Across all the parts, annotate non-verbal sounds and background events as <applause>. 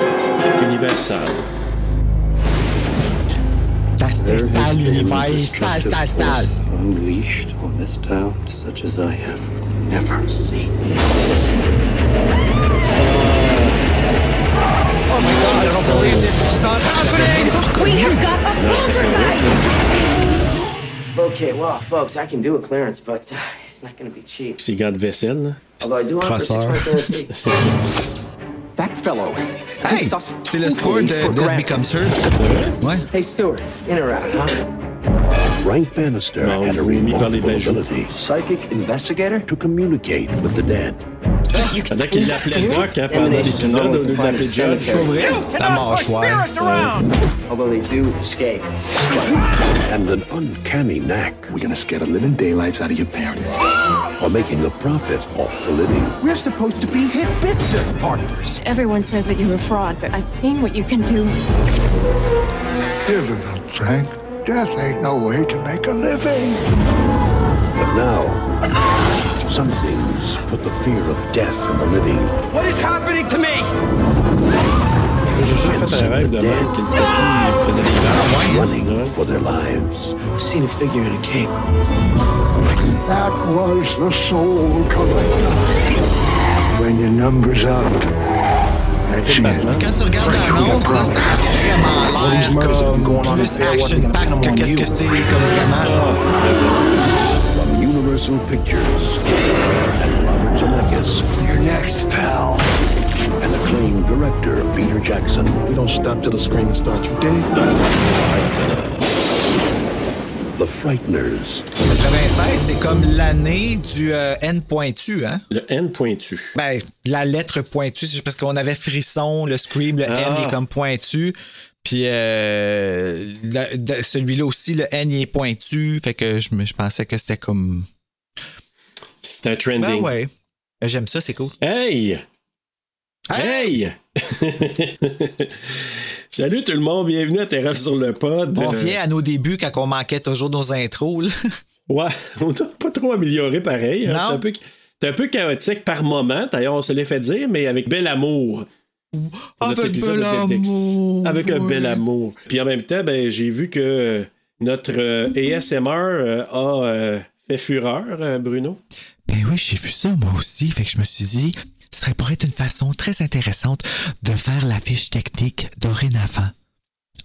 Universal. That's the sale l'univers, sale, sale, destructive force sale. Unleashed on this town such as I have never seen. We have got a poltergeist! Okay, well, folks, I can do a clearance, but uh, it's not going to be cheap. C'est gants de vaisselle. là. Although I do offer six Crosseur. months guarantee. That fellow. Hey, c'est le score de Death Becomes Her. Ouais. Hey, Stuart, in or out, huh? Frank Bannister Non, had a vous voulez m'y parler remarkable d'un jour. ability Psychic investigator? to communicate with the dead. Pendant qu'il l'appelait Doc hein, pendant l'épisode, au lieu de l'appeler Judge. Pour vrai? La mâchoire. Although they do escape. and an uncanny knack We're gonna scare the living daylights out of your parents. for making a profit off the living. We're supposed to be his business partners. Everyone says that you're a fraud, but I've seen what you can do. Giving up, Frank. Death ain't no way to make a living. But now, some things put the fear of death in the living What is happening to me? J'ai juste fait un rêve de même que le tapis faisait des vagues. running Ouais. for their lives. I've seen a figure in a cape. That was the soul collector. When your number's up, that's it. Quand tu regardes l'annonce, ça, ça a vraiment l'air comme plus action-packed que qu'est-ce que c'est, comme vraiment. Ah, From Universal Pictures and Robert Zemeckis, You're next, pal. and acclaimed director Peter Jackson. We don't stop till the screaming starts. You The Frighteners, 96, c'est comme l'année du euh, N pointu, hein? Le N pointu. Ben, de la lettre pointue, c'est parce qu'on avait frisson, le scream, le N Ah. il est comme pointu. Puis euh, la- de- celui-là aussi, le N il est pointu. Fait que je, me- je pensais que c'était comme. C'est un Ben trending. ouais. Ben, J'aime ça, c'est cool. Hey! Hey! <laughs> Salut tout le monde, bienvenue à Terrasse sur le pod. On Euh, revient à nos débuts quand on manquait toujours nos intros. là. Ouais, <laughs> on n'a pas trop amélioré pareil. hein. Non. C'est un, peu- c'est un peu chaotique par moment, d'ailleurs, on se l'est fait dire, mais avec bel amour. Notre Avec épisode bel de Detex. amour, Avec un ouais. bel amour. Puis en même temps, ben, j'ai vu que notre euh, ASMR euh, a euh, fait fureur, euh, Bruno. Ben oui, j'ai vu ça moi aussi. Fait que je me suis dit, ce serait pourrait être une façon très intéressante de faire la fiche technique dorénavant.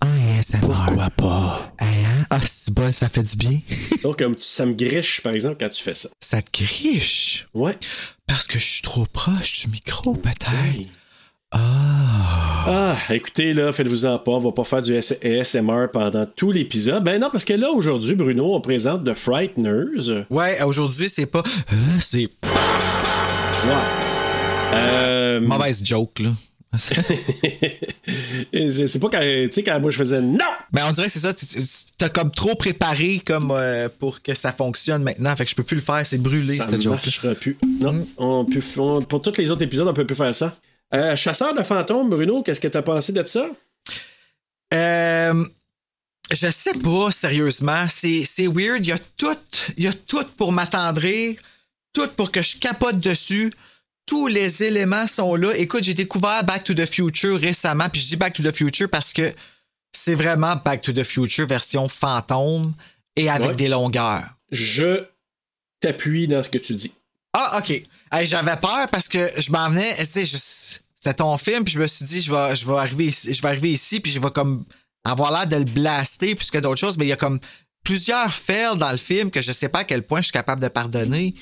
En ASMR. Pourquoi pas? Ah, c'est bon, ça fait du bien. Donc, comme tu- ça me griche, par exemple, quand tu fais ça. Ça te griche. Ouais. Parce que je suis trop proche du micro, peut-être. Hey. Ah, écoutez, là, faites-vous-en pas, on va pas faire du S- ASMR pendant tout l'épisode. Ben non, parce que là, aujourd'hui, Bruno, on présente The Frighteners. Ouais, aujourd'hui, c'est pas. Euh, c'est Euh, <laughs> mauvaise joke, là. c'est c'est pas quand, tu sais, quand moi je faisais non! Mais Ben, on dirait que c'est ça, tu- tu- t'as comme trop préparé comme euh, pour que ça fonctionne maintenant, fait que je peux plus le faire, c'est brûlé ça cette joke. marchera plus. Non, on peut, on- pour tous les autres épisodes, on peut plus faire ça. Euh, Chasseur de fantômes, Bruno, qu'est-ce que t'as pensé de ça? Euh, je sais pas, sérieusement. C'est c'est weird. Il y a tout. Il y a tout pour m'attendrir. Tout pour que je capote dessus. Tous les éléments sont là. Écoute, j'ai découvert Back to the Future récemment. Puis je dis Back to the Future parce que c'est vraiment Back to the Future version fantôme et avec Ouais. des longueurs. Je t'appuie dans ce que tu dis. Ah, OK. Hey, J'avais peur parce que je m'en venais, tu sais, je- c'était ton film, puis je me suis dit, je vais, je vais, arriver, ici, je vais arriver ici, puis je vais comme avoir l'air de le blaster plus que d'autres choses, mais il y a comme plusieurs fails dans le film que je sais pas à quel point je suis capable de pardonner.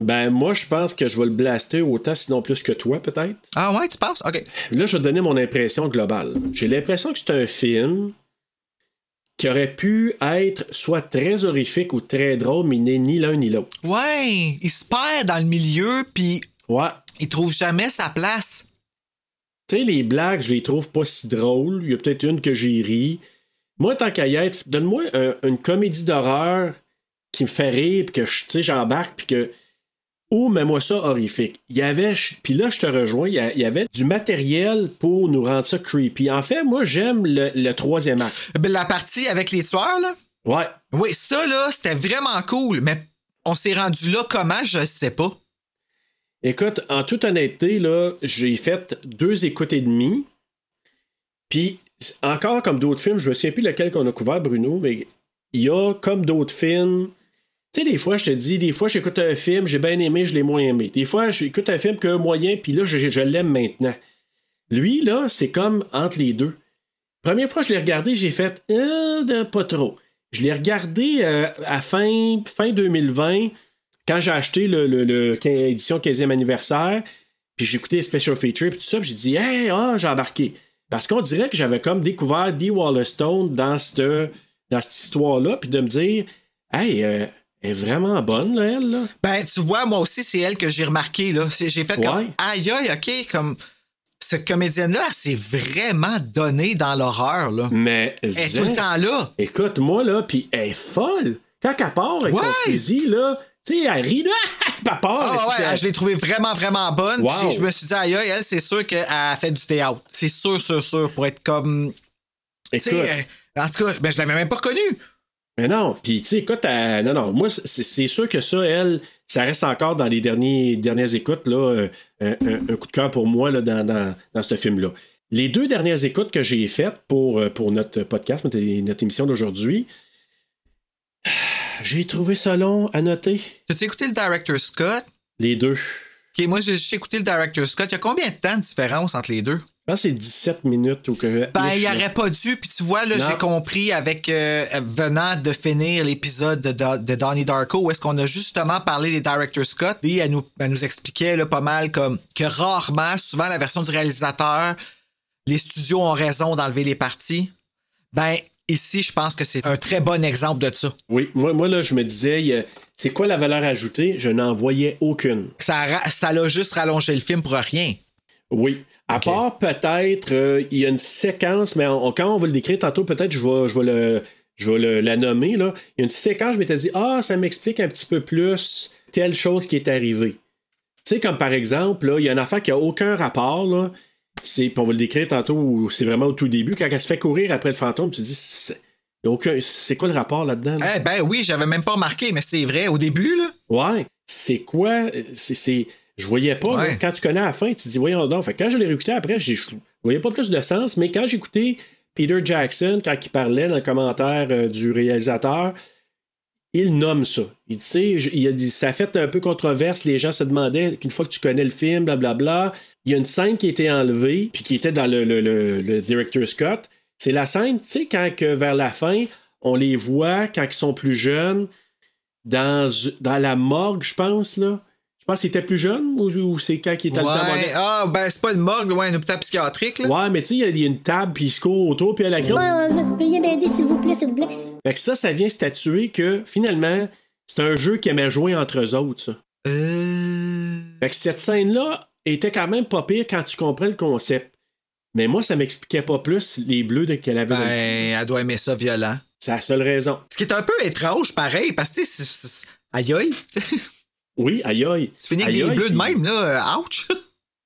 Ben, moi, je pense que je vais le blaster autant, sinon plus que toi, peut-être. Ah ouais, tu penses? OK. Là, je vais te donner mon impression globale. J'ai l'impression que c'est un film qui aurait pu être soit très horrifique ou très drôle, mais il n'est ni l'un ni l'autre. Ouais, il se perd dans le milieu, puis Ouais. Il trouve jamais sa place. Tu sais, les blagues, je les trouve pas si drôles. Il y a peut-être une que j'ai ri. Moi, tant qu'à y être, donne-moi un- une comédie d'horreur qui me fait rire, puis que je- tu sais, j'embarque, puis que. Ou mets-moi ça horrifique. Il y avait, je- puis là, je te rejoins, il y a- il y avait du matériel pour nous rendre ça creepy. En fait, moi, j'aime le, le troisième acte. Ben, La partie avec les tueurs, là. Ouais. Oui, ça, là, c'était vraiment cool, mais on s'est rendu là comment, je sais pas. Écoute, en toute honnêteté, là, j'ai fait deux écoutes et demie. Puis, c- encore comme d'autres films, je me souviens plus lequel qu'on a couvert, Bruno, mais il y a comme d'autres films. Tu sais, des fois, je te dis, des fois, j'écoute un film, j'ai bien aimé, je l'ai moins aimé. Des fois, j'écoute un film que moyen, puis là, je, je- je l'aime maintenant. Lui, là, c'est comme entre les deux. Première fois que je l'ai regardé, j'ai fait euh, de- pas trop. Je l'ai regardé euh, à fin, fin 2020, quand j'ai acheté le, le, le quin- édition 15e anniversaire, puis j'ai écouté les Special Feature, puis tout ça, puis j'ai dit, hey, ah, j'ai embarqué. Parce qu'on dirait que j'avais comme découvert Dee Wallerstone dans cette, dans cette histoire-là, puis de me dire, hey, euh, elle est vraiment bonne, là, elle, là. Ben, tu vois, moi aussi, c'est elle que j'ai remarqué, là. C'est- J'ai fait comme, Ouais. aïe, aïe, OK, comme, cette comédienne-là, elle s'est vraiment donnée dans l'horreur, là. Mais Elle est tout le temps là. Écoute, moi, là, puis elle est folle. Quand elle part avec Ouais. son fusil, là, tu sais, elle rit, là, <laughs> elle part. Ah est-ce ouais, qu'elle- je l'ai trouvée vraiment, vraiment bonne. Wow. Puis je me suis dit, aïe, aïe, elle, c'est sûr qu'elle fait du théâtre. C'est sûr, sûr, sûr, pour être comme. Tu Écoute, sais, euh, en tout cas, ben, je l'avais même pas reconnue. mais non, puis tu sais, écoute, elle- non, non, moi, c'est- c'est sûr que ça, elle, ça reste encore dans les derniers, dernières écoutes, là, euh, un, un- un coup de cœur pour moi, là, dans, dans, dans ce film-là. Les deux dernières écoutes que j'ai faites pour, euh, pour notre podcast, notre, notre émission d'aujourd'hui, <sighs> j'ai trouvé ça long à noter. T'as-tu écouté le Director Scott? Les deux. Ok, moi, j'ai j'ai écouté le Director Scott. Il y a combien de temps de différence entre les deux? Je pense que c'est 17 minutes ou que. Ben, il aurait pas dû. Puis tu vois, là, Non. j'ai compris avec euh, venant de finir l'épisode de, Do- de Donnie Darko, où est-ce qu'on a justement parlé des Director Scott. Et elle nous, elle nous expliquait là, pas mal comme que rarement, souvent, la version du réalisateur, les studios ont raison d'enlever les parties. Ben, ici, je pense que c'est un très bon exemple de ça. Oui, moi, moi là, je me disais, il y a- c'est quoi la valeur ajoutée? Je n'en voyais aucune. Ça ra- ça l'a juste rallongé le film pour rien. Oui. À part peut-être, euh, il y a une séquence, mais on- quand on va le décrire tantôt, peut-être je vais, je vais, le, je vais le- la nommer. Là. Il y a une séquence, je m'étais dit, ah, ça m'explique un petit peu plus telle chose qui est arrivée. Tu sais, comme par exemple, là, il y a une affaire qui n'a aucun rapport. Là. C'est, puis on va le décrire tantôt, ou c'est vraiment au tout début. Quand elle se fait courir après le fantôme, tu te dis, c'est, il y a aucun, c'est quoi le rapport là-dedans? là? Eh ben oui, j'avais même pas remarqué, mais c'est vrai. Au début, là, Ouais, c'est quoi? euh, C'est, c'est- Je voyais pas. Ouais. là, quand tu connais à la fin, tu te dis, voyons donc. Fait que quand je l'ai réécouté après, j'ai- je voyais pas plus de sens, mais quand j'écoutais Peter Jackson, quand il parlait dans le commentaire euh, du réalisateur, il nomme ça. Il dit, tu sais, je- il a dit, ça a fait un peu controverse. Les gens se demandaient qu'une fois que tu connais le film, blablabla, il y a une scène qui a été enlevée, puis qui était dans le, le, le- le director Scott. C'est la scène, tu sais, quand que vers la fin, on les voit quand ils sont plus jeunes dans, dans la morgue, je pense, là. Je pense qu'il était plus jeune ou, ou c'est quand il était à Ouais, le temps moderne? ah, ben c'est pas une morgue, ouais, un hôpital psychiatrique, là. Ouais, mais tu sais, il y a- il y, a une table, puis il se court autour, puis il y a la grippe. Veuillez m'aider, s'il vous plaît, s'il vous plaît. Fait que ça, ça vient statuer que, finalement, c'est un jeu qu'ils aimaient jouer entre eux autres, ça. Euh... Fait que cette scène-là était quand même pas pire quand tu comprends le concept. Mais moi, ça m'expliquait pas plus les bleus de- qu'elle avait. dans le- Ben, elle doit aimer ça violent. C'est la seule raison. Ce qui est un peu étrange, pareil, parce que, tu sais, c'est- c'est- aïe aïe, tu sais, tu Oui, aïe aïe. finis avec Aïe, des aïe, bleus de puis- même, là, euh, ouch!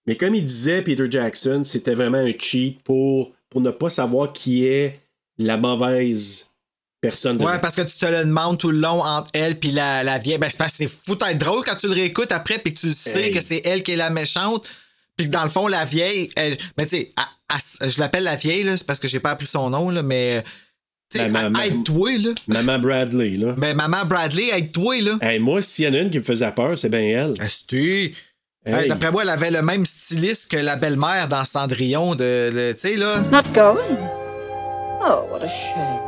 Mais comme il disait, Peter Jackson, c'était vraiment un cheat pour, pour ne pas savoir qui est la mauvaise personne. de- Ouais, parce que tu te le demandes tout le long entre elle puis la, la vieille. Ben, c'est parce que c'est fou, être drôle quand tu le réécoutes après puis que tu sais Hey. que c'est elle qui est la méchante. Puis que dans le fond, la vieille. Elle, ben, tu sais, elle- elle- je l'appelle la vieille, là, c'est parce que j'ai pas appris son nom, là, mais. Tu sais, Ben, ma- ma- aide-toi, là. Maman Bradley, là. Ben, maman Bradley, aide-toi, là. Hey, moi, s'il y en a une qui me faisait peur, c'est bien elle. Asti. Hey. Euh, D'après moi, elle avait le même styliste que la belle-mère dans Cendrillon de, de- tu sais là. Ah, Not going? Oh, what a shame.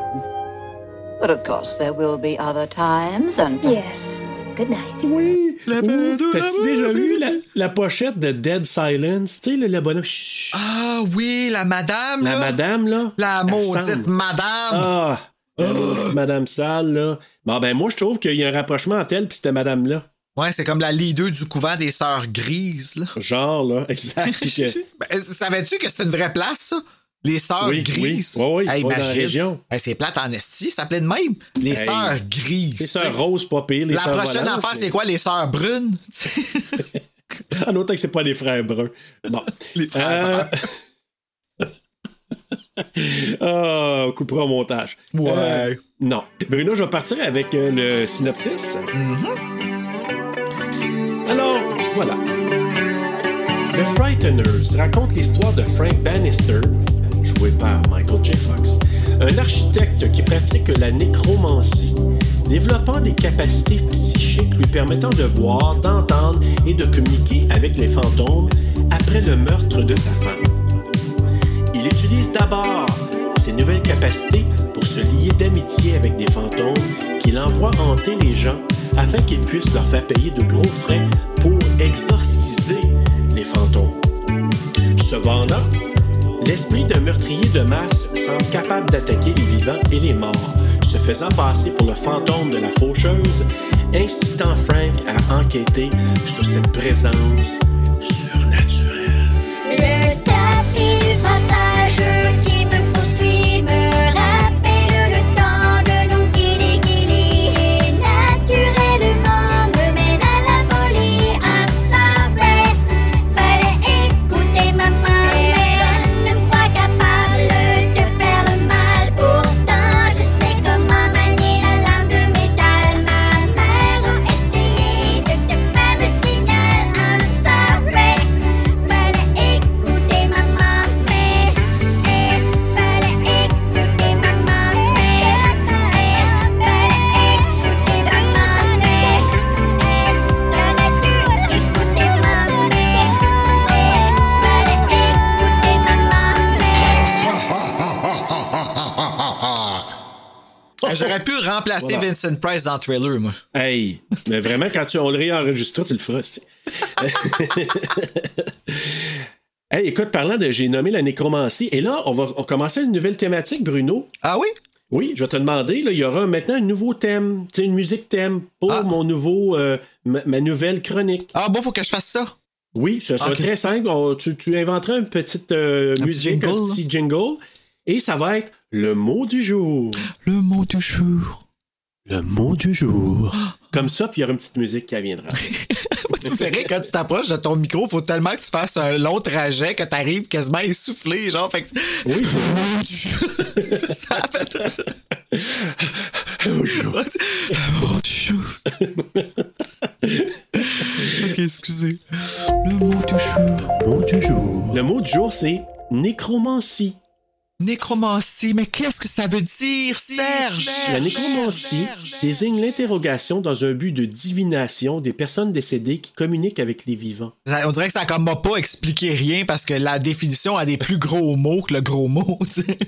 But of course, there will be other times, and Yes. Good night. Oui! La paix de T'as-tu l'amour, déjà c'est vu le- la, la pochette de Dead Silence? Tu sais, le, le bonhomme. Chut. Ah oui, la madame. la là. madame, là. La elle maudite ressemble. madame. Ah! la maudite Madame Sale, là. Bon, ben, moi, je trouve qu'il y a un rapprochement entre elle puis cette madame-là. Ouais, c'est comme la leader du couvent des Sœurs Grises. Là. Genre, là, exact. <laughs> Puis <laughs> que- Ben, Savais-tu que c'est une vraie place, ça? Les Sœurs Oui, oui. Grises. Ouais, oui, ouais, Hey, dans la imagine. région. Hey, c'est plate en esti, ça s'appelait de même. Les Hey. Sœurs Grises. les sœurs roses, pas pire. Les La sœurs prochaine volantes, affaire, mais- c'est quoi? Les Sœurs Brunes? <laughs> En autant que Ah, c'est pas des frères bruns. Bon. <laughs> Les frères Euh, <laughs> Ah, on coupera au montage. Ouais. Euh, non. Bruno, je vais partir avec euh, le synopsis. Alors, voilà. The Frighteners raconte l'histoire de Frank Bannister, joué par Michael J. Fox, un architecte qui pratique la nécromancie, développant des capacités psychiques lui permettant de voir, d'entendre et de communiquer avec les fantômes après le meurtre de sa femme. Il utilise d'abord ses nouvelles capacités pour se lier d'amitié avec des fantômes qu'il envoie hanter les gens afin qu'ils puissent leur faire payer de gros frais pour exorciser les fantômes. Cependant, l'esprit d'un meurtrier de masse semble capable d'attaquer les vivants et les morts, se faisant passer pour le fantôme de la faucheuse, incitant Frank à enquêter sur cette présence surnaturelle. Le tapis du passage qui me poursuit me rappelle le temps de nos guili-guili et naturellement me mène à la folie. I'm sorry, fallait écouter ma main. Je ne crois capable de faire le mal, pourtant je sais comment manier la lame de métal. Ma mère a essayé de te faire le signal. I'm sorry. Fallait écouter maman, mais Eh, fallait écouter maman, Eh, mais fallait écouter maman, mais j'aurais Eh, dû écouter maman, mais fallait écouter maman, mais. Ah, Hey, ah, J'aurais pu remplacer Voilà. Vincent Price dans Thriller, moi. Hey, mais vraiment, quand tu, on le réenregistrera, tu le feras. c'est- <laughs> hey, écoute, parlant de j'ai nommé la nécromancie, et là, on va on commencer une nouvelle thématique, Bruno. Ah oui? Oui, je vais te demander, là, il y aura maintenant un nouveau thème, tu sais, une musique thème pour mon nouveau, euh, ma, ma nouvelle chronique. Ah bon, faut que je fasse ça. Oui, ce sera Ok. très simple. On- tu, tu inventeras une petite euh, petit musique, un jingle, petit jingle, et ça va être le mot du jour. Le mot du jour. Le mot du jour. Comme ça, puis il y aura une petite musique qui viendra. Moi, tu me fais rire quand tu t'approches de ton micro, faut tellement que tu fasses un long trajet que t'arrives quasiment essoufflé, genre, fait que... <laughs> Oui, c'est ça fait... Oh, chou. <laughs> ok, excusez. Le mot du jour. mot du jour. Le mot du jour, c'est nécromancie. Nécromancie, mais qu'est-ce que ça veut dire, Serge? La nécromancie désigne l'interrogation dans un but de divination des personnes décédées qui communiquent avec les vivants. Ça- On dirait que ça a comme m'a pas expliqué rien parce que la définition a des plus gros mots que le gros mot, <laughs> tu sais.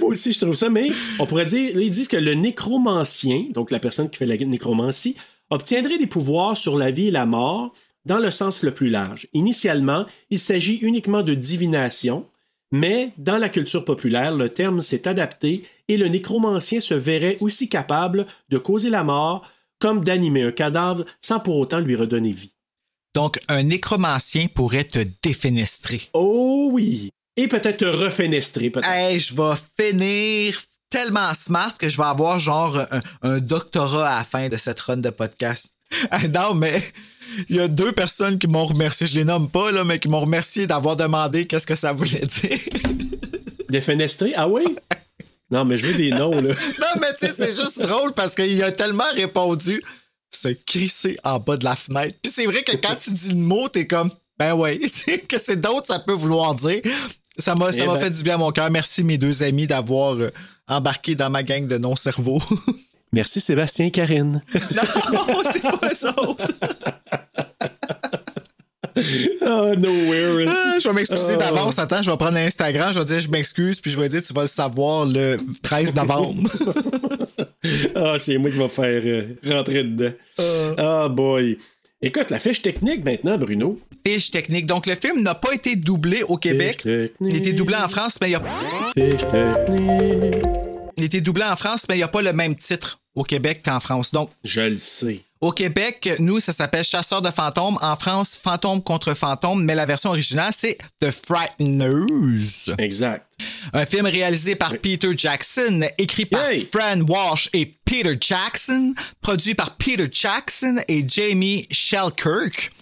Moi aussi, je trouve ça, mais on pourrait dire, ils disent que le nécromancien, donc la personne qui fait la nécromancie, obtiendrait des pouvoirs sur la vie et la mort dans le sens le plus large. Initialement, il s'agit uniquement de divination, mais dans la culture populaire, le terme s'est adapté et le nécromancien se verrait aussi capable de causer la mort comme d'animer un cadavre sans pour autant lui redonner vie. Donc, un nécromancien pourrait te défenestrer. Oh oui! Et peut-être te refenestrer, peut-être. Hey, je vais finir tellement smart que je vais avoir genre un, un doctorat à la fin de cette run de podcast. <laughs> Hey, non, mais il y a deux personnes qui m'ont remercié. Je les nomme pas, là, mais qui m'ont remercié d'avoir demandé qu'est-ce que ça voulait dire. Défenestrer? Ah oui? Non, mais je veux des noms, là. non, mais tu sais, c'est juste drôle parce qu'il a tellement répondu se crisser en bas de la fenêtre. Puis c'est vrai que quand tu dis le mot, t'es comme ben ouais, <laughs> Tu sais, que c'est d'autres, ça peut vouloir dire. Ça m'a ça Eh m'a ben. fait du bien à mon cœur. Merci mes deux amis d'avoir euh, embarqué dans ma gang de <laughs> non-cerveau. Merci Sébastien et <laughs> Karine. non, <laughs> c'est pas ça. Oh, nowhere Ah, Je vais m'excuser Oh. d'avance. Attends, je vais prendre Instagram, je vais dire je m'excuse, puis je vais dire tu vas le savoir le 13 novembre. Ah, c'est moi qui vais faire euh, rentrer dedans. Ah, boy. Écoute, la fiche technique maintenant, Bruno. Fiche technique. Donc, le film n'a pas été doublé au Québec. Fiche technique. Il a été doublé en France, mais il y a Fiche technique. Il a été doublé en France, mais il n'y a pas le même titre au Québec qu'en France. Donc, Je le sais. Au Québec, nous, ça s'appelle Chasseur de fantômes. En France, Fantôme contre fantôme, mais la version originale, c'est The Frighteners. Exact. Un film réalisé par Peter Jackson, écrit par Fran Walsh et Peter Jackson, produit par Peter Jackson et Jamie Shelkirk.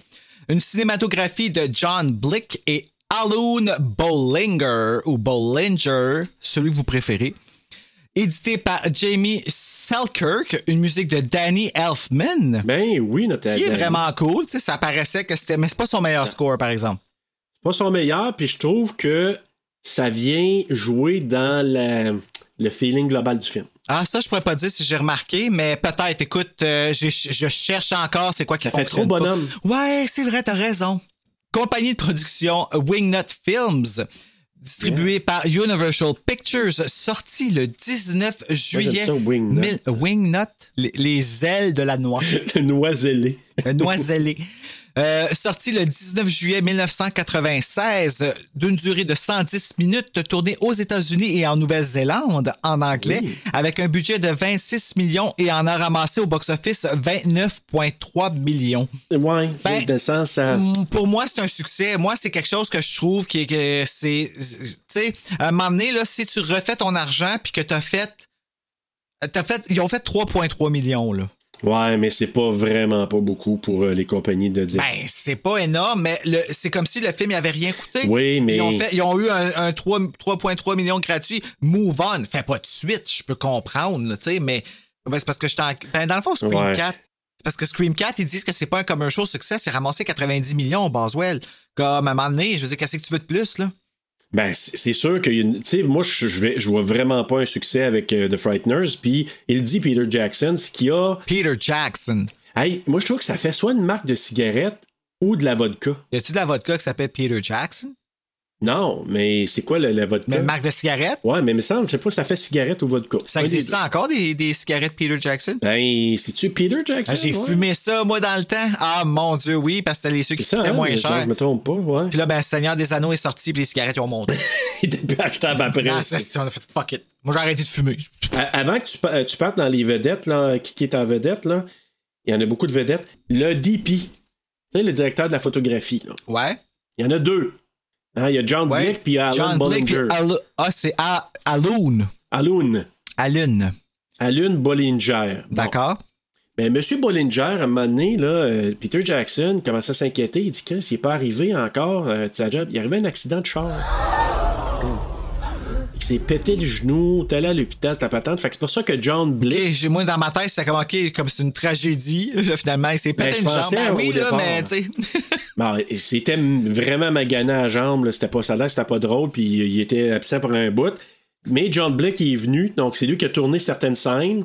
Une cinématographie de John Blick et Alun Bollinger, ou Bollinger, celui que vous préférez édité par Jamie Selkirk, une musique de Danny Elfman. Ben oui, notre Qui est Danny. vraiment cool, tu sais, ça paraissait que c'était. Mais c'est pas son meilleur score, par exemple. C'est pas son meilleur, puis je trouve que ça vient jouer dans la- le feeling global du film. Ah, ça, je pourrais pas dire si j'ai remarqué, mais peut-être, écoute, euh, j'ai- je cherche encore c'est quoi qui fait trop fonctionne pas. bonhomme. Ouais, c'est vrai, t'as raison. Compagnie de production Wingnut Films, distribué par Universal Pictures, sorti le 19 j'aime juillet. ça, Wingnut. mille- Wingnut, les, les ailes de la noix. Le noisellé. <laughs> Un Noiselé. Euh, sorti le 19 juillet 1996, euh, d'une durée de 110 minutes, tourné aux États-Unis et en Nouvelle-Zélande en anglais, avec un budget de 26 millions et en a ramassé au box-office 29,3 millions. Ouais, Ben, juste dans le sens, ça. Mm, Pour moi, c'est un succès. Moi, c'est quelque chose que je trouve qui est que c'est, tu sais, à un moment donné là, si tu refais ton argent puis que t'as fait, t'as fait, ils ont fait 3,3 millions là. Ouais, mais c'est pas vraiment pas beaucoup pour euh, les compagnies de dire. Ben, c'est pas énorme, mais le- c'est comme si le film n'avait rien coûté. Oui, mais- Ils ont, fait- ils ont eu un, un 3 3,3 millions gratuits. Move on. Fais pas de suite, je peux comprendre, là, tu sais, mais ben, c'est parce que je t'en. Ben, dans le fond, Scream Ouais. 4. c'est Parce que Scream 4, ils disent que c'est pas un commercial succès, c'est ramassé 90 millions, Boswell. Comme à un moment donné, je veux dire, qu'est-ce que tu veux de plus, là? Ben, c'est c'est sûr que, tu sais, moi, je, je vais, je vois vraiment pas un succès avec euh, The Frighteners. Puis, il dit Peter Jackson, ce qui a. Peter Jackson. Hey, moi, je trouve que ça fait soit une marque de cigarette ou de la vodka. Y a-tu de la vodka qui s'appelle Peter Jackson? Non, mais c'est quoi la, la vodka? Mais marque de cigarette? Ouais, mais il me semble, je sais pas, ça fait cigarette ou vodka. Ça Un des existe deux. encore des, des cigarettes Peter Jackson? Ben, c'est-tu Peter Jackson? Ah, J'ai ouais? fumé ça, moi, dans le temps. Ah, mon Dieu, oui, parce que c'était les ceux qui C'est ça, coûtaient hein, moins mais cher. Je me trompe pas, <laughs> ouais. Puis là, ben, Seigneur des Anneaux est sorti, puis les cigarettes, ils <laughs> ont monté. Il était plus achetable après. Ah, ça, c'est- on a fait fuck it. Moi, j'ai arrêté de fumer. À- Avant que tu, pa- euh, tu partes dans les vedettes, là, qui, qui est en vedette, là, il y en a beaucoup de vedettes. Le DP, tu sais, le directeur de la photographie, là. Ouais. il y en a deux. Hein, il y a John Ouais. Blick puis Alan John Blake, puis Bollinger. Al- Ah, c'est A- Alun. Alan. Alun. Alan Bollinger. Bon. D'accord? Mais Monsieur Bollinger, à un moment donné, là, euh, Peter Jackson commençait à s'inquiéter. Il dit Chris, il n'est pas arrivé encore euh, de sa job. Il arrivait un accident de char. Oh. Il s'est pété le genou, t'es allé à l'hôpital, c'est la patente. Fait que c'est pour ça que John Blick. Ok, j'ai- moi, dans ma tête, c'était comme, OK, comme c'est une tragédie. <laughs> Là, finalement, il s'est Ben, pété je une jambe. pensais, Ben au oui, là, départ. mais, tu sais. <laughs> Bon, c'était vraiment magané à la jambe, là. c'était pas ça, c'était pas drôle, puis il était absent pour un bout. Mais John Blake il est venu, donc c'est lui qui a tourné certaines scènes.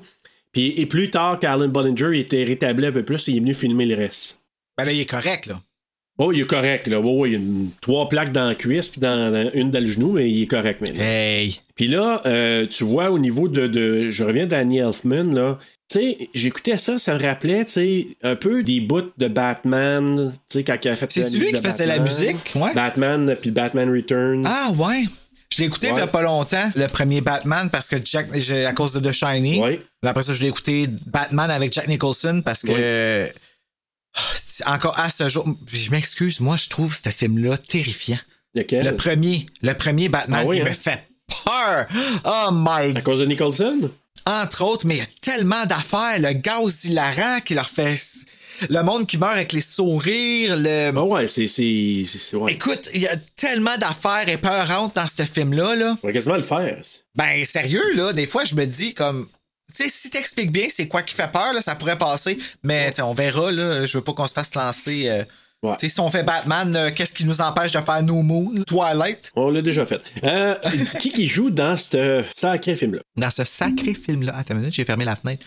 Puis, et plus tard, qu'Alan Bollinger il était rétabli un peu plus, il est venu filmer le reste. Ben là, il est correct, là. Oh, il est correct, là. Ouais, ouais, il y a une- trois plaques dans la cuisse, puis dans, dans- une dans le genou, mais il est correct maintenant. Hey. Puis là, euh, tu vois, au niveau de, de- Je reviens à Danny Elfman, là. Tu sais, j'écoutais ça, ça me rappelait, tu sais, un peu des bouts de Batman, tu sais, quand il a fait C'est la lui musique qui de faisait la Batman. musique? Ouais. Batman, puis Batman Return. Ah, ouais. Je l'ai écouté Ouais. il y a pas longtemps, le premier Batman, parce que Jack, j'ai- à cause de The Shining. Ouais. Puis après ça, je l'ai écouté Batman avec Jack Nicholson parce que. Ah, c'est- Encore à ce jour. puis Je m'excuse, moi, je trouve ce film-là terrifiant. Lequel? Le premier, le premier Batman, Euh. Ah oui, il hein? me fait peur. Oh my À cause de Nicholson? entre autres, mais il y a tellement d'affaires. Le gaz hilarant qui leur fait. Le monde qui meurt avec les sourires. Le... Ah ouais, c'est... c'est, c'est- c'est- ouais. Écoute, il y a tellement d'affaires épeurantes dans ce film-là. Là. On va quasiment le faire. Ben, sérieux, là, des fois, je me dis comme. Tu sais, si t'expliques bien c'est quoi qui fait peur, là, ça pourrait passer. Mais tu sais, on verra, là. Je veux pas qu'on se fasse lancer. euh, Ouais. Tu sais, si on fait Batman, euh, qu'est-ce qui nous empêche de faire No Moon, Twilight, On l'a déjà fait. Euh, qui qui joue dans ce sacré film-là? dans ce sacré film-là? Attends une minute, j'ai fermé la fenêtre.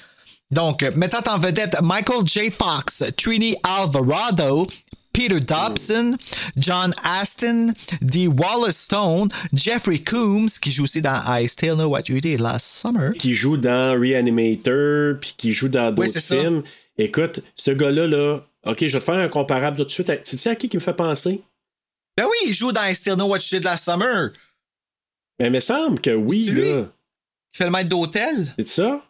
Donc, euh, mettant en vedette Michael J. Fox, Trini Alvarado, Peter Dobson, John Aston, Dee Wallace Stone, Jeffrey Coombs, qui joue aussi dans I Still Know What You Did Last Summer. Qui joue dans Reanimator, puis qui joue dans Oui, d'autres c'est ça. films. Écoute, ce gars-là, là... OK, je vais te faire un comparable tout de suite. Tu sais à qui qui me fait penser? Ben oui, il joue dans I Still Know What You Did Last Summer. Ben, il me semble que oui, C'est lui? là. qui fait le maître d'hôtel? C'est ça?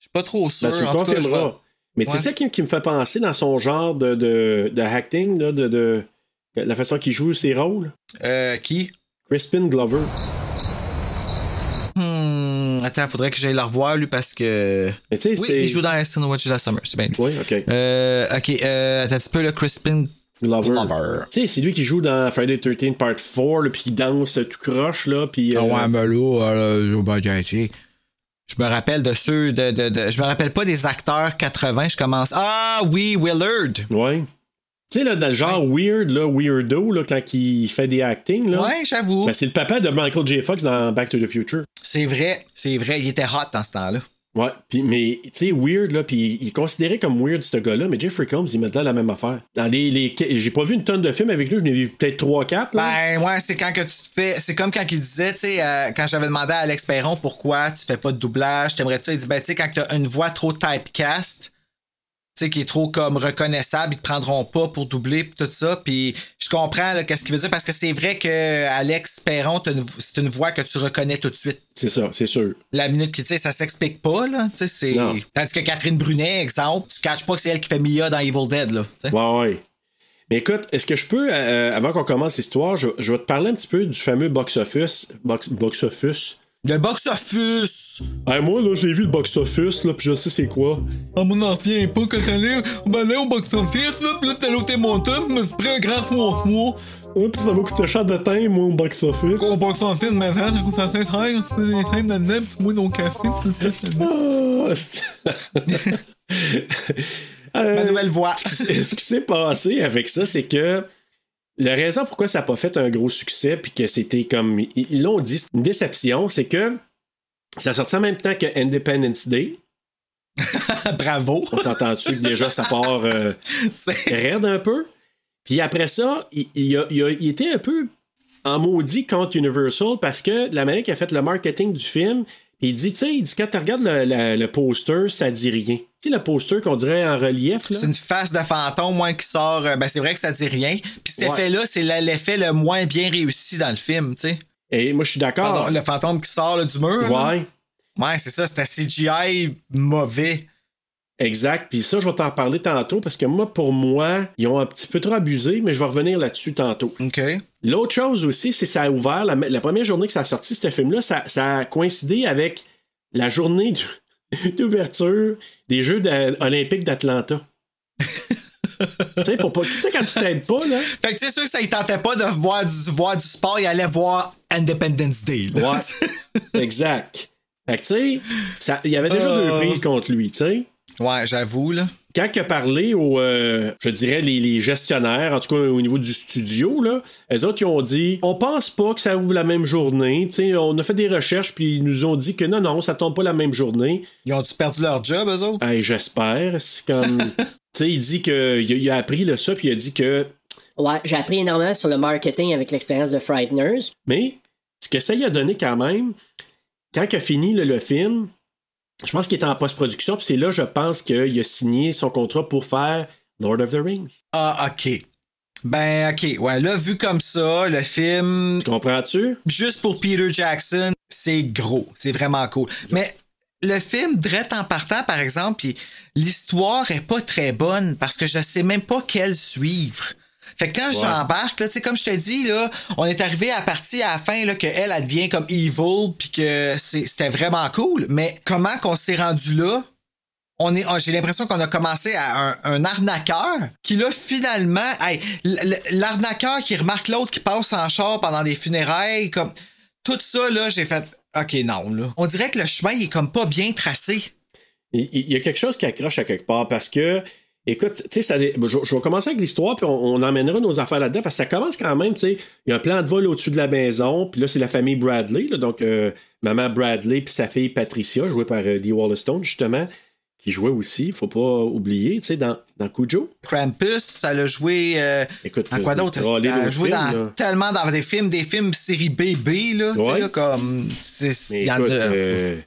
Je suis pas trop sûr. Ben, tu le en tout cas, je confirmeras. vais- Mais c'est Ouais. ça qui, qui me fait penser dans son genre de, de, de acting, là, de, de- la façon qu'il joue ses rôles? Euh, qui? Crispin Glover. Hmm, attends, faudrait que j'aille le revoir, lui, parce que. Mais tu sais, oui, c'est- il joue dans Aston Watch la Summer, c'est bien lui. Oui, ok. Euh, ok, euh, attends un petit peu, le Crispin Glover. Glover. Tu sais, c'est lui qui joue dans Friday 13 Part 4, là, puis qui danse tout croche, là, puis... euh, Ah ouais, mais là, euh, ben, tiens, tiens. je me rappelle de ceux de, de, de- Je me rappelle pas des acteurs 80, je commence. Ah oui, Willard! ouais. Tu sais, là, dans le genre weird, là, weirdo, là, quand il fait des acting, là... Ouais, j'avoue. ben, c'est le papa de Michael J. Fox dans Back to the Future. C'est vrai, c'est vrai, il était hot dans ce temps-là. Ouais, puis mais tu sais, weird, là, puis il est considéré comme weird, ce gars-là, mais Jeffrey Combs, il met de là la même affaire. Dans les. les- J'ai pas vu une tonne de films avec lui, je n'ai vu peut-être 3-4, là. Ben ouais, c'est quand que tu te fais. C'est comme quand il disait, tu sais, euh, quand j'avais demandé à Alex Perron pourquoi tu fais pas de doublage, t'aimerais-tu? Il dit, ben tu sais, quand t'as une voix trop typecast, tu sais, qui est trop comme reconnaissable, ils te prendront pas pour doubler pis tout ça. Puis je comprends là, qu'est-ce qu'il veut dire parce que c'est vrai que Alex Perron, t'as une- c'est une voix que tu reconnais tout de suite. C'est ça, c'est sûr. La minute qui, tu sais, ça s'explique pas, là. Tu sais, c'est. Non. Tandis que Catherine Brunet, exemple, tu caches pas que c'est elle qui fait Mia dans Evil Dead, là. tu sais. Ouais, ouais. Mais écoute, est-ce que je peux, euh, avant qu'on commence l'histoire, je, je vais te parler un petit peu du fameux box-office. Box- Box-office. Le box-office! Ah, moi, là, j'ai vu le box-office, là, puis je sais c'est quoi. Ah, moi, n'en reviens pas quand t'allais, ben allais au box-office, là, pis là, t'allais au Témontin, pis me suis pris un grand soir moi. Ouais, puis ça m'a coûté cher de teint, moi, au box-office. Au box-office, ma mère, ça coûte 105 heures, tu fais des times là-dedans, pis moi, dans le café, pis ça, c'est bon. Ah, <laughs> c'est- Euh, Ma nouvelle voix. ce qui s'est passé avec ça, c'est que la raison pourquoi ça n'a pas fait un gros succès, puis que c'était comme. ils- Ils l'ont dit, c'est une déception, c'est que ça sortit en même temps que Independence Day. Bravo. On s'entend-tu que déjà ça part euh, raide un peu? Puis après ça, il, il a- il a- il était un peu en maudit contre Universal parce que la manière qu'il a fait le marketing du film, il dit, tu sais, il dit, quand tu regardes le, le- le poster, ça dit rien. Tu sais, le poster qu'on dirait en relief, là. C'est une face de fantôme, moi, qui sort, euh, ben, c'est vrai que ça dit rien. Pis cet Ouais. effet-là, c'est la- l'effet le moins bien réussi dans le film, tu sais. Et moi, je suis Pardon, d'accord. le hein? fantôme qui sort, là, du mur. là. Ah. Ouais. Ouais, c'est ça, c'était CGI mauvais. Exact. Puis ça, je vais t'en parler tantôt parce que moi, pour moi, ils ont un petit peu trop abusé, mais je vais revenir là-dessus tantôt. OK. L'autre chose aussi, c'est que ça a ouvert, la, la première journée que ça a sorti, ce film-là, ça, ça a coïncidé avec la journée d'ou- <laughs> d'ouverture des Jeux d'a- olympiques d'Atlanta. tu sais, pour pas. Tu sais, quand tu t'aides pas, là. Fait que c'est sûr que ça, il tentait pas de voir du, voir du sport, il allait voir Independence Day. là. Ouais. exact. Fait que, tu sais, ça- il y avait déjà Euh. deux prises contre lui, tu sais. Ouais, j'avoue, là. quand il a parlé aux, euh, je dirais, les, les gestionnaires, en tout cas au niveau du studio, là, eux autres, ils ont dit on pense pas que ça ouvre la même journée. Tu sais, on a fait des recherches, puis ils nous ont dit que non, non, ça tombe pas la même journée. Ils ont dû perdre leur job, eux autres? Hey, J'espère. C'est <laughs> comme. tu sais, il dit que il a, il a appris là, ça, puis il a dit que. Ouais, j'ai appris énormément sur le marketing avec l'expérience de Frighteners. Mais ce que ça lui a donné quand même, quand il a fini là, le film, je pense qu'il était en post-production, puis c'est là, je pense, qu'il a signé son contrat pour faire Lord of the Rings. Ah, OK. Ben, OK. Ouais, là, vu comme ça, le film, Tu comprends-tu? juste pour Peter Jackson, c'est gros. C'est vraiment cool. Mais le film, drette en partant, par exemple, puis l'histoire est pas très bonne parce que je sais même pas quelle suivre. Fait que quand j'embarque, là, tu sais, comme je te dis, là, on est arrivé à partir à la fin, là, que elle, elle devient comme evil, puis que c'est- c'était vraiment cool. Mais comment qu'on s'est rendu là? On est, on- j'ai l'impression qu'on a commencé à un, un arnaqueur qui là finalement, hey, l- l- l'arnaqueur qui remarque l'autre qui passe en char pendant des funérailles, comme tout ça là, j'ai fait, ok non là. On dirait que le chemin il est comme pas bien tracé. Il il y a quelque chose qui accroche à quelque part parce que, écoute, tu sais, ça- bon, je, je vais commencer avec l'histoire, puis on, on emmènera nos affaires là-dedans parce que ça commence quand même, tu sais, il y a un plan de vol au-dessus de la maison, puis là, c'est la famille Bradley, là, donc euh, maman Bradley, puis sa fille Patricia, jouée par euh, Dee Wallerstone, justement, qui jouait aussi, faut pas oublier, tu sais, dans, dans Cujo. Krampus, elle a joué euh, Écoute, dans quoi d'autre? euh, Elle a d'autres joué films, dans là. tellement dans des films, des films série BB là, tu sais, Ouais. là, comme c'est- Mais il y en écoute, a- euh,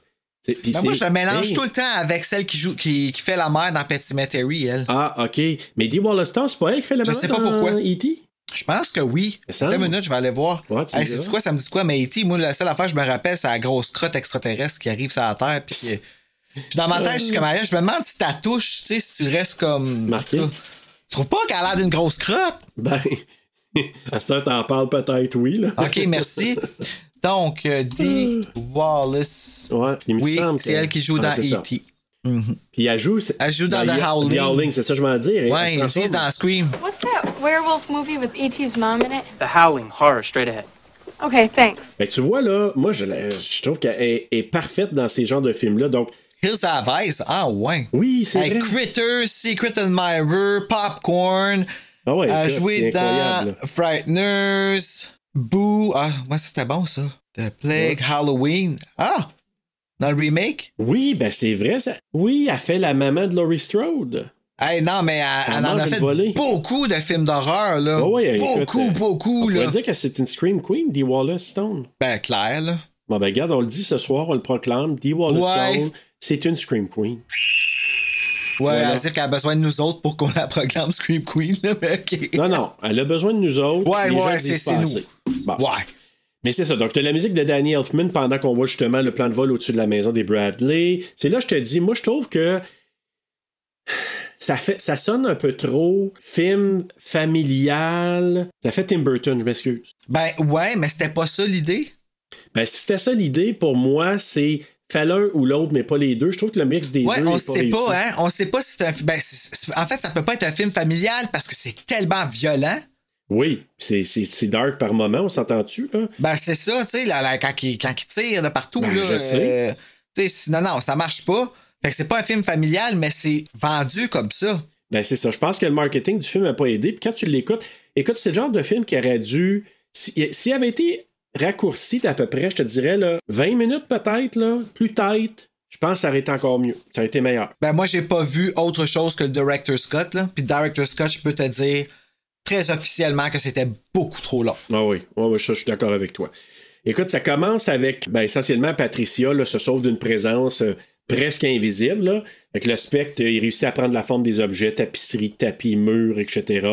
c'est- puis Ben, moi c'est- je la mélange Hey! tout le temps avec celle qui joue, qui, qui fait la mère dans Petit Cemetery, elle. Ah, ok. Mais Dee Wallerstone, c'est pas elle qui fait la Je maman sais pas dans E pourquoi. E.T.? Je pense que oui. Ça Attends semble. une minute, je vais aller voir. Ouais, tu Hey, me c'est diras. quoi, ça me dit quoi, mais E.T., moi, la seule affaire que je me rappelle, c'est la grosse crotte extraterrestre qui arrive sur la Terre, puis qui- Dans ma tête, je suis comme, Ariel, je me demande si ta touche, tu sais, si tu restes comme. <laughs> Marqué. Tu trouves pas qu'elle a l'air d'une grosse crotte? Ben, <laughs> à ce temps, t'en parles peut-être, oui. Là. Ok, <laughs> merci. Donc, euh, Dee Wallace. Ouais, il me oui, semble c'est que- elle qui joue Ah, dans c'est ça. E.T. Mhm. Puis elle joue. Elle joue dans The Ye- Howling. The Howling, c'est ça que je m'en dis. Ouais, ils disent dans Scream. What's that werewolf movie with E.T.'s mom in it? The Howling Horror straight ahead. Okay, thanks. Ben, tu vois, là, moi, je, la- je trouve qu'elle est, est parfaite dans ces genres de films-là. Donc, Hills Have Eyes, ah ouais. Oui, c'est Hey, vrai. Critter, Secret Admirer, Popcorn. Ah ouais, a écoute, joué c'est incroyable, dans Frighteners, Boo. Ah, moi, c'était bon, ça. The Plague, Halloween. Ah! Dans le remake? Oui, ben c'est vrai, ça. Oui, elle fait la maman de Laurie Strode. Hey, non, mais elle, Elle elle en mange a une fait volée. beaucoup de films d'horreur, là. Ouais, ouais, écoute, beaucoup, euh, beaucoup, On là. pourrait dire que c'est une Scream Queen, Dee Wallace Stone. Ben, clair, là. Bon, ben, regarde, on le dit ce soir, on le proclame. Dee Wallace Ouais. Stone, c'est une Scream Queen. Ouais, Voilà. elle dit qu'elle a besoin de nous autres pour qu'on <laughs> la proclame Scream Queen, là, mais ok. Non, non, elle a besoin de nous autres. Ouais, les gens ouais, disent c'est- pas c'est assez. Bon. Ouais. Mais c'est ça. Donc, t'as la musique de Danny Elfman pendant qu'on voit justement le plan de vol au-dessus de la maison des Bradley. C'est là que je te dis, moi, je trouve que ça, fait, ça sonne un peu trop film familial. Ça fait Tim Burton, je m'excuse. Ben, ouais, mais c'était pas ça l'idée. Ben, si c'était ça l'idée, pour moi, c'est faire l'un ou l'autre, mais pas les deux. Je trouve que le mix des Ouais, deux on est pas sait réussi. pas, hein. On sait pas si c'est un. fi- Ben, c'est- c'est- en fait, ça peut pas être un film familial parce que c'est tellement violent. Oui, c'est, c'est, c'est dark par moment, on s'entend-tu, là? Ben, c'est ça, tu sais, là, là, quand, il, quand il tire de partout, Ben, là. je euh, sais. tu sais, c'est- non, non, ça marche pas. Fait que c'est pas un film familial, mais c'est vendu comme ça. Ben, c'est ça. Je pense que le marketing du film n'a pas aidé. Puis quand tu l'écoutes, écoute, c'est le genre de film qui aurait dû. si- S'il avait été raccourci d'à peu près, je te dirais, là, 20 minutes peut-être, là, plus tête, je pense que ça aurait été encore mieux. Ça aurait été meilleur. Ben, moi, j'ai pas vu autre chose que le Director Scott, là. Puis Director Scott, je peux te dire très officiellement que c'était beaucoup <laughs> trop long. Ah oui, Ouais, ouais, ça, je suis d'accord avec toi. Écoute, ça commence avec, ben, essentiellement, Patricia là, se sauve d'une présence euh, presque invisible. Là. Fait que le spectre, euh, il réussit à prendre la forme des objets, tapisserie, tapis, murs, etc.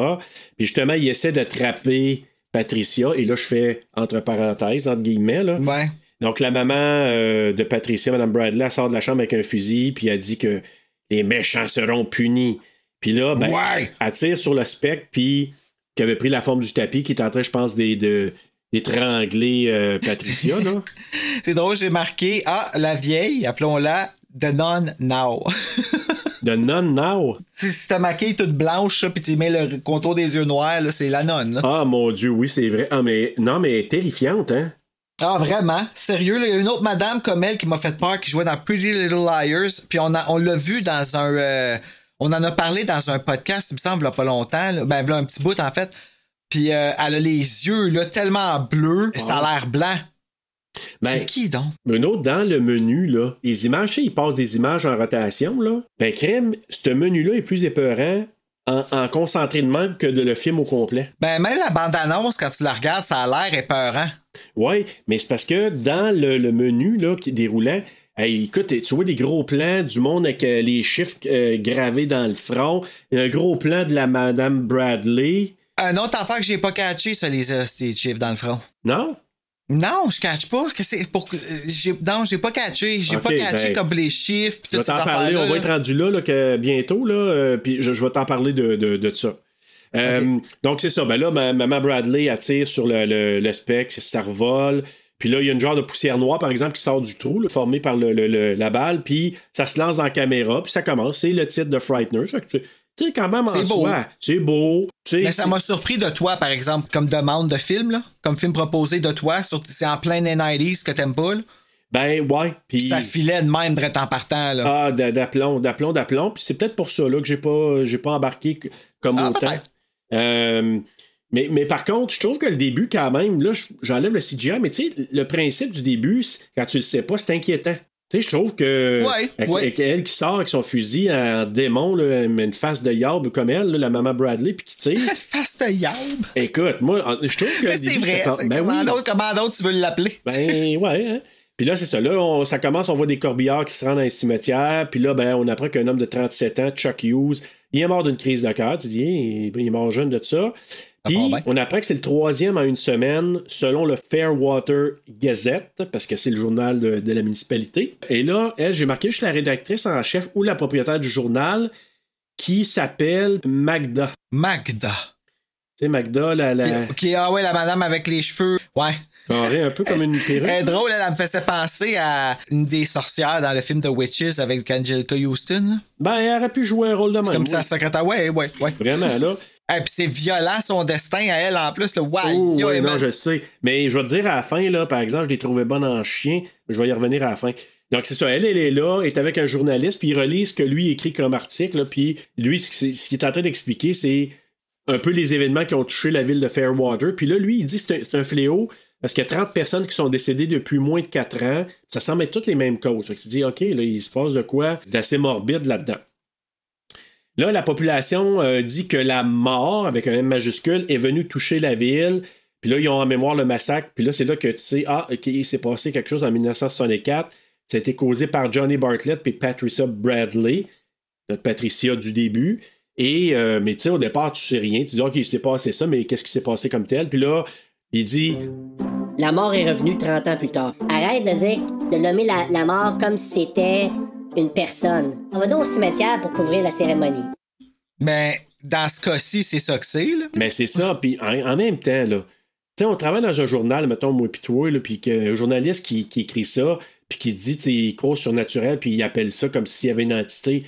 Puis justement, il essaie d'attraper Patricia. Et là, je fais entre parenthèses, entre guillemets. Là. Ouais. Donc, la maman euh, de Patricia, Mme Bradley, elle sort de la chambre avec un fusil, puis elle dit que les méchants seront punis. Puis là, ben, Ouais. elle tire sur le spectre, puis qui avait pris la forme du tapis, qui est en train, je pense, d'é- de- d'étrangler euh, <laughs> Patricia, là. C'est drôle, j'ai marqué, ah, la vieille, appelons-la The Non Now. <laughs> De Non Now. si si t'as maquillé toute blanche, là, puis tu mets le contour des yeux noirs, là, c'est la nonne. là. Ah, mon Dieu, oui, c'est vrai. Ah, mais non, mais elle est terrifiante, hein? Ah, vraiment? Sérieux, là, il y a une autre madame comme elle qui m'a fait peur, qui jouait dans Pretty Little Liars. Puis on, a- on l'a vu dans un. euh, on en a parlé dans un podcast, il me semble, il y a pas longtemps. là. Ben, là, un petit bout, en fait. Puis euh, elle a les yeux là, tellement bleus, ça a l'air blanc. Ben, C'est qui donc? Un autre, dans le menu, là, les images, tu sais, ils passent des images en rotation, là. Ben, crème, ce menu-là est plus épeurant en, en concentré de même que de le film au complet. Ben, même la bande-annonce, quand tu la regardes, ça a l'air épeurant. Ouais, mais c'est parce que dans le, le menu là, qui est déroulant, hey, écoute, tu vois des gros plans du monde avec euh, les chiffres euh, gravés dans le front, un gros plan de la Madame Bradley. Un autre affaire que j'ai pas catché, ça, les hosties chips dans le front. Non? Non, je catch pas. Qu'est-ce que c'est pour... euh, j'ai- Non, j'ai pas catché. J'ai Ok, pas catché ben, comme les chiffres. Pis Je vais toutes ces t'en parler, affaires-là, on va là. être rendu là, là, que bientôt, là, euh, puis je, je vais t'en parler de, de, de ça. Euh, Donc, c'est ça. Ben là, ma- maman Bradley attire sur le, le, le spec, ça revole. Puis là, il y a une genre de poussière noire, par exemple, qui sort du trou, là, formé par le, le- le- la balle, puis ça se lance en caméra, puis ça commence. C'est le titre de Frighteners. Fait que Tu tu sais, quand même, en C'est beau. soi, c'est beau. tu sais, Mais ça c'est- m'a surpris de toi, par exemple, comme demande de film, là, comme film proposé de toi, sur- c'est en plein 90s que t'aimes pas. là. Ben, ouais. Puis... Ça filait de même direct en partant. Là. Ah, d'a- d'aplomb, d'aplomb, d'aplomb. Puis c'est peut-être pour ça là, que j'ai pas, j'ai pas embarqué c- comme Ah, autant. peut-être. Euh, mais, mais par contre, je trouve que le début, quand même, là, j- j'enlève le CGI, mais tu sais, le principe du début, c'est- quand tu le sais pas, c'est inquiétant. Tu sais, je trouve que. Ouais, avec- ouais. avec elle qui sort avec son fusil en démon, là, mais une face de yarbe comme elle, là, la maman Bradley, puis qui <laughs> tire. Face de yab. Écoute, moi, je trouve que. Mais le c'est Ah. début, vrai. j'étais comme, c'est ben comment oui. d'autre, comment d'autre tu veux l'appeler? Ben ouais. hein. Puis là, c'est ça. Là, on- ça commence, on voit des corbillards qui se rendent dans un cimetière. Puis là, ben, on apprend qu'un homme de 37 ans, Chuck Hughes, il est mort d'une crise de cœur. Tu dis, Hey, il est mort jeune de ça. Puis, on apprend que c'est le troisième en une semaine, selon le Fairwater Gazette, parce que c'est le journal de, de la municipalité. Et là, elle, j'ai marqué, je suis la rédactrice en chef ou la propriétaire du journal, qui s'appelle Magda. Magda. Tu sais, Magda, la... la... Qui, qui- ah ouais, la madame avec les cheveux. Hein? Ouais. carrée, un peu comme une perruque. Elle est drôle, elle, elle me faisait penser à une des sorcières dans le film The Witches avec Angelica Houston. Ben, elle aurait pu jouer un rôle de même. Comme oui. sa secrétaire. Ouais, ouais, ouais. Vraiment, là. Et puis c'est violent son destin à elle en plus. Le Oh, wow. ouais, non, je sais. Mais je vais te dire à la fin, là, par exemple, je l'ai trouvé bonne en chien. Je vais y revenir à la fin. Donc, c'est ça. Elle, elle est là, est avec un journaliste, puis il relise ce que lui écrit comme article. là, puis lui, ce qu'il ce qu'il est en train d'expliquer, c'est un peu les événements qui ont touché la ville de Fairwater. Puis là, lui, il dit que c'est un- c'est un, fléau parce qu'il y a 30 personnes qui sont décédées depuis moins de 4 ans. Ça semble être toutes les mêmes causes. Fait que tu dis, OK, là, il se passe de quoi d'assez morbide là-dedans. Là, la population euh, dit que la mort, avec un M majuscule, est venue toucher la ville. Puis là, ils ont en mémoire le massacre. Puis là, c'est là que tu sais, ah, OK, il s'est passé quelque chose en 1964. Ça a été causé par Johnny Bartlett puis Patricia Bradley, notre Patricia du début. Et, euh, mais tu sais, au départ, tu sais rien. Tu dis, OK, il s'est passé ça, mais qu'est-ce qui s'est passé comme tel? Puis là, il dit, La mort est revenue 30 ans plus tard. Arrête de dire, de nommer la, la mort comme si c'était une personne. On va donc au cimetière pour couvrir la cérémonie. Mais dans ce cas-ci, c'est ça que c'est. là. Mais c'est ça, puis en, en même temps, là, tu sais, on travaille dans un journal, mettons, moi puis toi, là, puis qu'un journaliste qui, qui écrit ça, puis qui dit, tu sais, il court surnaturel, puis il appelle ça comme s'il y avait une entité.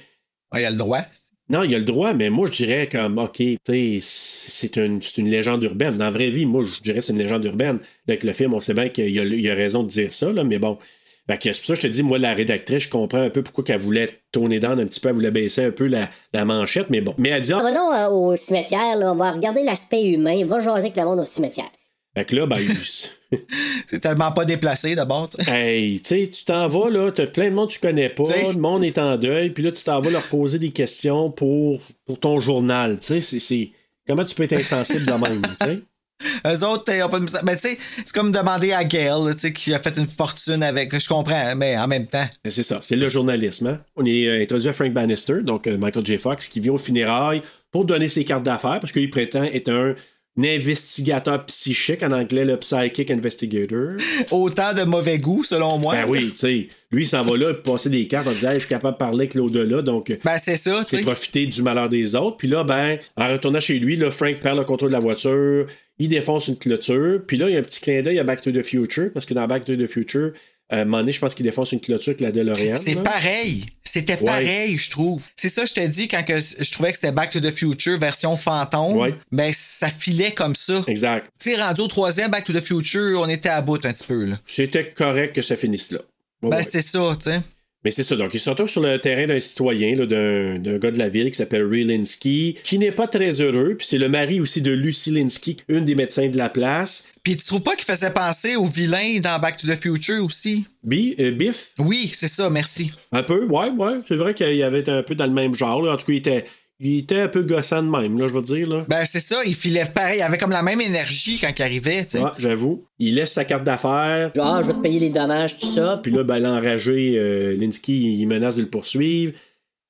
Ah, il a le droit. Non, il a le droit, mais moi, je dirais comme, OK, tu sais, c'est une, c'est une légende urbaine. Dans la vraie vie, moi, je dirais que c'est une légende urbaine. Là, Avec le film, on sait bien qu'il a, il a raison de dire ça, là, mais bon. Fait que c'est pour ça que je te dis, moi, la rédactrice, je comprends un peu pourquoi qu'elle voulait tourner down un petit peu, elle voulait baisser un peu la, la manchette, mais bon. Mais elle dit, On Ah, va donc euh, au cimetière, là, on va regarder l'aspect humain, va jaser avec le monde au cimetière. fait que là, ben, C'est tellement pas déplacé d'abord. tu sais. Hey, tu sais, tu t'en vas, là, t'as plein de monde que tu connais pas, T'sais. le monde est en deuil, puis là, tu t'en vas leur poser des questions pour, pour ton journal, tu sais, c'est- c'est... Comment tu peux être insensible de même, tu sais? Eux autres, ils ont pas de misère. Mais tu sais, c'est comme demander à Gail, là, tu sais, qui a fait une fortune avec. Je comprends, mais en même temps. Mais C'est ça, c'est le journalisme. hein. On est euh, introduit à Frank Bannister, donc euh, Michael J. Fox, qui vient aux funérailles pour donner ses cartes d'affaires, parce qu'il prétend être un, un investigateur psychique, en anglais, le psychic investigator. Autant de mauvais goût, selon moi. Ben oui, <laughs> tu sais, lui, il s'en va là, passer des cartes en disant, Hey, je suis capable de parler avec l'au-delà, donc... euh, Ben, c'est ça, tu c'est sais. profiter du malheur des autres. Puis là, ben, en retournant chez lui, là, Frank perd le contrôle de la voiture, il défonce une clôture. Puis là, il y a un petit clin d'œil à Back to the Future, parce que dans Back to the Future, euh, à un moment donné, je pense qu'il défonce une clôture avec la DeLorean. C'est là. pareil. C'était Ouais. pareil, je trouve. C'est ça, je te dis, quand que je trouvais que c'était Back to the Future version fantôme, Ouais. ben, ça filait comme ça. Exact. Tu sais, rendu au troisième Back to the Future, on était à bout un petit peu, là. C'était correct que ça finisse là. Ouais, ben, ouais. c'est ça, tu sais. Mais c'est ça. Donc, il se retrouve sur le terrain d'un citoyen, là, d'un d'un gars de la ville qui s'appelle Ray Linsky, qui n'est pas très heureux. Puis c'est le mari aussi de Lucy Linsky, une des médecins de la place. Puis tu trouves pas qu'il faisait penser au vilain dans Back to the Future aussi? Bi- euh, Biff, Oui, c'est ça, merci. Un peu, ouais, ouais. C'est vrai qu'il avait été un peu dans le même genre. là. En tout cas, il était, il était un peu gossant de même, là, je veux te dire. Là. Ben, c'est ça, il filait pareil. Il avait comme la même énergie quand il arrivait, tu sais. Ouais, j'avoue. Il laisse sa carte d'affaires. Genre, je vais te payer les dommages, tout ça. Puis là, ben, l'enragé, euh, Linsky, il menace de le poursuivre.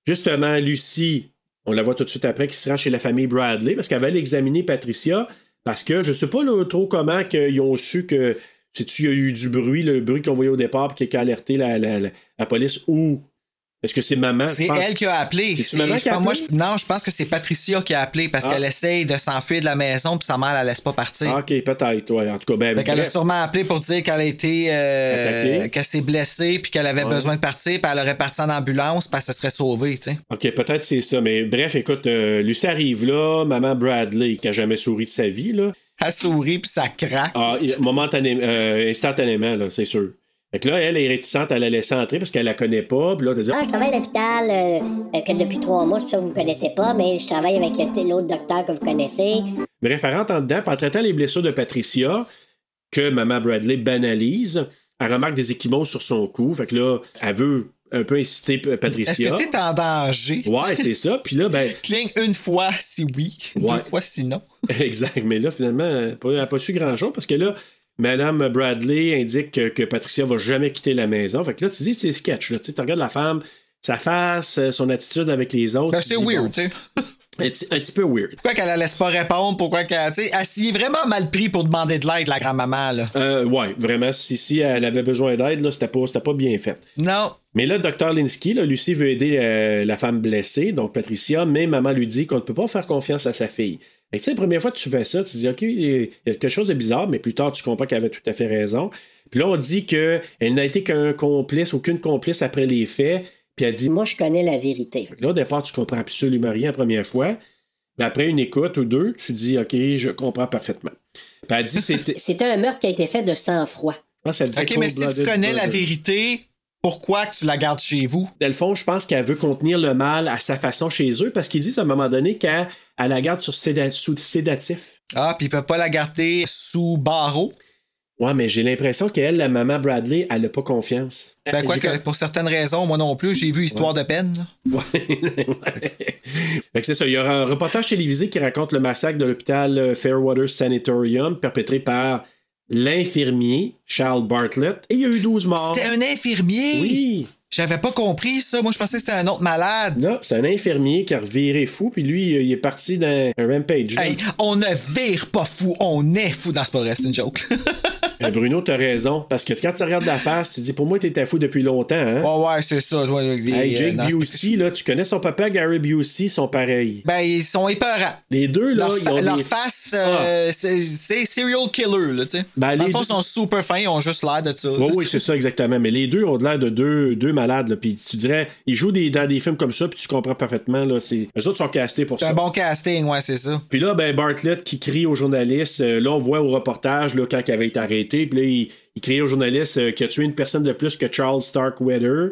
Justement, Lucie, on la voit tout de suite après, qui se rend chez la famille Bradley parce qu'elle va aller examiner Patricia. Parce que je sais pas là, trop comment qu'ils ont su que. Sais-tu, il y a eu du bruit, le bruit qu'on voyait au départ, puis qui a alerté la, la- la- la police, ou est-ce que c'est maman? je C'est pense. elle qui a appelé. C'est-tu C'est- maman je qui a pense- moi, appelé? je- non, je pense que c'est Patricia qui a appelé parce Ah. qu'elle essaye de s'enfuir de la maison puis sa mère la laisse pas partir. Ah, Ok, peut-être, ouais. En tout cas, ben. Fait qu'elle a bref. sûrement appelé pour dire qu'elle a été euh, Attaquée. qu'elle s'est blessée puis qu'elle avait Ouais. besoin de partir puis elle aurait parti en ambulance parce qu'elle se serait sauvée, tu sais. OK, peut-être c'est ça, mais bref, écoute, euh, Lucie arrive là, maman Bradley, qui a jamais souri de sa vie, là. Elle sourit puis ça craque. Ah, il- momentané- euh, instantanément, là, c'est sûr. Fait que là, elle est réticente à la laisser entrer parce qu'elle la connaît pas, puis là, t'as dit, Ah, je travaille à l'hôpital euh, euh, que depuis trois mois, c'est pour ça que vous ne connaissez pas, mais je travaille avec euh, tel- l'autre docteur que vous connaissez. Bref, elle rentre en dedans, puis en traitant les blessures de Patricia, que maman Bradley banalise, elle remarque des équimaux sur son cou, fait que là, elle veut un peu inciter euh, Est-ce Patricia. que t'es en danger? Ouais, c'est ça, puis là, ben, Cligne une fois si oui, Ouais. deux fois si non. <laughs> Exact, mais là, finalement, elle n'a pas su grand-chose parce que là, Madame Bradley indique que, que Patricia va jamais quitter la maison. Fait que là, tu dis, c'est sketch. Là. Tu sais, tu regardes la femme, sa face, euh, son attitude avec les autres. Ben, tu c'est dis, weird, bon. tu sais. Un petit, un petit peu weird. Pourquoi qu'elle la laisse pas répondre? Pourquoi qu'elle. Tu sais, elle s'y est vraiment mal pris pour demander de l'aide, la grand-maman, là. Euh, ouais, vraiment, si, si elle avait besoin d'aide, là, c'était pas, c'était pas bien fait. Non. Mais là, Dr. Linsky, là, Lucie veut aider euh, la femme blessée, donc Patricia, mais maman lui dit qu'on ne peut pas faire confiance à sa fille. Et tu sais, la première fois que tu fais ça, tu dis, OK, il y a quelque chose de bizarre, mais plus tard, tu comprends qu'elle avait tout à fait raison. Puis là, on dit qu'elle n'a été qu'un complice, aucune complice après les faits. Puis elle dit, Moi, je connais la vérité. Là, au départ, tu comprends absolument rien la première fois. Mais après une écoute ou deux, tu dis, OK, je comprends parfaitement. Puis <laughs> elle dit, c'était. C'était un meurtre qui a été fait de sang-froid. Ah, ça disait OK, mais si tu cold-blooded connais la murder. vérité, pourquoi que tu la gardes chez vous? Dans le fond, je pense qu'elle veut contenir le mal à sa façon chez eux parce qu'ils disent à un moment donné qu'elle elle la garde sur séda- sous sédatif. Ah, puis ils peuvent pas la garder sous barreau. Ouais, mais j'ai l'impression qu'elle, la maman Bradley, elle n'a pas confiance. Ben, quoi J'ai <laughs> que, pour certaines raisons, moi non plus, j'ai vu Histoire de peine. là. Ouais. Fait que c'est ça. Il y aura un reportage télévisé qui raconte le massacre de l'hôpital euh, Fairwater Sanatorium perpétré par l'infirmier Charles Bartlett. Et il y a eu 12 morts. C'était un infirmier. Oui. J'avais pas compris ça. Moi, je pensais que c'était un autre malade. Non, c'est un infirmier qui a reviré fou, puis lui, il est parti dans un rampage. là. Hey, on ne vire pas fou, on est fou dans ce pas vrai, c'est une joke. Mais Bruno, t'as raison. Parce que quand tu regardes la face, tu dis, pour moi, t'étais fou depuis longtemps. Hein? ouais, ouais, c'est ça. ouais, ouais, Hey, euh, Jake non, c'est- Busey, là, tu connais son papa, Gary Busey, sont pareils. Ben, ils sont épeurants. Les deux, là, leur, ils ont fa- leur des- Ah. face, euh, c'est- c'est serial killer, là, tu sais. Ben, Dans les le fond, deux- ils sont super fins, ils ont juste l'air de ça. Oui, oui, c'est ça, exactement. Mais les deux ont l'air de deux, deux malades. là. Puis tu dirais, ils jouent des, dans des films comme ça, puis tu comprends parfaitement. Là, c'est... Eux autres sont castés pour C'est ça. un bon casting, ouais, c'est ça. Puis là, ben, Bartlett qui crie aux journalistes. euh, là, on voit au reportage là, quand il avait été arrêté. Puis là, il, il criait aux journalistes euh, qu'il a tué une personne de plus que Charles Starkweather,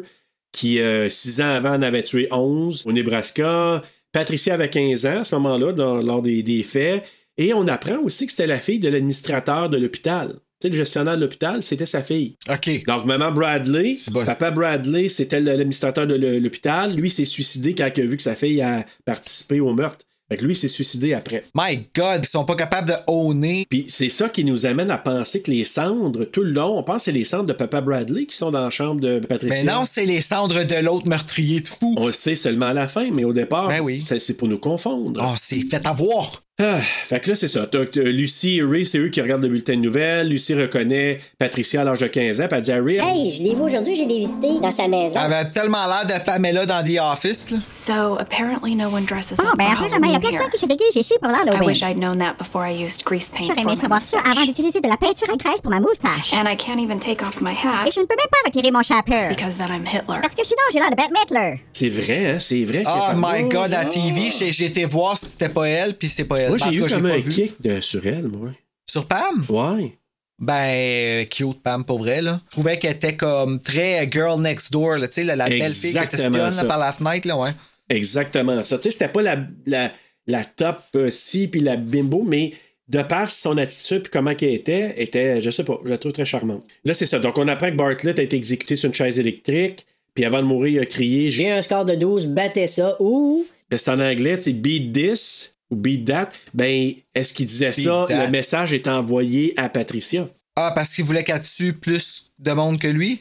qui euh, six ans avant en avait tué 11 au Nebraska. Patricia avait 15 ans à ce moment-là, dans- lors des, des faits. Et on apprend aussi que c'était la fille de l'administrateur de l'hôpital. Tu sais, le gestionnaire de l'hôpital, c'était sa fille. OK. Donc, maman Bradley, bon. papa Bradley, c'était le- l'administrateur de le- l'hôpital. Lui, s'est suicidé quand il a vu que sa fille a participé au meurtre. Fait que lui, il s'est suicidé après. My God, ils sont pas capables de honner. Puis c'est ça qui nous amène à penser que les cendres, tout le long, on pense que c'est les cendres de papa Bradley qui sont dans la chambre de Patricia. Mais Ben non, c'est les cendres de l'autre meurtrier de fou. on le sait seulement à la fin, mais au départ, Ben oui. c'est c'est pour nous confondre. Oh, c'est fait avoir. Ah, fait que là, c'est ça. T'as- t'as Lucie et Ray, c'est eux qui regardent le bulletin de nouvelles. Lucie reconnaît Patricia à l'âge de 15 ans, puis elle dit à Ray, Hey, je l'ai vu aujourd'hui, j'ai l'ai visité dans sa maison. Ça avait tellement l'air de Pamela dans The Office, là. So apparently no one Oh, dresses Bon, up for ben apparemment, il y a Halloween here. personne qui se déguise ici pour I wish l'Halloween. I'd known that before I used grease paint J'aurais for my aimé savoir ça mustache. avant d'utiliser de la peinture à graisse pour ma moustache. And I can't even take off my Et hat je ne peux même pas retirer mon chapeau. because then I'm Hitler. Parce que sinon, j'ai l'air de Bette Mittler. c'est vrai, hein, c'est vrai. Oh Stéphane. my God, à TV, j'ai j'ai été voir si c'était pas elle, puis c'est pas elle. hein. Moi, Ben, en j'ai tout eu cas, comme pas un vu. kick de, sur elle, moi. Sur Pam? Ouais. Ben, cute Pam, pour vrai, là. Je trouvais qu'elle était comme très girl next door, là, tu sais, la, la belle fille qui était Exactement espionne ça. là, par la fenêtre, là, ouais. Exactement ça. Tu sais, c'était pas la, la, la top euh, si puis la bimbo, mais de par son attitude puis comment qu'elle était, était, je sais pas, je la trouve très charmante. Là, c'est ça. Donc, on apprend que Bartlett a été exécuté sur une chaise électrique, puis avant de mourir, il a crié, j'ai- J'ai un score de 12, battez ça ou. ben, c'est en anglais, tu sais, beat this ou beat that. Ben, est-ce qu'il disait Beat ça? that. Le message est envoyé à Patricia. Ah, parce qu'il voulait qu'elle tue plus de monde que lui?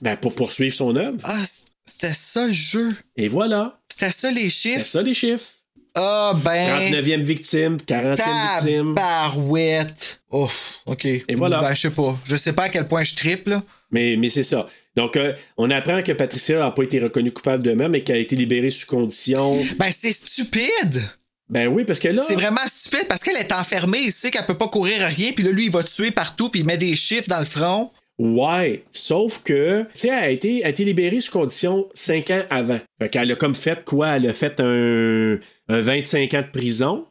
Ben, pour poursuivre son œuvre. Ah, c- c'était ça le jeu. Et voilà. C'était ça les C'est chiffres. ça les chiffres. Ah, ben. 39e victime, 40e victime. Tabarouette. Ouf, OK. Et voilà. Ben, je sais pas. Je sais pas à quel point je triple, là. Mais, mais c'est ça. Donc, euh, on apprend que Patricia n'a pas été reconnue coupable de même et qu'elle a été libérée sous condition. Ben, c'est stupide. Ben oui, parce que là. C'est vraiment stupide parce qu'elle est enfermée, il sait qu'elle peut pas courir à rien, puis là, lui, il va tuer partout, puis il met des chiffres dans le front. Ouais. Sauf que, tu sais, elle a été, elle a été libérée sous condition 5 ans avant. Fait qu'elle a comme fait quoi? Elle a fait un, un 25 ans de prison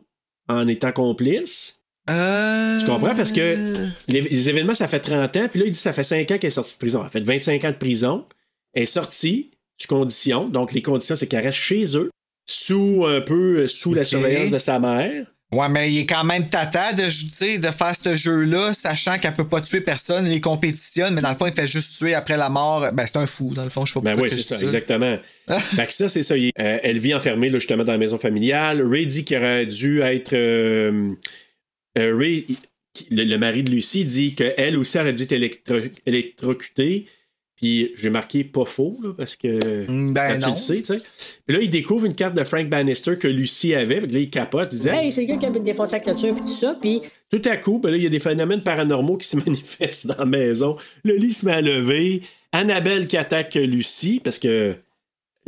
en étant complice. Euh... Tu comprends? Parce que les, les événements, ça fait 30 ans, puis là, il dit ça fait 5 ans qu'elle est sortie de prison. Elle a fait 25 ans de prison. Elle est sortie sous condition. Donc, les conditions, c'est qu'elle reste chez eux, sous un peu euh, sous la Ok. surveillance de sa mère. Ouais, mais il est quand même tata de, tu sais, de faire ce jeu-là, sachant qu'elle peut pas tuer personne, il les compétitionne, mais dans le fond, il fait juste tuer après la mort. Ben, c'est un fou, dans le fond, je sais pas Ben pourquoi oui, que c'est je ça, Ah. dis exactement. fait que ça, c'est ça. Il- euh, elle vit enfermée, là, justement, dans la maison familiale. Ray dit qu'il aurait dû être. euh, euh, Ray, il- le, le mari de Lucie, dit qu'elle aussi aurait dû être électro- électrocutée Puis j'ai marqué pas faux, là, parce que Ben quand non. tu le sais, tu sais. Puis là, il découvre une carte de Frank Bannister que Lucy avait. Puis là, il capote, il dit Hey, c'est le gars qui a défoncé la clôture puis tout ça, puis Tout à coup, ben là, il y a des phénomènes paranormaux qui se <laughs> manifestent dans la maison. Le lit se met à lever. Annabelle qui attaque Lucie, parce que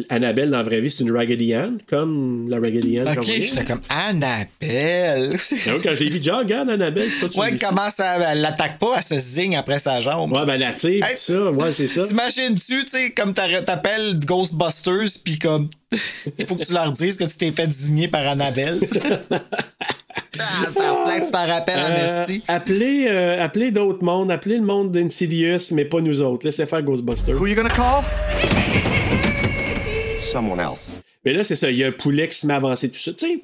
Annabelle, dans la vraie vie, c'est une Raggedy Ann, comme la Raggedy Ann. Ok, qu'on voyait. j'étais comme Annabelle. <laughs> Donc, quand je l'ai vu, j'ai dit, Ah, regarde Annabelle, ça, tu Ouais, Lucie. comment ça. Elle l'attaque pas, elle se zigne après sa jambe. Ouais, ben la tire, Hey, pis ça, ouais, c'est ça. T'imagines-tu, tu sais, comme t'arr- t'appelles Ghostbusters, puis comme. <laughs> Il faut que tu leur dises que tu t'es fait zigner par Annabelle. <laughs> tu sais. Ah, Tabarnak, tu t'en rappelles en Euh, esti. appelez euh, appelez d'autres mondes, appelez le monde d'Insidious, mais pas nous autres. Laissez faire Ghostbusters. Who you gonna call? Someone else. Mais là, c'est ça, il y a un poulet qui se met à avancer, tout ça. Tu sais,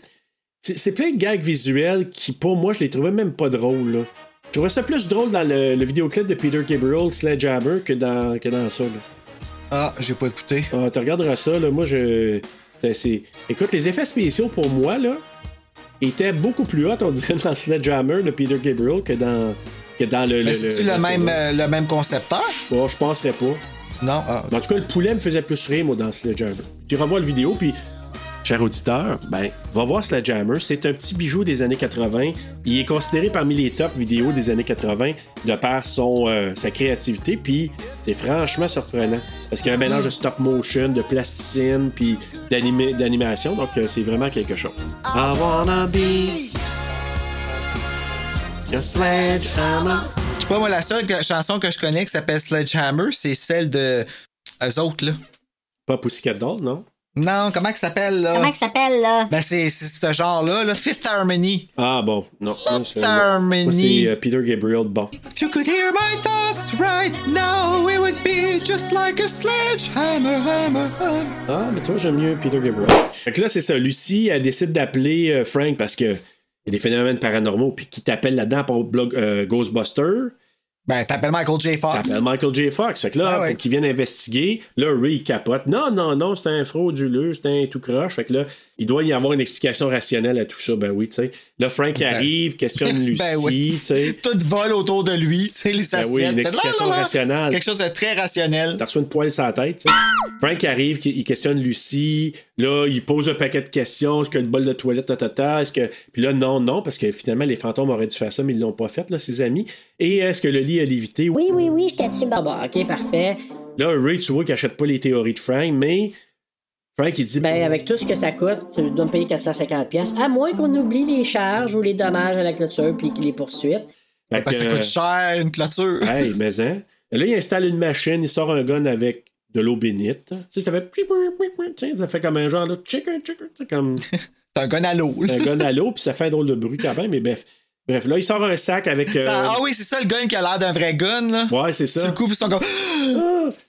c'est- c'est plein de gags visuels qui, pour moi, je les trouvais même pas drôles. là. Je trouvais ça plus drôle dans le, le vidéoclip de Peter Gabriel, Sledgehammer, que dans, que dans ça. là. Ah, j'ai pas écouté. Ah, tu regarderas ça, là, moi, je... c'est- c'est- Écoute, les effets spéciaux, pour moi, là, étaient beaucoup plus hauts, on dirait, dans Sledgehammer de Peter Gabriel que dans, que dans le... Mais le- c'est-tu le- le, dans même, ça, là. euh, le même concepteur? Bon, je penserais pas. Non, ah, ok. Mais En tout cas, le poulet me faisait plus rire, moi, dans Sledgehammer. Tu revois le vidéo, puis, cher auditeur, ben, va voir Sledgehammer. C'est un petit bijou des années 80. Il est considéré parmi les top vidéos des années 80 de par son, euh, sa créativité, puis c'est franchement surprenant. Parce qu'il y a un mélange de stop motion, de plasticine, puis d'animé- d'animation, donc euh, c'est vraiment quelque chose. I wanna be a sledgehammer. Je sais pas, moi, la seule que- chanson que je connais qui s'appelle Sledgehammer, c'est celle de. Eux autres, là. Pas Pussycat Doll, non? Non, comment que ça s'appelle, là? Comment que ça s'appelle, là? Ben, c'est c'est ce genre-là, là. Fifth Harmony. Ah bon, non. non, c'est- Harmony. Moi, c'est euh, Peter Gabriel, bon. If you could hear my thoughts right now, it would be just like a sledgehammer, hammer, hammer. Ah, mais tu vois, j'aime mieux Peter Gabriel. Fait que là, c'est ça. Lucie, elle décide d'appeler euh, Frank parce que il y a des phénomènes paranormaux. Puis qui t'appelle là-dedans pour blog, euh, Ghostbuster, Ben, t'appelles Michael J. Fox. t'appelles Michael J. Fox. Fait que là, Ah ouais. pour qu'il vienne investiguer, là, Ray, il capote. Non, non, non, c'est un frauduleux, c'est un tout croche. Fait que là, il doit y avoir une explication rationnelle à tout ça. Ben oui, tu sais. Là, Frank arrive, questionne Lucie, <laughs> Ben oui. tu sais. Tout vole autour de lui, tu sais, les Ben assiettes. oui, une Fait, explication la, la, la. rationnelle. Quelque chose de très rationnel. T'as reçu une poêle sur la tête, tu sais. Frank arrive, qui- il questionne Lucie. Là, il pose un paquet de questions. Est-ce que le bol de toilette, tatata, est-ce que. Puis là, non, non, parce que finalement, les fantômes auraient dû faire ça, mais ils l'ont pas fait, là, ses amis. Et est-ce que le lit a lévité? Oui, oui, oui, j'étais dessus. Bon, bon, ok, parfait. Là, Ray, tu vois qu'il achète pas les théories de Frank, mais Frank, il dit. ben, avec tout ce que ça coûte, tu dois me payer 450$, piastres, à moins qu'on oublie les charges ou les dommages à la clôture puis les poursuites. Fait Ben, Parce que ça que, coûte cher, une clôture. euh, ben, Hey, mais hein. Là, il installe une machine, il sort un gun avec de l'eau bénite. Tu sais, ça fait. Tu sais, ça fait comme un genre, là, chicken, chicken, tu sais, comme. T'as un gun à l'eau, là. un gun à l'eau, puis ça fait un drôle de bruit quand même, mais bref. Bref, là, il sort un sac avec. euh, Ça- ah oui, c'est ça le gun qui a l'air d'un vrai gun, là. Ouais, c'est Sur ça. le coup, ils sont comme.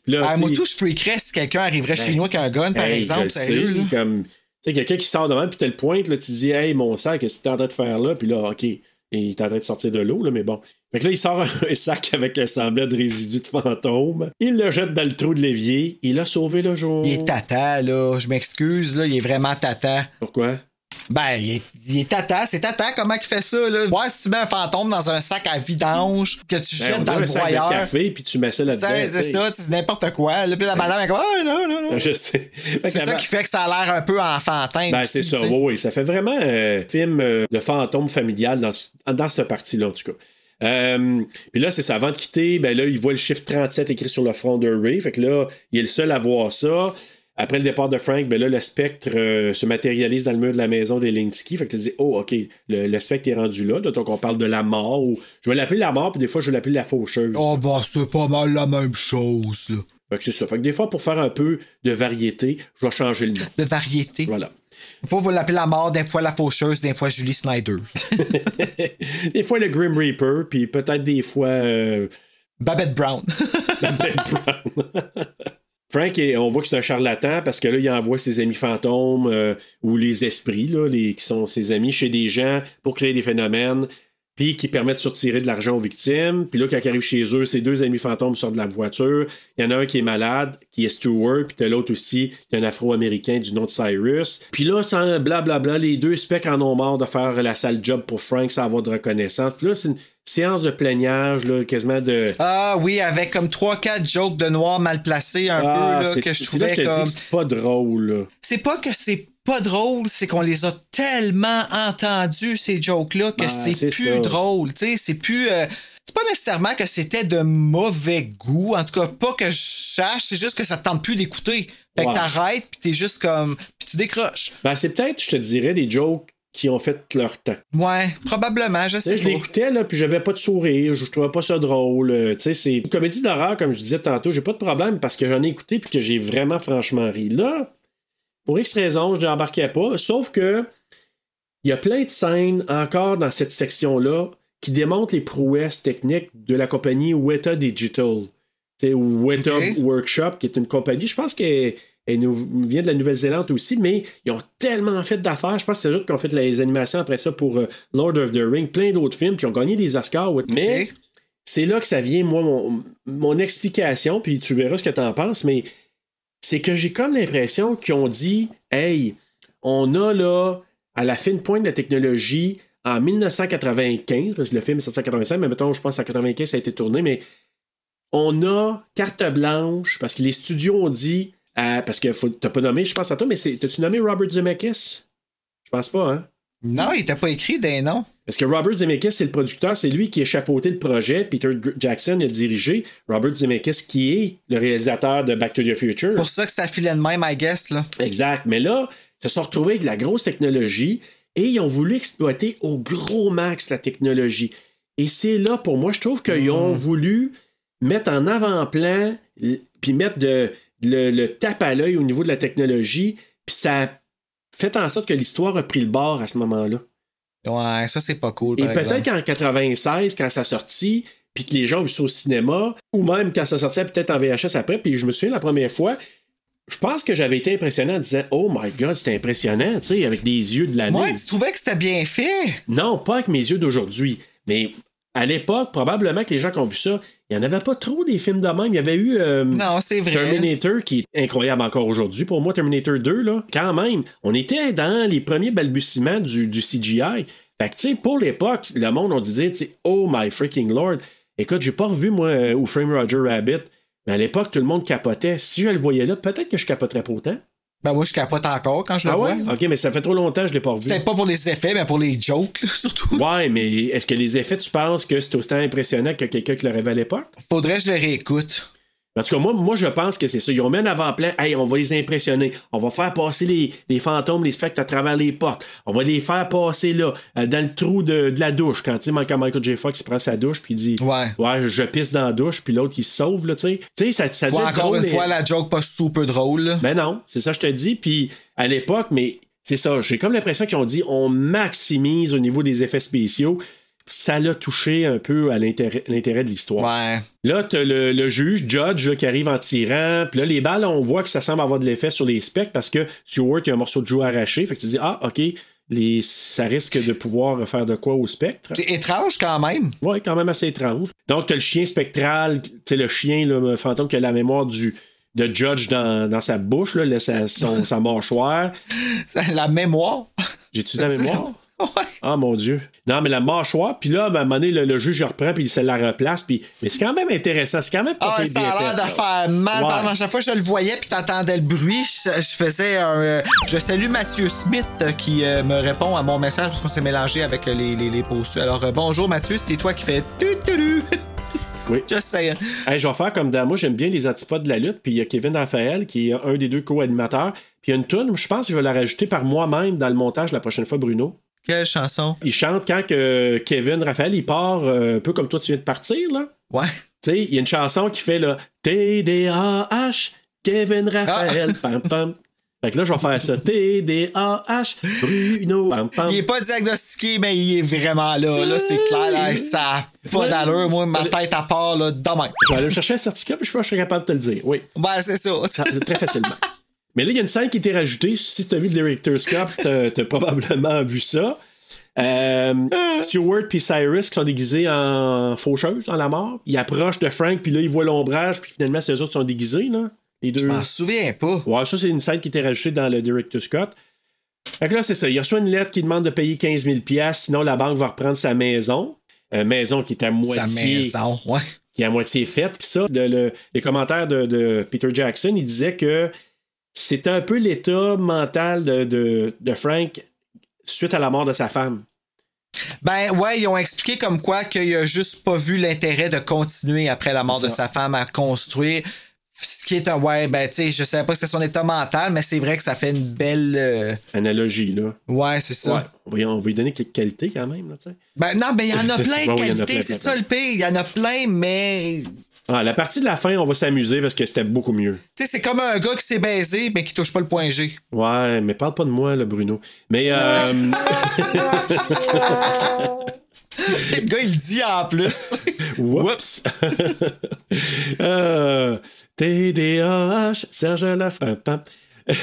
Puis là, Ah, tu sais, moi, tout, je freakerais si quelqu'un arriverait chez Ben, nous avec un gun, par hey, je exemple, le sérieux, sais, là. comme. Tu sais, quelqu'un qui sort devant, puis t'as le pointe, là, tu dis, hey, mon sac, qu'est-ce que t'es en train de faire là? Puis là, OK. Et il est en train de sortir de l'eau, là, mais bon. Fait que là, il sort un sac avec un semblant de résidu de fantôme. Il le jette dans le trou de l'évier. Il a sauvé le jour. Il est tata, là. Je m'excuse, là. Il est vraiment tata. Pourquoi? Ben, il est, il est tata. C'est tata, comment il fait ça, là? Ouais, si tu mets un fantôme dans un sac à vidange que tu Ben, jettes on dans dirait le un sac de broyeur. café, puis tu mets ça là-dedans. T'sais, tu sais. Ben, C'est ça, c'est n'importe quoi. Là, puis la madame est comme, ah, non, non, <laughs> non. Je sais. Fait que C'est ça avant- qui fait que ça a l'air un peu enfantin. Ben, aussi, c'est ça, tu sais. oui, oui. Ça fait vraiment euh, film euh, de fantôme familial dans, ce- dans cette partie-là, en tout cas. Euh, Puis là, c'est ça. Avant de quitter, ben là, il voit le chiffre 37 écrit sur le front de Ray. Fait que là, il est le seul à voir ça. Après le départ de Frank, ben là, le spectre euh, se matérialise dans le mur de la maison des Linsky. Fait que tu dis, oh, OK, le, le spectre est rendu là, là. Donc, on parle de la mort. Ou... Je vais l'appeler la mort, puis des fois, je vais l'appeler la faucheuse. Oh, ben, c'est pas mal la même chose, là. Fait que c'est ça. Fait que des fois, pour faire un peu de variété, je vais changer le nom. De variété. Voilà. Des fois, vous l'appelez la mort, des fois la faucheuse, des fois Julie Snyder. <laughs> des fois, le Grim Reaper, puis peut-être des fois. euh, Babette Brown. Frank, est- on voit que c'est un charlatan parce que là, il envoie ses amis fantômes euh, ou les esprits, là, les, qui sont ses amis, chez des gens pour créer des phénomènes, puis qui permettent de soutirer de l'argent aux victimes. Puis là, quand ils arrivent chez eux, ces deux amis fantômes sortent de la voiture. Il y en a un qui est malade, qui est Stewart, puis t'as l'autre aussi, qui est un afro-américain du nom de Cyrus. Puis là, sans blablabla, les deux specs en ont marre de faire la sale job pour Frank sans avoir de reconnaissance. Puis là, c'est une- séance de plaignage, là, quasiment de. Ah oui, avec comme 3-4 jokes de noir mal placés un Ah, peu là, c'est- que je c'est là trouvais que je te dis comme. que c'est pas drôle. là. C'est pas que c'est pas drôle, c'est qu'on les a tellement entendus, ces jokes-là, que Ah, c'est c'est plus ça. drôle. Tu sais, c'est plus. euh, c'est pas nécessairement que c'était de mauvais goût. En tout cas, pas que je sache, c'est juste que ça te tente plus d'écouter. Fait Ouais. que t'arrêtes, puis t'es juste comme. Puis tu décroches. Ben, c'est peut-être, je te dirais, des jokes qui ont fait leur temps. Ouais, probablement, je Tu sais, sais je pas. l'écoutais, là, puis j'avais pas de sourire, je trouvais pas ça drôle. euh, Tu sais, c'est une comédie d'horreur, comme je disais tantôt, j'ai pas de problème parce que j'en ai écouté puis que j'ai vraiment franchement ri. Là, pour X raison, je n'embarquais pas, sauf que il y a plein de scènes encore dans cette section-là qui démontrent les prouesses techniques de la compagnie Weta Digital. Tu sais, Weta Workshop, qui est une compagnie, je pense qu'elle elle nous vient de la Nouvelle-Zélande aussi, mais ils ont tellement fait d'affaires. Je pense que c'est eux autres qui ont fait les animations après ça pour euh, Lord of the Ring, plein d'autres films, qui ont gagné des Oscars. ouais. Mais c'est là que ça vient, moi, mon, mon explication, puis tu verras ce que tu en penses, mais c'est que j'ai comme l'impression qu'ils ont dit Hey, on a là, à la fine pointe de la technologie, en 1995, parce que le film est sorti en 85, mais mettons, je pense en 95, ça a été tourné, mais on a carte blanche, parce que les studios ont dit, euh, parce que faut- t'as pas nommé, je pense à toi, mais c'est- t'as-tu nommé Robert Zemeckis? Je pense pas, hein? Non, il t'a pas écrit des noms. Parce que Robert Zemeckis, c'est le producteur, c'est lui qui a chapeauté le projet. Peter Dr- Jackson a dirigé. Robert Zemeckis, qui est le réalisateur de Back to the Future. Pour ça que ça filait de même, I guess, là. Exact. Mais là, ils se sont retrouvés avec de la grosse technologie et ils ont voulu exploiter au gros max la technologie. Et c'est là, pour moi, je trouve qu'ils ont voulu mettre en avant-plan, l- puis mettre de, le, le tape à l'œil au niveau de la technologie, puis ça a fait en sorte que l'histoire a pris le bord à ce moment-là. Ouais, ça, c'est pas cool. Et par peut-être exemple. qu'en 96, quand ça sortit, puis que les gens ont vu ça au cinéma, ou même quand ça sortait peut-être en VHS après, puis je me souviens la première fois, je pense que j'avais été impressionné en disant Oh my god, c'était impressionnant, tu sais, avec des yeux de l'année. Ouais, tu trouvais que c'était bien fait. Non, pas avec mes yeux d'aujourd'hui. Mais à l'époque, probablement que les gens qui ont vu ça, il n'y en avait pas trop des films de même. Il y avait eu euh, Non, c'est vrai. Terminator, qui est incroyable encore aujourd'hui. Pour moi, Terminator 2, là, quand même, on était dans les premiers balbutiements du, du CGI. Fait que, tu sais, pour l'époque, le monde, on disait, tu sais, oh my freaking lord. Écoute, j'ai pas revu, moi, euh, au frame Roger Rabbit. Mais à l'époque, tout le monde capotait. Si je le voyais là, peut-être que je capoterais pas autant. Ben, moi, je capote encore quand je le Ah vois. ouais? Ok, mais ça fait trop longtemps que je l'ai pas revu. Peut-être pas pour les effets, mais pour les jokes, là, <laughs> surtout. Ouais, mais est-ce que les effets, tu penses que c'est autant impressionnant que quelqu'un qui le rêvait à l'époque? Faudrait que je le réécoute. En tout cas, moi, moi, je pense que c'est ça. Ils ont mis un avant-plan. Hey, on va les impressionner. On va faire passer les, les fantômes, les spectres à travers les portes. On va les faire passer là, euh, dans le trou de, de la douche. Quand, tu sais, quand Michael J. Fox il prend sa douche puis il dit Ouais. je pisse dans la douche, puis l'autre, il se sauve, là, tu sais. Tu sais, ça, ça Ouais, devient encore drôle, une et- fois, la joke pas super drôle. là. ben non, c'est ça que je te dis. Puis à l'époque, mais c'est ça, j'ai comme l'impression qu'ils ont dit on maximise au niveau des effets spéciaux. Ça l'a touché un peu à l'intérêt l'intérêt de l'histoire. Là, t'as le, le juge, Judge, là, qui arrive en tirant. Puis là, les balles, on voit que ça semble avoir de l'effet sur les specs parce que Stewart, il y a un morceau de joue arraché. Fait que tu dis, ah, OK, les, ça risque de pouvoir faire de quoi au spectre. C'est étrange quand même. <laughs> Ouais, quand même assez étrange. Donc, t'as le chien spectral, t'sais, le chien, le fantôme qui a la mémoire du, de Judge dans, dans sa bouche, là, le- sa, son- sa mâchoire. La mémoire. J'ai-tu <laughs> la mémoire? Ah mon Dieu. Non, mais la mâchoire, puis là, ben, à un moment donné, le, le juge il reprend, puis il se la replace, puis. Mais c'est quand même intéressant, c'est quand même pas Ah, fait ça bien a l'air fait, de là. faire mal. Ouais. Pardon, à chaque fois que je le voyais puis t'entendais le bruit, je, je faisais un. euh, je salue Mathieu Smith euh, qui euh, me répond à mon message parce qu'on s'est mélangé avec euh, les, les, les postures. Alors euh, bonjour Mathieu, c'est toi qui fais tu tu tu. Oui. <laughs> Just saying. Hey, je vais faire comme dans moi, j'aime bien les antipodes de la lutte, puis il y a Kevin Raphaël qui est un des deux co-animateurs, puis il y a une toune, je pense que je vais la rajouter par moi-même dans le montage la prochaine fois, Bruno. Quelle chanson? Il chante quand que Kevin Raphaël, il part euh, un peu comme toi, tu viens de partir, là. Ouais. Tu sais, il y a une chanson qui fait, là, T-D-A-H, Kevin Ah! <laughs> Raphaël, pam pam. Fait que là, je vais faire ça. T-D-A-H, Bruno, pam pam. Il est pas diagnostiqué, mais il est vraiment là. Là, c'est clair. là, ça a pas Ouais. d'allure. Moi, ma tête à part, là, demain. Je vais aller me chercher un certificat, puis je pense que je serai capable de te le dire. Oui. Ben, c'est ça. <laughs> Ça- Très facilement. Mais là, il y a une scène qui a été rajoutée. Si tu as vu le Director's Scott, t'as t'as probablement vu ça. Euh, Stewart puis Cyrus qui sont déguisés en faucheuse, en la mort. Ils approchent de Frank, puis là, ils voient l'ombrage, puis finalement, ces autres sont déguisés, là. Les deux. Je m'en souviens pas. Ouais, ça, c'est une scène qui était rajoutée dans le Director's Scott. Fait que là, c'est ça. Il reçoit une lettre qui demande de payer 15 000 piastres, sinon la banque va reprendre sa maison. euh, maison qui est à moitié. maison, Qui est à moitié faite. Puis ça, de le- les commentaires de, de Peter Jackson, il disait que c'était un peu l'état mental de, de- de Frank suite à la mort de sa femme. Ben ouais, ils ont expliqué comme quoi qu'il a juste pas vu l'intérêt de continuer après la mort de sa femme à construire. Ce qui est un ouais, ben tu sais, je savais pas que c'est son état mental, mais c'est vrai que ça fait une belle. euh, Analogie, là. Ouais, c'est ça. Ouais. On va, y- on va lui donner quelques qualités quand même, là, tu sais. Ben non, mais il <laughs> y en a plein Ouais, de oui, il y en a qualités, plein, c'est plein, ça plein. le pire. Il y en a plein, mais. Ah, la partie de la fin, on va s'amuser parce que c'était beaucoup mieux. Tu sais, c'est comme un gars qui s'est baisé, mais qui touche pas le point G. Ouais, mais parle pas de moi, là, Bruno. Mais. euh, <laughs> le gars, il le dit en plus. <laughs> Whoops! <laughs> Euh, TDAH, Serge Lafrance. Pam.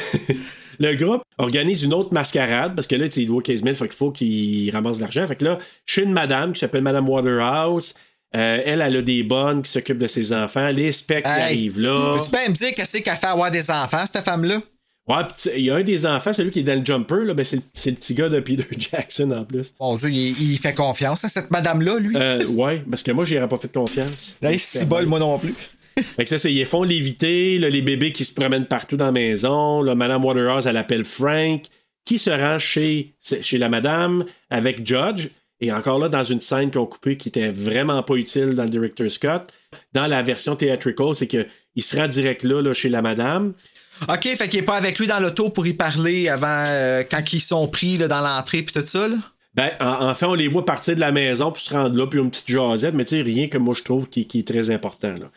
<laughs> Le groupe organise une autre mascarade parce que là, tu sais, il doit 15 000, fait qu'il faut qu'il ramasse de l'argent. Fait que là, chez une madame qui s'appelle Madame Waterhouse, euh, elle, elle a des bonnes qui s'occupent de ses enfants. Les specs qui arrivent là. Peux-tu bien me dire qu'est-ce qu'elle fait avoir des enfants, cette femme-là? Ouais, pis tu sais, il y a un des enfants, celui qui est dans le jumper, là, ben c'est le- c'est le petit gars de Peter <laughs> Jackson en plus. Mon Dieu, il, il fait confiance à cette madame-là, lui. Euh, ouais, parce que moi, j'aurais pas fait confiance. Là, il s'y bol, moi non plus. Fait que ça, c'est, ils font léviter, là, les bébés qui se promènent partout dans la maison. Là, madame Waterhouse, elle appelle Frank, qui se rend chez, chez la madame avec Judge. Et encore là, dans une scène qu'on coupée qui était vraiment pas utile dans le Director Scott. Dans la version theatrical, c'est que il se rend direct là, là, chez la madame. OK, fait qu'il est pas avec lui dans l'auto pour y parler avant, euh, quand ils sont pris là, dans l'entrée puis tout ça, là. Ben, en, enfin, on les voit partir de la maison pour se rendre là, puis une petite jasette, mais tu sais, rien que moi je trouve qui, qui est très important. Là.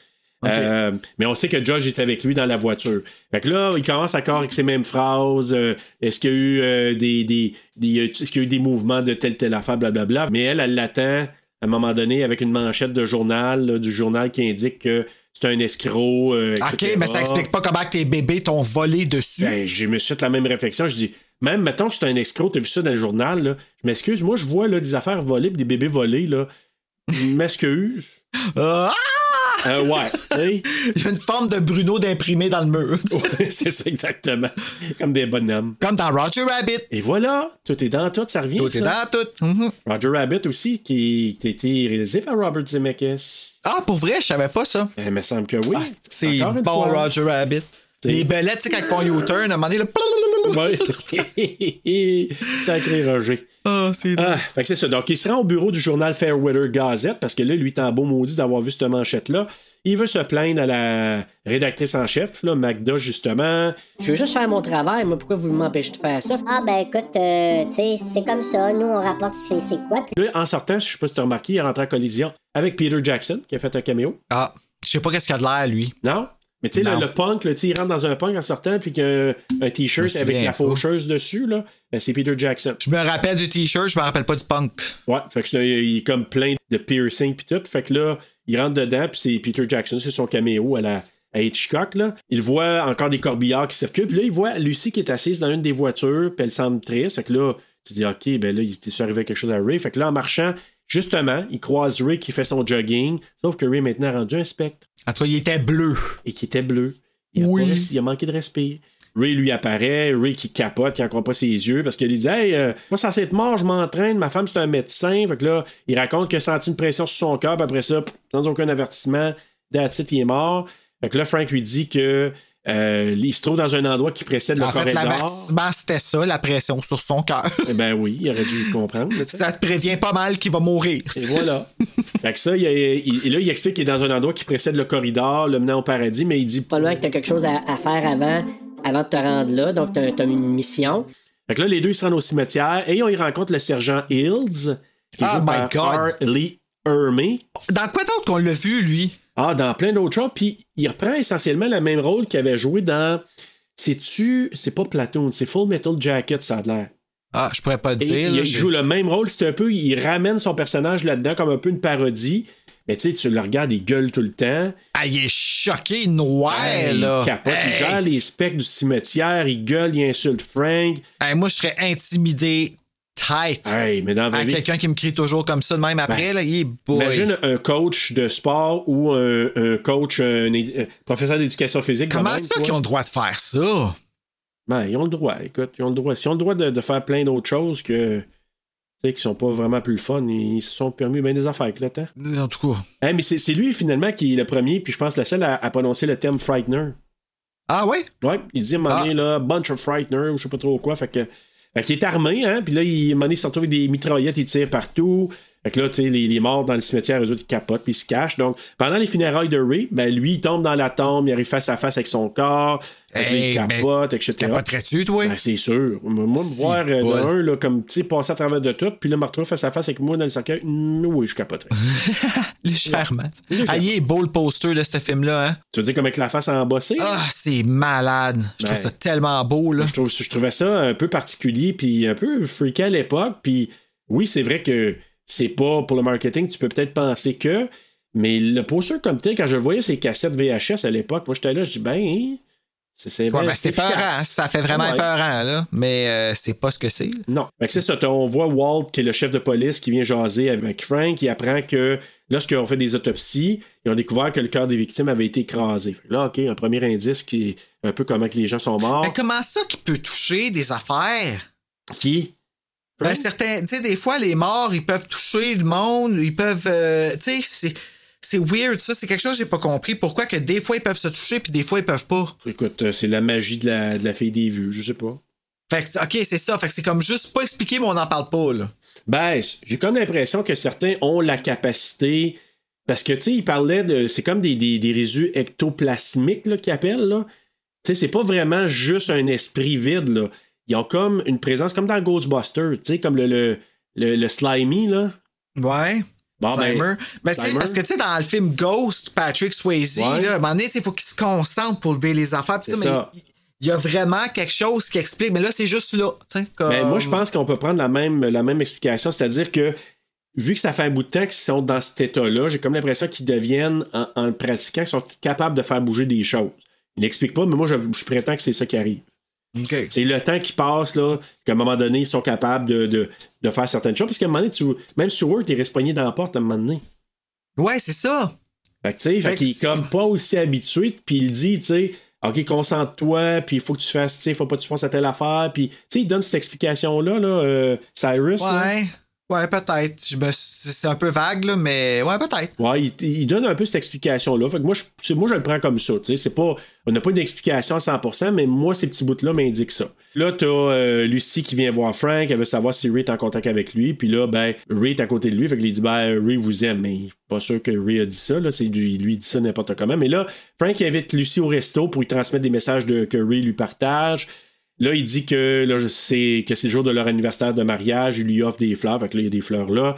Euh, mais on sait que Josh est avec lui dans la voiture. Fait que là, il commence encore avec ses mêmes phrases. euh, est-ce qu'il y a eu euh, des, des, des- euh, est-ce qu'il y a eu des mouvements de telle telle affaire, blablabla. Mais elle, elle l'attend à un moment donné avec une manchette de journal, là, du journal qui indique que c'est un escroc. euh, OK, etc. mais ça explique pas comment que tes bébés t'ont volé dessus. Ben, je me suis fait la même réflexion. Je dis, même mettons que c'est un escroc, t'as vu ça dans le journal, là. Je m'excuse, moi, je vois là, des affaires volées pis des bébés volés, là. Je m'excuse. Ah! Euh, ouais, tu sais. Il y a une forme de Bruno d'imprimé dans le mur. tu sais. Ouais, <laughs> c'est ça exactement. Comme des bonhommes. Comme dans Roger Rabbit. Et voilà, tout est dans tout, ça revient. Tout est ça. dans tout. Mhm. Roger Rabbit aussi, qui a été réalisé par Robert Zemeckis. Ah, pour vrai, je savais pas ça. Euh, Il me semble que oui. Ah, C'est Encore bon, une fois. Roger Rabbit. Les belettes, tu sais, quand ils font U-turn, à un moment donné, là, Ouais. <laughs> Sacré Roger. <laughs> Ah, c'est Ah, fait que c'est ça. Donc, il se rend au bureau du journal Fairweather Gazette parce que là, lui, il est en beau maudit d'avoir vu cette manchette-là. Il veut se plaindre à la rédactrice en chef, là, Magda, justement. Je veux juste faire mon travail, moi, pourquoi vous m'empêchez de faire ça? Ah ben écoute, euh, tu sais, c'est comme ça, nous on rapporte c'est c'est quoi, puis Là, en sortant, je sais pas si t'as remarqué, il rentre en collision avec Peter Jackson, qui a fait un caméo. Ah, je sais pas qu'est-ce qu'il a de l'air, lui. Non? Mais tu sais, là, Non. le punk, là, tu sais, il rentre dans un punk en sortant, puis qu'il y a un- un Je me t-shirt souviens avec la pas. faucheuse dessus, là, ben, c'est Peter Jackson. Je me rappelle du t-shirt, je me rappelle pas du punk. Ouais, fait que c'est- il est comme plein de piercing puis tout. Fait que là, il rentre dedans, puis c'est Peter Jackson, c'est son caméo à la à Hitchcock, là. Il voit encore des corbillards qui circulent, puis là, il voit Lucie qui est assise dans une des voitures, puis elle semble triste. Fait que là, tu dis, OK, ben là, il s'est arrivé quelque chose à Ray. Fait que là, en marchant, justement, il croise Ray qui fait son jogging, sauf que Ray est maintenant rendu un spectre, En tout cas, il était bleu. et qui était bleu. Il a, Oui. pas res- il a manqué de respire. Ray lui apparaît, Ray qui capote, qui n'en croit pas ses yeux, parce qu'il dit Hey, euh, moi censé être mort, je m'entraîne, ma femme c'est un médecin. Fait que là, il raconte qu'il a senti une pression sur son cœur, puis après ça, pff, sans aucun avertissement, that's it, il est mort. Fait que là, Frank lui dit que euh, il se trouve dans un endroit qui précède le en fait, corridor. l'avertissement, c'était ça, la pression sur son cœur. <laughs> Eh ben oui, il aurait dû comprendre. là, tu sais. ça te prévient pas mal qu'il va mourir. Et voilà. fait que ça, il, il- et là, il explique qu'il est dans un endroit qui précède le corridor, le menant au paradis, mais il dit Probablement que t'as quelque chose à, à faire avant, avant de te rendre là, donc t'as t'as une mission. Fait que là, les deux, ils se rendent au cimetière et on y rencontre le sergent Hills, qui Ah, joue my par Harley Hermé. Dans quoi d'autre qu'on l'a vu, lui? Ah, dans plein d'autres choses. Puis il reprend essentiellement le même rôle qu'il avait joué dans. C'est-tu. C'est pas Platoon, c'est Full Metal Jacket, ça a l'air. Ah, je pourrais pas Et dire. il, là, il j'ai- joue le même rôle, c'est un peu. Il ramène son personnage là-dedans comme un peu une parodie. Mais tu sais, tu le regardes, il gueule tout le temps. Ah, il est choqué, noir, Ah, il là. capote, il Hey. gère les specs du cimetière, il gueule, il insulte Frank. Hey, moi, je serais intimidé tight Hey, mais dans la vraie à vie, quelqu'un qui me crie toujours comme ça de même après. là, il est boy. Ben, Imagine un coach de sport ou un, un coach, un é- euh, professeur d'éducation physique. Comment de même, ça toi. qu'ils ont le droit de faire ça? Ben, ils ont le droit, écoute, ils ont le droit. S'ils ont le droit de, de faire plein d'autres choses que Tu sais, qui sont pas vraiment plus le fun, ils se sont permis bien des affaires avec le temps. En tout cas. Hey, mais c'est c'est lui finalement qui est le premier, puis je pense la seule à, à prononcer le terme Frightener. Ah ouais? Ouais, il dit à un Ah. moment donné, là, bunch of Frightener, ou je sais pas trop quoi, fait que. Fait qu'il est armé, hein, puis là, il, à un moment donné, il se retrouve avec des mitraillettes, il tire partout. Fait que là, tu sais, les, les morts dans le cimetière, eux autres, ils capotent, puis ils se cachent. Donc, pendant les funérailles de Ray, ben lui, il tombe dans la tombe, il arrive face à face avec son corps, Fait que là, Hey, il ben, capote, etc. Capoterais-tu, toi? Ben, c'est sûr. Moi, me Si, voir euh, bol. de un, là, comme, tu sais, passer à travers de tout, puis là, me retrouver face à face avec moi dans le cercueil, mm, oui, je capoterais. Légèrement. Ah, il est beau le poster de ce film-là, hein? tu veux dire, comme avec la face embossée? Ah, c'est malade. Je trouve Ben. ça tellement beau, là. Je, trouve, je trouvais ça un peu particulier, puis un peu freaky à l'époque. Puis oui, c'est vrai que c'est pas pour le marketing, tu peux peut-être penser que, mais le poster comme tel, quand je le voyais ces cassettes VHS à l'époque, moi j'étais là, je dis, ben, hein, c'est c'est Ouais, bien, ben, c'est c'était peurant, efficace. hein. ça fait vraiment Ouais. peurant, là. Mais euh, c'est pas ce que c'est. là. Non. Fait que c'est ça. t'as- On voit Walt, qui est le chef de police, qui vient jaser avec Frank. Il apprend que lorsqu'ils ont fait des autopsies, ils ont découvert que le cœur des victimes avait été écrasé. Fait que là, OK, un premier indice qui est un peu comment que les gens sont morts. Mais comment ça qu'il peut toucher des affaires? Qui? Ben, Frank? certains, tu sais, des fois, les morts, ils peuvent toucher le monde, ils peuvent. euh, tu sais, c'est. C'est weird, ça. C'est quelque chose que j'ai pas compris. Pourquoi que des fois, ils peuvent se toucher, puis des fois, ils peuvent pas. Écoute, euh, c'est la magie de la, de la fille des vues, je sais pas. Fait que, OK, c'est ça. Fait que c'est comme juste pas expliqué, mais on en parle pas, là. Ben, c- j'ai comme l'impression que certains ont la capacité. Parce que, tu sais, ils parlaient de. C'est comme des, des, des résidus ectoplasmiques, là, qu'ils appellent, là. Tu sais, c'est pas vraiment juste un esprit vide, là. Ils ont comme une présence, comme dans Ghostbusters, tu sais, comme le, le, le, le slimy, là. Ouais. Bon, ben, Slimer. Mais tu sais, Slimer. parce que tu sais, dans le film Ghost, Patrick Swayze, Ouais. là, à un moment donné, tu sais, il faut qu'il se concentre pour lever les affaires. pis C'est ça, ça. Mais il- il y a vraiment quelque chose qui explique. Mais là, c'est juste là. tu sais, Comme... Ben, moi, je pense qu'on peut prendre la même, la même explication, c'est-à-dire que vu que ça fait un bout de temps qu'ils sont dans cet état-là, j'ai comme l'impression qu'ils deviennent, en, en le pratiquant, qu'ils sont capables de faire bouger des choses. Ils n'expliquent pas, mais moi, je, je prétends que c'est ça qui arrive. OK. C'est le temps qui passe, là, qu'à un moment donné, ils sont capables de, de, de faire certaines choses. Parce qu'à un moment donné, tu, même sur eux, t'es respogné dans la porte à un moment donné. Ouais, c'est ça. Fait que, tu sais, fait Fait que qu'il est Ben, c'est- comme pas aussi habitué, puis il dit, tu sais, OK, concentre-toi, puis il faut que tu fasses, tu sais, faut pas que tu fasses à telle affaire, puis, tu sais, il donne cette explication-là, là, euh, Cyrus. là. Ouais. Ouais, peut-être. Je me... suis- C'est un peu vague, là, mais ouais, peut-être. Ouais, il, il donne un peu cette explication-là. Fait que moi, je, c'est- moi, je le prends comme ça. Tu sais, c'est pas, on n'a pas une explication à 100%, mais moi, ces petits bouts-là m'indiquent ça. Là, t'as euh, Lucie qui vient voir Frank. Elle veut savoir si Ray est en contact avec lui. Puis là, ben, Ray est à côté de lui. Fait qu'il dit, ben, Ray vous aime. Mais je suis pas sûr que Ray a dit ça. Là, c'est, du- il lui dit ça n'importe comment. Mais là, Frank il invite Lucie au resto pour lui transmettre des messages de, que Ray lui partage. Là, il dit que là, je sais que c'est le jour de leur anniversaire de mariage, il lui offre des fleurs, fait que là, il y a des fleurs là.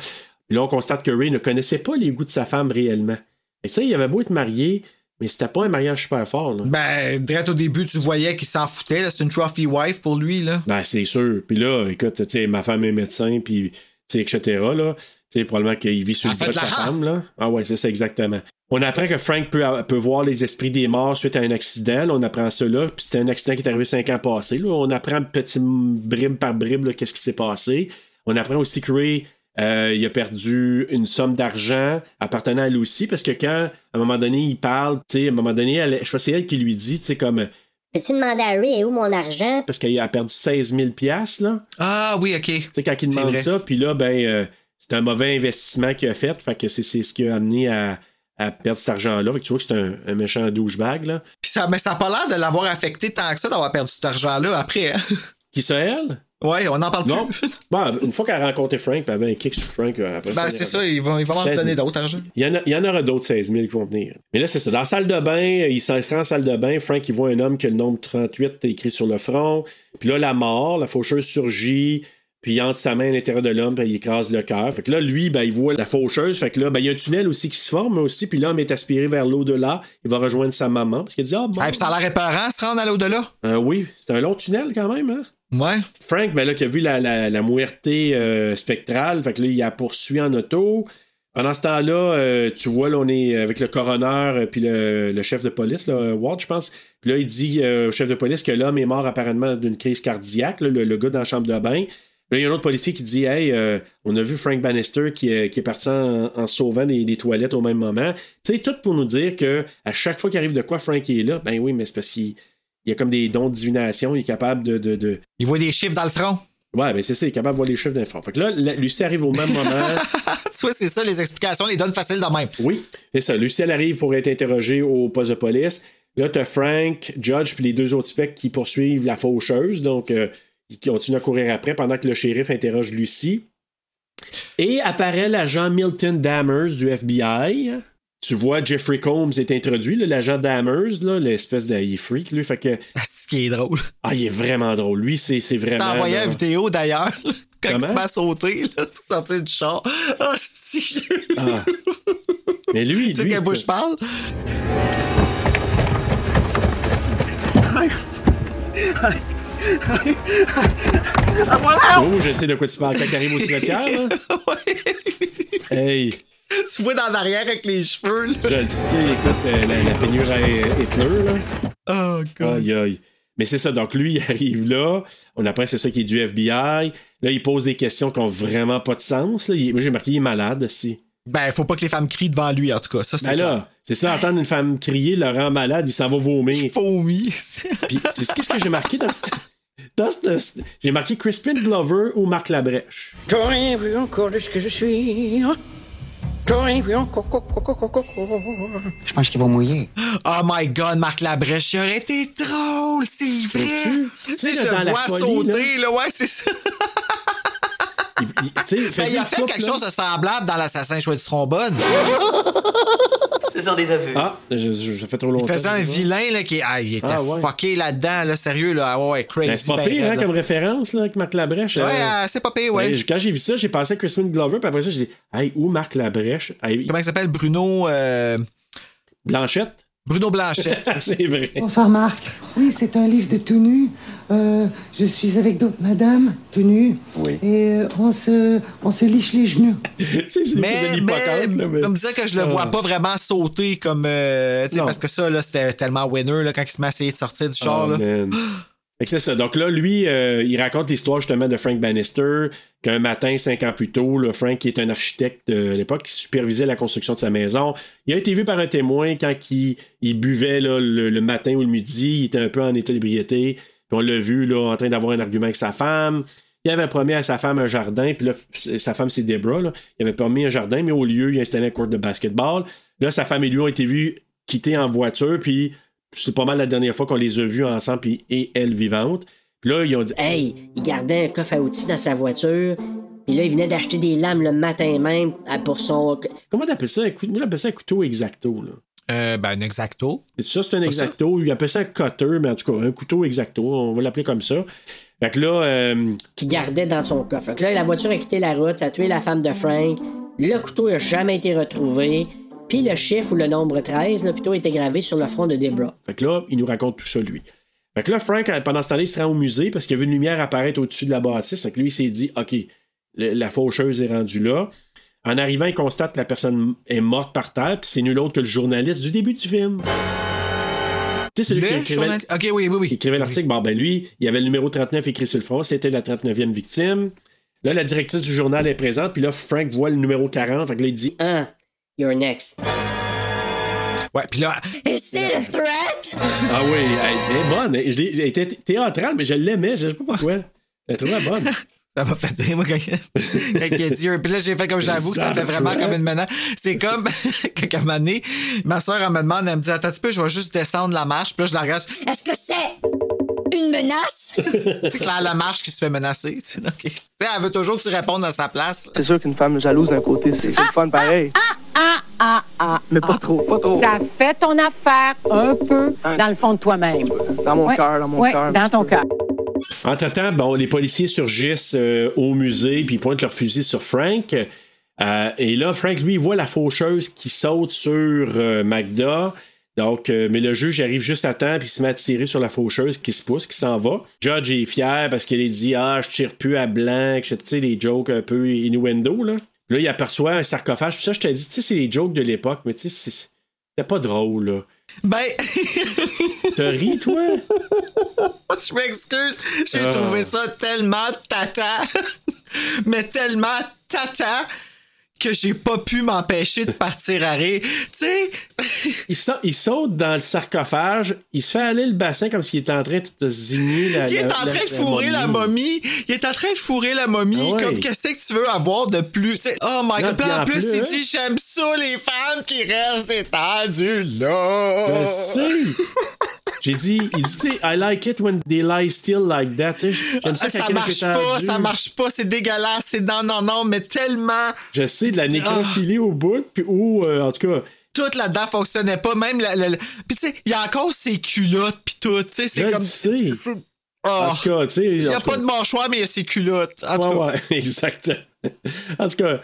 Puis là, on constate que Ray ne connaissait pas les goûts de sa femme réellement. Et ça, il avait beau être marié, mais c'était pas un mariage super fort, là. Ben, direct au début, tu voyais qu'il s'en foutait. là. C'est une trophy wife pour lui, là. Ben, c'est sûr. Puis là, écoute, tu sais, ma femme est médecin, puis, tu sais, etc., là. Tu sais, probablement qu'il vit sur le Elle fait bras de de sa la femme, là. Ah ouais, c'est ça, exactement. On apprend que Frank peut, peut voir les esprits des morts suite à un accident. là. on apprend ça là. Puis c'était un accident qui est arrivé cinq ans passé. là. On apprend petit bribe par bribe là, qu'est-ce qui s'est passé. On apprend aussi que Ray, euh, il a perdu une somme d'argent appartenant à Lucy parce que quand, à un moment donné, il parle, tu sais, à un moment donné, elle- je sais pas, c'est elle qui lui dit, tu sais, comme, Peux-tu demander à Ray où mon argent? parce qu'elle a perdu 16 000 là. Ah oui, OK. Tu sais, quand il C'est demande vrai. ça, puis là, ben, euh, c'est un mauvais investissement qu'il a fait. Fait que c'est c'est ce qui a amené à, à perdre cet argent-là. Fait que tu vois que c'est un, un méchant douchebag, là. Puis ça, mais ça a pas l'air de l'avoir affecté tant que ça d'avoir perdu cet argent-là après. hein. Qui ça, elle? ouais, on en parle <laughs> Non. plus. Bon, une fois qu'elle a rencontré Frank, ben, ben, elle kick sur Frank. euh, Après Ben, elle est c'est revenue. ça, ils vont, ils vont en 16 000. donner d'autres argent. Il y, en a- il y en aura d'autres 16 000 qui vont venir. Mais là, c'est ça. Dans la salle de bain, euh, il s'en il se rend en salle de bain. Frank, il voit un homme qui a le nombre 38 écrit sur le front. Puis là, la mort, la faucheuse surgit. Puis il entre sa main à l'intérieur de l'homme, puis il écrase le cœur. Fait que là, lui, ben, il voit la faucheuse. Fait que là, ben, il y a un tunnel aussi qui se forme aussi. Puis l'homme est aspiré vers l'au-delà. Il va rejoindre sa maman. Parce qu'il dit, ah, bon. Hey, puis ça a l'air épeurant, se rendre à l'au-delà. Euh, oui, c'est un long tunnel quand même, hein? Ouais. Frank, ben là, qui a vu la, la, la muerté euh, spectrale, fait que là, il la poursuit en auto. Pendant ce temps-là, euh, tu vois, là, on est avec le coroner euh, puis le, le chef de police, là, euh, Ward, je pense. Puis là, il dit euh, au chef de police que l'homme est mort apparemment d'une crise cardiaque, là, le, le gars dans la chambre de bain. Puis Là, il y a un autre policier qui dit Hey, euh, on a vu Frank Bannister qui est, qui est parti en, en sauvant des, des toilettes au même moment. Tu sais, tout pour nous dire que à chaque fois qu'il arrive de quoi, Frank est là. Ben oui, mais c'est parce qu'il il a comme des dons de divination, il est capable de- de- de, Il voit des chiffres dans le front. Ouais, mais c'est ça, il est capable de voir les chiffres d'infos. Fait que là, la- Lucie arrive au même moment. <laughs> <laughs> tu vois, c'est ça, les explications, les donne faciles de <laughs> même. Oui, c'est ça. Lucie, elle arrive pour être interrogée au poste de police. Là, t'as Frank, Judge, puis les deux autres specs qui poursuivent la faucheuse. Donc, euh, ils continuent à courir après pendant que le shérif interroge Lucie. Et apparaît l'agent Milton Dammers du FBI. Tu vois, Jeffrey Combs est introduit, là, l'agent Dammers, là, l'espèce de il est freak, lui. Fait que. Ce qui est drôle. Ah, il est vraiment drôle. Lui, c'est c'est vraiment. T'as envoyé là, la vidéo d'ailleurs, là, <laughs> quand il Comment? se met à sauter, là, pour sortir du char. Ah, si! Ah. Mais lui, Tu sais lui, quelle bouche peut- parle? <laughs> Oh, je sais de quoi tu parles. Quand il arrive au cimetière, là. Hey, Tu vois dans l'arrière avec les cheveux, là. je le sais, écoute, euh, la, la pénurie à Hitler, là. Oh, God. Aïe, aïe. Mais c'est ça, donc lui, <laughs> il arrive là. On apprend que c'est ça qui est du FBI. Là, il pose des questions qui ont vraiment pas de sens. Là. Il- Moi, j'ai marqué, il est malade aussi. Ben, faut pas que les femmes crient devant lui, en tout cas. Ça, c'est Ben clair. là, c'est ça, entendre une femme crier le rend malade, il s'en va <laughs> vomir. Fourmi. Puis, c'est ce que j'ai marqué dans cette. Dans cette- J'ai marqué Crispin Glover ou Marc Labrèche. T'aurais vu encore de ce que je suis. T'aurais vu encore. co- co- co- co- co- co- Je pense qu'il va mouiller. Oh my god, Marc Labrèche, il aurait été drôle, c'est vrai. Tu sais, je là, dans le la vois folie, sauter, là, ouais, c'est ça. Il, il- tu sais, il Ben, faisait il a une fait couple, quelque là. chose de semblable dans l'assassin choix du trombone. Ce sont des aveux. Ah, je, je- ça fait trop longtemps. Il faisait un je vois. vilain là, qui ah, il était Ah, ouais. fucké là-dedans, là, sérieux, là. Ah, ouais, crazy. Ben, c'est pas ben, pire hein, raide, là. comme référence là, avec Marc Labrèche. Ouais, euh, euh, c'est pas pire, ouais. ben, quand j'ai vu ça, j'ai pensé à Crispin Glover, puis après ça, j'ai dit, hey, où Marc Labrèche Hey, Comment il s'appelle Bruno euh, Blanchette <laughs> <laughs> Bruno Blanchette. C'est vrai. Oh. Bonsoir Marc. Oui, c'est un livre de tout nu. Euh, je suis avec d'autres madames, tout nu. Oui. Et euh, on, se, on se liche les genoux. mais, mais, comme disait que je le vois pas vraiment sauter comme euh, tu sais, Ah. Non. parce que ça là c'était tellement winner là, quand il se met à essayer de sortir du char Oh, là. man. Fait que c'est ça. Donc là, lui, euh, il raconte l'histoire justement de Frank Bannister, qu'un matin, cinq ans plus tôt, le Frank, qui est un architecte euh, à l'époque, qui supervisait la construction de sa maison, il a été vu par un témoin quand il, il buvait là, le, le matin ou le midi, il était un peu en état d'ébriété, puis on l'a vu là, en train d'avoir un argument avec sa femme. Il avait promis à sa femme un jardin, puis là, f- sa femme, c'est Debra, là. il avait promis un jardin, mais au lieu, il a installé un court de basketball. Là, sa femme et lui ont été vus quitter en voiture, puis c'est pas mal la dernière fois qu'on les a vus ensemble, puis et elle vivante. Puis là, ils ont dit Hey, il gardait un coffre à outils dans sa voiture. Puis là, il venait d'acheter des lames le matin même à- pour son. Comment t'appelles ça? un cou- Moi, j'appelle ça un couteau exacto. Là. Euh, ben un exacto. Ça, c'est un exacto. Il appelle ça un cutter, mais en tout cas, un couteau exacto. On va l'appeler comme ça. Fait que là, euh, Qui gardait dans son coffre. Fait que là, la voiture a quitté la route, ça a tué la femme de Frank. Le couteau n'a jamais été retrouvé. Puis le chiffre ou le nombre 13, là, plutôt, était gravé sur le front de Debra. fait que là, il nous raconte tout ça, lui. Fait que là, Frank, euh, pendant ce temps-là, il se rend au musée parce qu'il a vu une lumière apparaître au-dessus de la bâtisse. Fait que lui, il s'est dit, OK, le- la faucheuse est rendue là. En arrivant, il constate que la personne est morte par terre, puis c'est nul autre que le journaliste du début du film. Tu sais, celui Le qui écrivait- journal- OK oui oui oui. qui écrivait l'article, bon, ben lui, il y avait le numéro 39 écrit sur le front, c'était la 39e victime. Là, la directrice du journal est présente, puis là, Frank voit le numéro 40, fait que là, il dit Ah, you're next. Ouais, puis là Is it a threat? Ah oui, elle est bonne. Je l'ai- Elle était théâtrale, mais je l'aimais, je sais pas pourquoi. Je la trouvais bonne. Ça m'a fait rire, moi, quand, quand il a dit. Puis là, j'ai fait comme j'avoue que ça me fait vraiment comme une menace. C'est comme <laughs> quand à un moment donné, ma soeur, elle me demande, elle me dit Attends un petit peu, je vais juste descendre la marche. Puis là, je la regarde. Est-ce que c'est une menace? C'est clair, la marche qui se fait menacer. Tu sais, donc, tu sais, elle veut toujours que tu répondes à sa place. C'est sûr qu'une femme jalouse d'un côté, c'est c'est le fun pareil. Ah, ah, ah. Mais pas trop, pas trop. Ça fait ton affaire un peu dans le fond de toi-même. Dans mon cœur, dans mon ouais, cœur, un dans ton cœur. Entre-temps, bon, les policiers surgissent euh, au musée, puis ils pointent leur fusil sur Frank. Euh, et là, Frank, lui, il voit la faucheuse qui saute sur euh, Magda. Donc, euh, mais le juge arrive juste à temps, puis il se met à tirer sur la faucheuse qui se pousse, qui s'en va. Judge est fier parce qu'il est dit Ah, je tire plus à blanc, tu sais, les jokes un peu innuendo, là. Là, il aperçoit un sarcophage, puis ça, je te dis, tu sais, c'est les jokes de l'époque, mais tu sais, c'est- c'était pas drôle, là. Ben, <laughs> T'as ri, toi <laughs> je m'excuse. J'ai Ah. <laughs> trouvé ça tellement tata. mais tellement tata que j'ai pas pu m'empêcher de partir à rire. Tu <laughs> sais. il, sa- il saute dans le sarcophage, il se fait aller le bassin comme s'il était en train de te zigner la Il est la- en train de fourrer la momie. Il est en train de fourrer la momie. Ah ouais. Comme qu'est-ce que tu veux avoir de plus? Tu sais, oh my Non, god. puis Puis en En plus, plus, hein? il dit j'aime ça les femmes qui restent étendues là. Je sais. J'ai dit, il dit, tu sais, I like it when they lie still like that. Tu sais, J'aime ça, Ah, ça quand marche quelqu'un est pas, tendu. ça marche pas, c'est dégueulasse, c'est non, non, non, mais tellement. Je sais, de la Ah. nécrophilie au bout, puis ou, euh, en tout cas, Toute la dent fonctionnait pas, même la. la- la- Puis tu sais, il y a encore ses culottes, pis tout, tu sais, je c'est comme. le sais. c'est- En Oh. tout cas, tu sais. Il n'y en a tout pas cas. de mâchoire, mais il y a ses culottes. En tout Ouais, cas. ouais, <laughs> exact. En tout cas,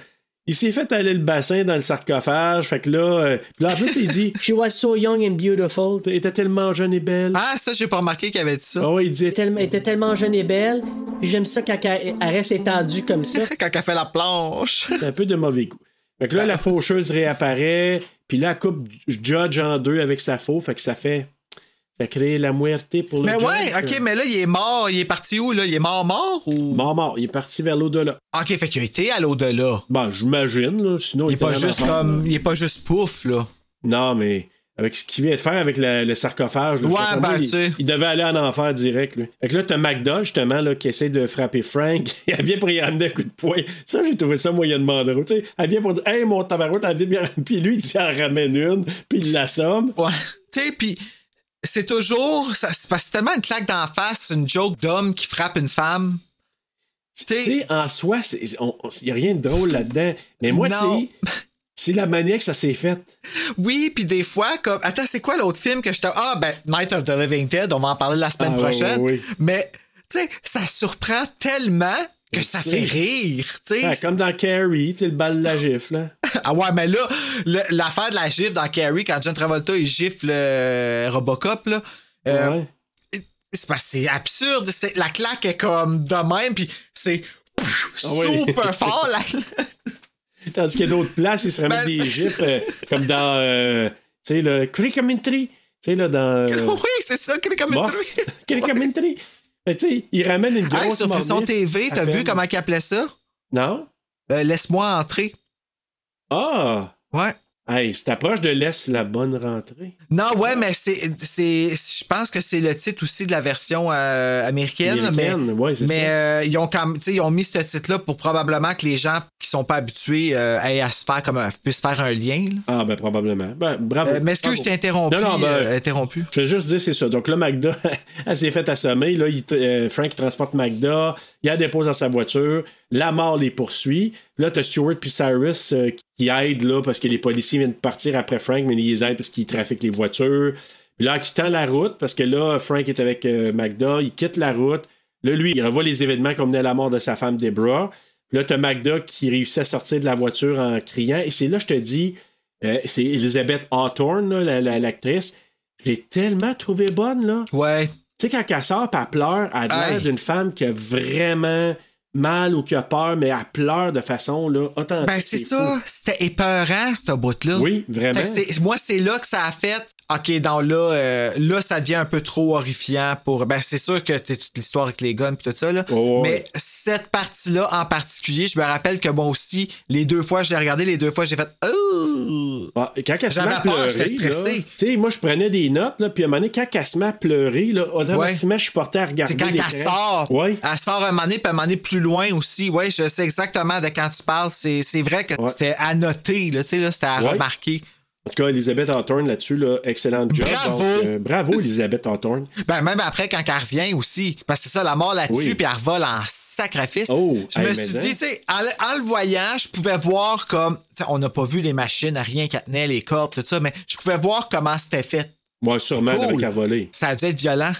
il s'est fait aller le bassin dans le sarcophage. Fait que là, euh, puis là, en plus, il dit <laughs> She was so young and beautiful. Elle était tellement jeune et belle. Ah, ça, j'ai pas remarqué qu'il avait dit ça. Ah ouais, il dit Tellement- Elle était tellement jeune et belle. Puis j'aime ça quand elle, elle reste étendue comme ça. <laughs> Quand elle fait <laughs> la planche. C'est un peu de mauvais goût. Fait que là, la faucheuse réapparaît, puis là, elle coupe Judge en deux avec sa faux, fait que ça fait. Ça crée la muerte pour le Mais Judge. ouais, ok, mais là, il est mort. Il est parti où, là? Il est mort-mort ou. Mort, mort, il est parti vers l'au-delà. Ok, fait qu'il a été à l'au-delà. Bon, j'imagine, là, sinon il, Il est pas était juste vraiment mort. comme. Il est pas juste pouf, là. Non, mais avec ce qu'il vient de faire avec la- le sarcophage, là, Ouais, je sais pas, ben, moi, tu sais. il, il devait aller en enfer direct. Lui. Fait que là, t'as McDo, justement, là, qui essaie de frapper Frank. <laughs> elle vient pour y amener un coup de poing. Ça, j'ai trouvé ça moyennement drôle. Tu sais, elle vient pour dire Hey, mon tabarouette, elle vient. <laughs> Puis lui, il dit, en ramène une, puis il l'assomme. Ouais. <laughs> Tu sais, puis c'est toujours. ça- C'est parce que c'est tellement une claque d'en face, une joke d'homme qui frappe une femme. Tu Tu sais, sais, en soi, il n'y a rien de drôle là-dedans. Mais moi, Non. c'est c'est la manière que ça s'est fait. oui, puis des fois, comme. Attends, c'est quoi l'autre film que je t'ai. Ah, ben, Night of the Living Dead, on va en parler la semaine Ah, ouais, prochaine. ouais, ouais. Mais, tu sais, ça surprend tellement que ça sais. fait rire. Tu sais, Ah, comme dans Carrie, tu sais, le bal de la gifle. hein. là. Ah ouais, mais là, le- l'affaire de la gifle dans Carrie, quand John Travolta il gifle euh, Robocop, là, euh, Ouais. c'est parce que c'est absurde. c'est- la claque est comme de même, puis c'est pff, Ah ouais. <laughs> super fort. la- Tandis qu'il y a d'autres places, ils se remettent Ben, des c'est- gifs euh, comme dans euh, tu sais, le Crickamentry. Tu sais, là, dans. euh, <laughs> oui, c'est ça, c'est comme <laughs> un Moss. truc. Crickamentry. Mais tu sais, ils ramènent une grosse. Hey, sur Frisson marmite, TV, à t'as vu peine. comment ils appelait ça? Non? Euh, Laisse-moi entrer. Ah! Ouais. Hey, c'est approche de laisse la bonne rentrée. Non, ouais, mais c'est. c'est- Je pense que c'est le titre aussi de la version euh, américaine. Américaine, mais ouais, c'est mais ça. euh, ils, ont quand même- tu sais, ils ont mis ce titre-là pour probablement que les gens qui sont pas habitués euh, aient à se faire comme un- puissent faire un lien. là. Ah, ben, probablement. Ben, bravo. Euh, mais est-ce que Bravo. je t'ai interrompu? Non, non, ben, euh, interrompu? Je vais juste dire, c'est ça. Donc là, Magda, <laughs> elle s'est faite assommer. Là, il t- euh, Frank il transporte Magda. Il la dépose dans sa voiture. La mort les poursuit. Là, t'as Stewart puis Cyrus euh, qui aident là, parce que les policiers viennent de partir après Frank, mais ils les aident parce qu'ils trafiquent les voitures. Puis là, en quittant la route, parce que là, Frank est avec euh, Magda, il quitte la route. Là, lui, il revoit les événements qui ont mené à la mort de sa femme Deborah. Puis là, t'as Magda qui réussit à sortir de la voiture en criant. Et c'est là, je te dis, euh, c'est Elizabeth Hawthorne, là, la- la- l'actrice. Je l'ai tellement trouvée bonne, là. Ouais. Tu sais, quand elle sort pis elle pleure, elle a l'air Aïe. d'une femme qui a vraiment mal ou qui a peur, mais elle pleure de façon, là, authentique. Ben, c'est ça. C'était épeurant, ce bout-là. fou. Ah, Oui, vraiment. Fait que c'est- moi, c'est là que ça a fait. OK, dans là, euh, là, ça devient un peu trop horrifiant pour. Ben, c'est sûr que t'es toute l'histoire avec les guns et tout ça, là. Oh, ouais. Mais cette partie-là en particulier, je me rappelle que moi aussi, les deux fois, je l'ai regardé, les deux fois, j'ai fait. Oh! Ah, et quand elle se J'avais met à peur, pleurer, j'étais là, stressé. tu sais, moi, je prenais des notes, là, puis à un moment donné, quand elle se met à pleurer, là, automatiquement, je suis porté à regarder C'est quand l'écran. elle sort. Ouais. Elle sort un moment donné, puis un moment donné plus loin aussi. Oui, je sais exactement de quand tu parles. C'est c'est vrai que Ouais. c'était à noter, là, tu sais, là, c'était à Ouais. remarquer. En tout cas, Elisabeth Hawthorne, là-dessus, là, excellent job. Bravo. Donc, euh, bravo, Elisabeth Hawthorne. Ben, même après, quand elle revient aussi. Parce que c'est ça, la mort la tue, Oui. puis elle revole en sacrifice. Oh, je hey, me mais suis hein. dit, tu sais, en, le- en le voyant, je pouvais voir comme. tu sais, on n'a pas vu les machines, rien qu'elle tenait, les cordes, tout ça, mais je pouvais voir comment c'était fait. Moi, sûrement, Cool. avec la volée. Ça a dû être violent.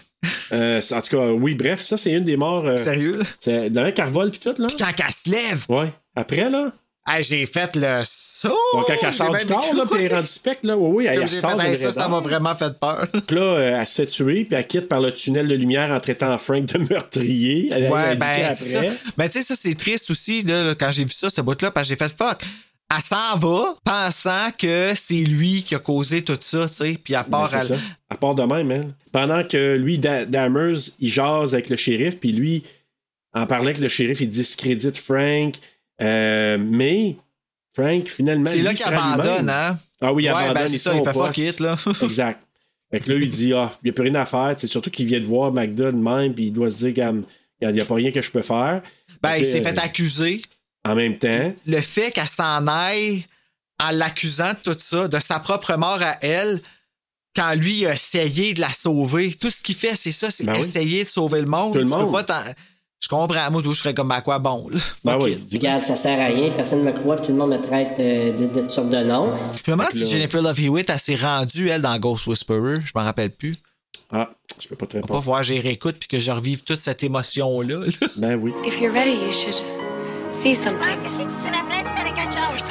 Euh, en tout cas, oui, bref, ça, c'est une des morts. euh, <laughs> Sérieux, là? c'est- Dans la carvole, puis tout, là. Puis quand elle se lève, Ouais. Après, là. hey, j'ai fait le saut. Bon, quand elle j'ai sort du même- corps, là, puis elle est rendue spec, là, oui, oui, elle, Comme elle j'ai sort fait, d'une hey, ça, ça raideur. m'a vraiment fait peur. Donc là, euh, elle se fait tuer, puis elle quitte par le tunnel de lumière en traitant Frank de meurtrier. Elle elle a Ouais, dit ben, c'est ça. qu'après. Ben, tu sais, ça, c'est triste aussi, là, là, quand j'ai vu ça, ce bout-là, parce que j'ai fait fuck. Elle s'en va, pensant que c'est lui qui a causé tout ça, tu sais, puis à Ben, part c'est ça. elle. À part de même, hein. Pendant que lui, Da- Dammers, il jase avec le shérif, puis lui, en parlant avec le shérif, il discrédite Frank. Euh, mais Frank, finalement, C'est là lui qu'il se rallume. abandonne, hein? Ah oui, il Ouais, abandonne. ben, c'est il ça, se met il au fait poste. fuck it, là. <laughs> <laughs> exact. Fait que là, il dit, ah, il n'y a plus rien à faire. C'est surtout qu'il vient de voir Magda de même, puis il doit se dire, Gamme, il n'y a pas rien que je peux faire. Ben, Fait il que, s'est fait euh, accuser. En même temps. Le fait qu'elle s'en aille en l'accusant de tout ça, de sa propre mort à elle, quand lui il a essayé de la sauver. Tout ce qu'il fait, c'est ça, c'est Ben oui. essayer de sauver le monde. Tout le Tu peux monde. pas t'en- Je comprends, moi, d'où je serais comme à quoi bon, là. Ben oui. <laughs> Regarde, ça sert à rien, personne ne me croit, puis tout le monde me traite euh, de, de toutes sortes de noms. Je me demande Fait que si là- Jennifer Love Hewitt, elle s'est rendue, elle, dans Ghost Whisperer. Je m'en rappelle plus. Ah, je peux pas te On va pas répondre. voir, j'ai réécoute puis que je revive toute cette émotion-là. <laughs> là. Ben oui. If you're ready, you should see Je pense que si tu serais prêt, tu ferais quelque chose.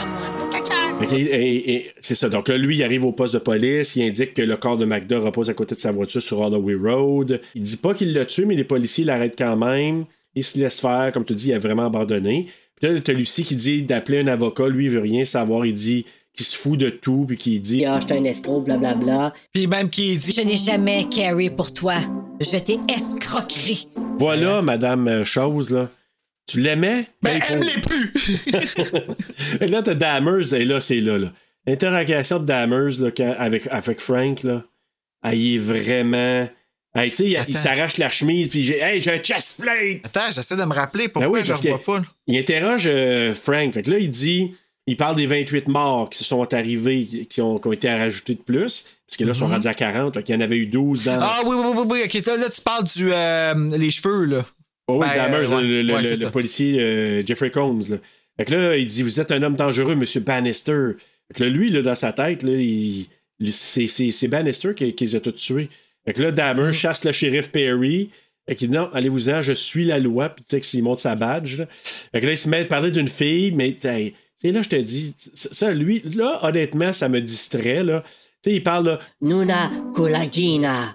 Ou quelqu'un. Fait que, et- et- c'est ça. Donc là, lui, il arrive au poste de police. Il indique que le corps de Magda repose à côté de sa voiture sur Holloway Road. Il dit pas qu'il l'a tué, mais les policiers l'arrêtent quand même. Il se laisse faire. Comme tu dis, il a vraiment abandonné. Puis là, t'as Lucie qui dit d'appeler un avocat. Lui, il veut rien savoir. Il dit qu'il se fout de tout, puis qu'il dit... Ah, j'étais un escroc, blablabla. Puis même qui dit Je n'ai jamais carry pour toi. Je t'ai escroquerie. Voilà, Madame euh, Chose, là. Tu l'aimais? Ben, elle me plus! et là, t'as Dammers, et là, c'est là, là. L'interaction de Dammers là, quand- avec, avec Frank, là, elle il est vraiment... Hey, tu sais, il, il s'arrache la chemise, puis j'ai... Hey, j'ai un chest plate! <laughs> Attends, j'essaie de me rappeler pourquoi Ben oui, je parce revois que pas. là. Il interroge euh, Frank. Fait que là, il dit... Il parle des 28 morts qui se sont arrivés, qui ont, qui ont été rajoutés de plus, parce que là, ils sont Mhm. rendus à 40, fait qu'il y en avait eu 12 dans... Ah oui, oui, oui, oui, oui. OK, là, là, tu parles du euh, les cheveux, là. Oh, oui, Ben, Dahmer, euh, ouais, le, le- ouais, le- c'est le ça. policier euh, Jeffrey Combs. Là. Fait que là, il dit Vous êtes un homme dangereux, monsieur Bannister. Fait que là, lui, là, dans sa tête, là, il- lui, c'est, c'est- c'est Bannister qui, qui les a tous tués. Fait que là, Dahmer Mhm. chasse le shérif Perry. Fait qu'il dit Non, allez-vous-en, je suis la loi. Puis tu sais, que s'il monte sa badge. Là. Fait que là, il se met à parler d'une fille, mais t'sais, c'est là, je te dis ça, ça, lui, là, honnêtement, ça me distrait. Là. Tu sais, il parle là, Nuna Kulagina,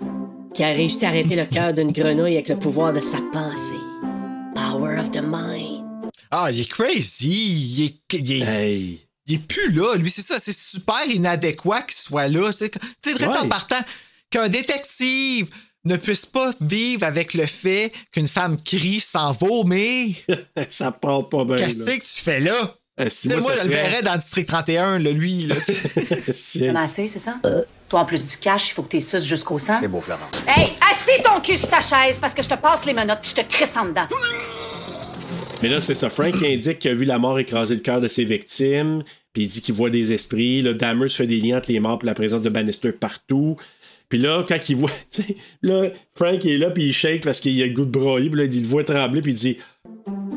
qui a réussi à arrêter le cœur d'une grenouille avec le pouvoir de sa pensée. Power of the mind. Ah, il est crazy. Il est, il est, Hey. <laughs> il est plus là, lui. C'est ça, c'est super inadéquat qu'il soit là. C'est c'est vrai Ouais. en partant qu'un détective ne puisse pas vivre avec le fait qu'une femme crie sans vomir. Ça parle pas bien. là. Qu'est-ce que tu fais là? Euh, si Tu sais, moi, moi, ça je le serait- verrais dans le district 31, là, lui. Là, tu <laughs> sais. Si- Amassé, c'est ça? Toi, en plus du cash, il faut que t'es suces jusqu'au sang. beau, Florence. Hey, assis ton cul sur ta chaise parce que je te passe les menottes puis je te crisse en dedans. Mais là, c'est ça. Frank qui indique qu'il a vu la mort écraser le cœur de ses victimes. Puis il dit qu'il voit des esprits. Là, Dahmer se fait des liens entre les morts et la présence de Bannister partout. Puis là, quand il voit, <laughs> tu sais, là, Frank est là, puis il shake parce qu'il a le goût de broyer. Puis là, il le voit trembler, puis il dit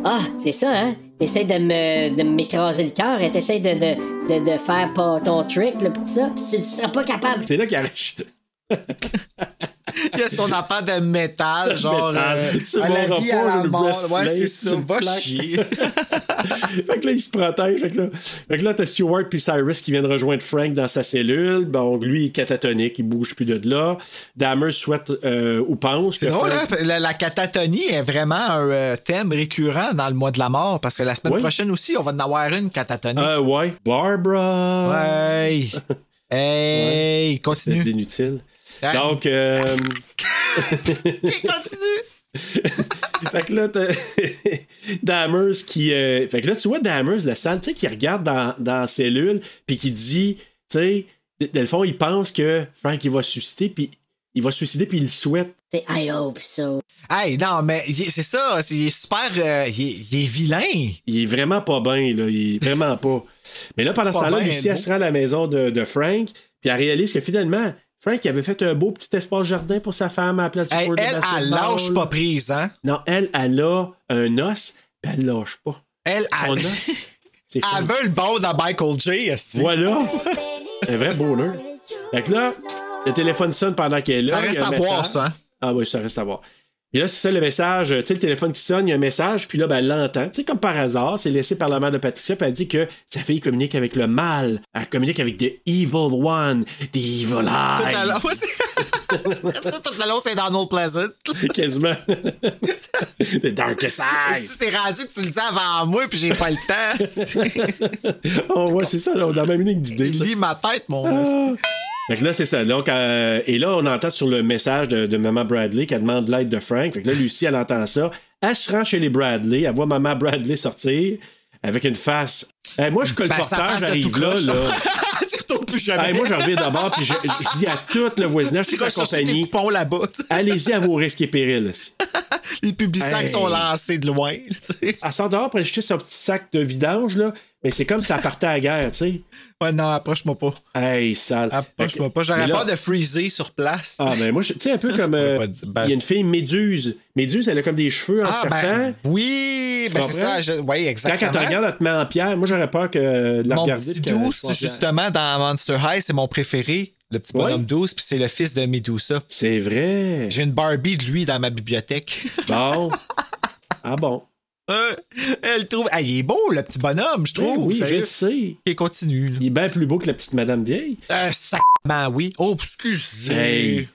Ah, c'est ça, hein? T'essayes de me- de m'écraser le cœur et t'essayes de, de, de, de faire pas ton trick, là, pis tout ça. Tu tu seras pas capable. C'est là qu'il arrache. <laughs> Il y a son affaire de métal, De genre. métal. euh, Tu à la mourras vie, pas, à j'ai la le mort. breastplate, Ouais, c'est ça. tu me Va plaques. <laughs> chier. <laughs> Fait que là, il se protège. Fait que là, fait que là, t'as Stewart puis Cyrus qui viennent rejoindre Frank dans sa cellule. Bon, lui, il est catatonique, il bouge plus de là. Dahmer souhaite euh, ou pense. C'est que drôle, Frank- hein? La, la catatonie est vraiment un euh, thème récurrent dans le mois de la mort, parce que la semaine Oui. prochaine aussi, on va en avoir une catatonie. Euh, ouais. Barbara. <laughs> Ouais. Hey, C'est continue. inutile. Ah. Donc, euh, <laughs> continue. fait que là, t'as <laughs> Dammers qui. euh, Fait que là, tu vois Dammers, le sale, tu sais, qui regarde dans, dans la cellule, puis qui dit, tu sais, d- dans le fond, il pense que Frank, il va se suicider, puis il va se suicider, puis il le souhaite. C'est I oh, hope so. Hey, non, mais il est- c'est ça, c'est- il est super. euh, il, est, il est vilain. Il est vraiment pas bien, là. Il est vraiment pas. Mais là, pendant ce Pas temps-là, ben, Lucie, elle beau. se rend à la maison de, de Frank, puis elle réalise que finalement, Frank il avait fait un beau petit espace jardin pour sa femme à la place du Hey, court de elle, elle basketball. lâche pas prise, hein? Non, elle, elle a un os, puis elle lâche pas. Elle, Son elle. os, <laughs> c'est Elle fou. veut le bon dans Michael J. esti. Voilà. Un vrai bonheur. Fait que là, le téléphone sonne pendant qu'elle est là. Ça reste il y a un à voir, message. ça, hein? Ah oui, ça reste à voir. Et là, c'est ça le message. euh, Tu sais, le téléphone qui sonne, il y a un message, puis là, ben, elle l'entend. Tu sais, comme par hasard, c'est laissé par la mère de Patricia, puis elle dit que sa fille communique avec le mal. Elle communique avec The Evil One, The Evil Tout à l'heure. Eyes. <laughs> Tout le long, c'est Donald Pleasant. <laughs> <laughs> Quasiment. the Darkest Si Eyes. c'est rendu que tu le dis avant moi, puis j'ai pas le temps. On voit, Oh, c'est ça, là, on a même une ligne d'idée. Il ça. lit ma tête, mon Ah. Fait que là, c'est ça. Donc, euh, et là, on entend sur le message de, de Maman Bradley qu'elle demande l'aide de Frank. Fait que là, Lucie, elle entend ça. Elle se rend chez les Bradley. Elle voit Maman Bradley sortir avec une face Hey, moi, je colle Ben, le sa portage, face de tout j'arrive Ah. là. croche. là. <laughs> tu retournes plus jamais. Hey, moi, j'en reviens d'abord, puis je, je- je dis à tout le voisinage, Tu toute vas la chercher compagnie. Ah. tes coupons là-bas. tu sais. Allez-y à vos risques et périls. Les publics sacs Hey. sont lancés de loin. tu sais. Elle sort dehors pour aller jeter son petit sac de vidange, là. Mais c'est comme si elle partait à la guerre, tu sais. Ouais, non, approche-moi pas. Hey, sale. Approche-moi Ah, pas. Mais J'aurais là- peur de freezer sur place. <laughs> Ah, ben moi, je- tu sais, un peu comme. euh, Il y a une fille, Méduse. Méduse, elle a comme des cheveux en Ah, serpent. ben oui, Tu ben comprends? c'est ça. je- Oui, Quand elle te exactement. regarde, elle te met en pierre. Moi, j'aurais peur que euh, de la Mon regarder. petit puis qu'elle douce, soit en pierre. justement, dans Monster High, c'est mon préféré. Le petit Ouais. bonhomme douce, puis c'est le fils de Medusa. C'est <laughs> vrai. J'ai une Barbie de lui dans <laughs> ma bibliothèque. Bon. ah bon. Euh, elle trouve. Ah, il est beau, le petit bonhomme, je trouve. Eh oui, Oh, sérieux. je sais. Il continue. là. Il est bien plus beau que la petite Madame Vieille. Euh, sacrement, oui. Oh, excusez. Hey.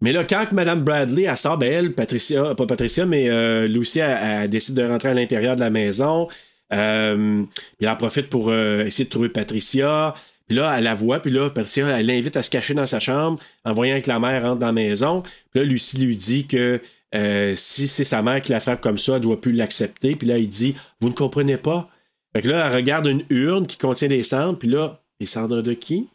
Mais là, quand que Madame Bradley, elle sort, ben elle, Patricia, pas Patricia, mais euh, Lucy, elle, elle décide de rentrer à l'intérieur de la maison. Euh, puis elle en profite pour euh, essayer de trouver Patricia. Puis là, elle la voit, puis là, Patricia, elle l'invite à se cacher dans sa chambre en voyant que la mère rentre dans la maison. Puis là, Lucie lui dit que euh, si c'est sa mère qui la frappe comme ça, elle doit plus l'accepter. Puis là, il dit Vous ne comprenez pas. Fait que là, elle regarde une urne qui contient des cendres, puis là, les cendres de <gasps> qui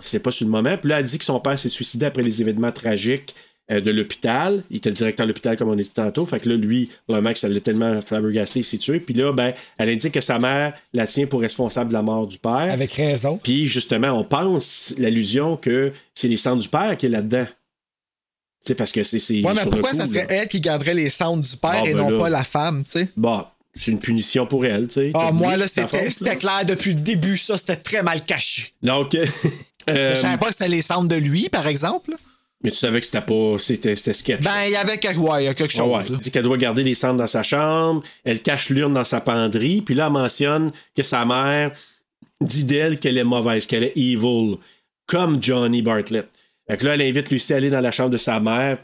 c'est pas sur le moment. Puis là, elle dit que son père s'est suicidé après les événements tragiques euh, de l'hôpital. Il était directeur de l'hôpital, comme on a dit tantôt. Fait que là, lui, le mec, ça l'a tellement flabbergasté, il s'est tué. Puis là, ben, elle indique que sa mère la tient pour responsable de la mort du père. Avec raison. Puis justement, on pense l'allusion que c'est les cendres du père qui est là-dedans. C'est parce que c'est. c'est Ouais, mais sur le pourquoi coup, ça serait là. elle qui garderait les cendres du père Ah, et ben non là. pas la femme, tu sais? Bon, Bah, c'est une punition pour elle, tu sais. Ah, T'as moi, oublié, là, c'est ta c'était faute, là. c'était clair depuis le début, ça. C'était très mal caché. Donc. <laughs> euh, Je savais pas que c'était les cendres de lui, par exemple. mais tu savais que c'était pas. C'était c'était sketch. Ben, il y avait quelque, ouais, il y a quelque Ah chose. ouais. Elle dit qu'elle doit garder les cendres dans sa chambre, elle cache l'urne dans sa penderie, puis là, elle mentionne que sa mère dit d'elle qu'elle est mauvaise, qu'elle est evil, comme Johnny Bartlett. Fait que là, elle invite Lucie à aller dans la chambre de sa mère,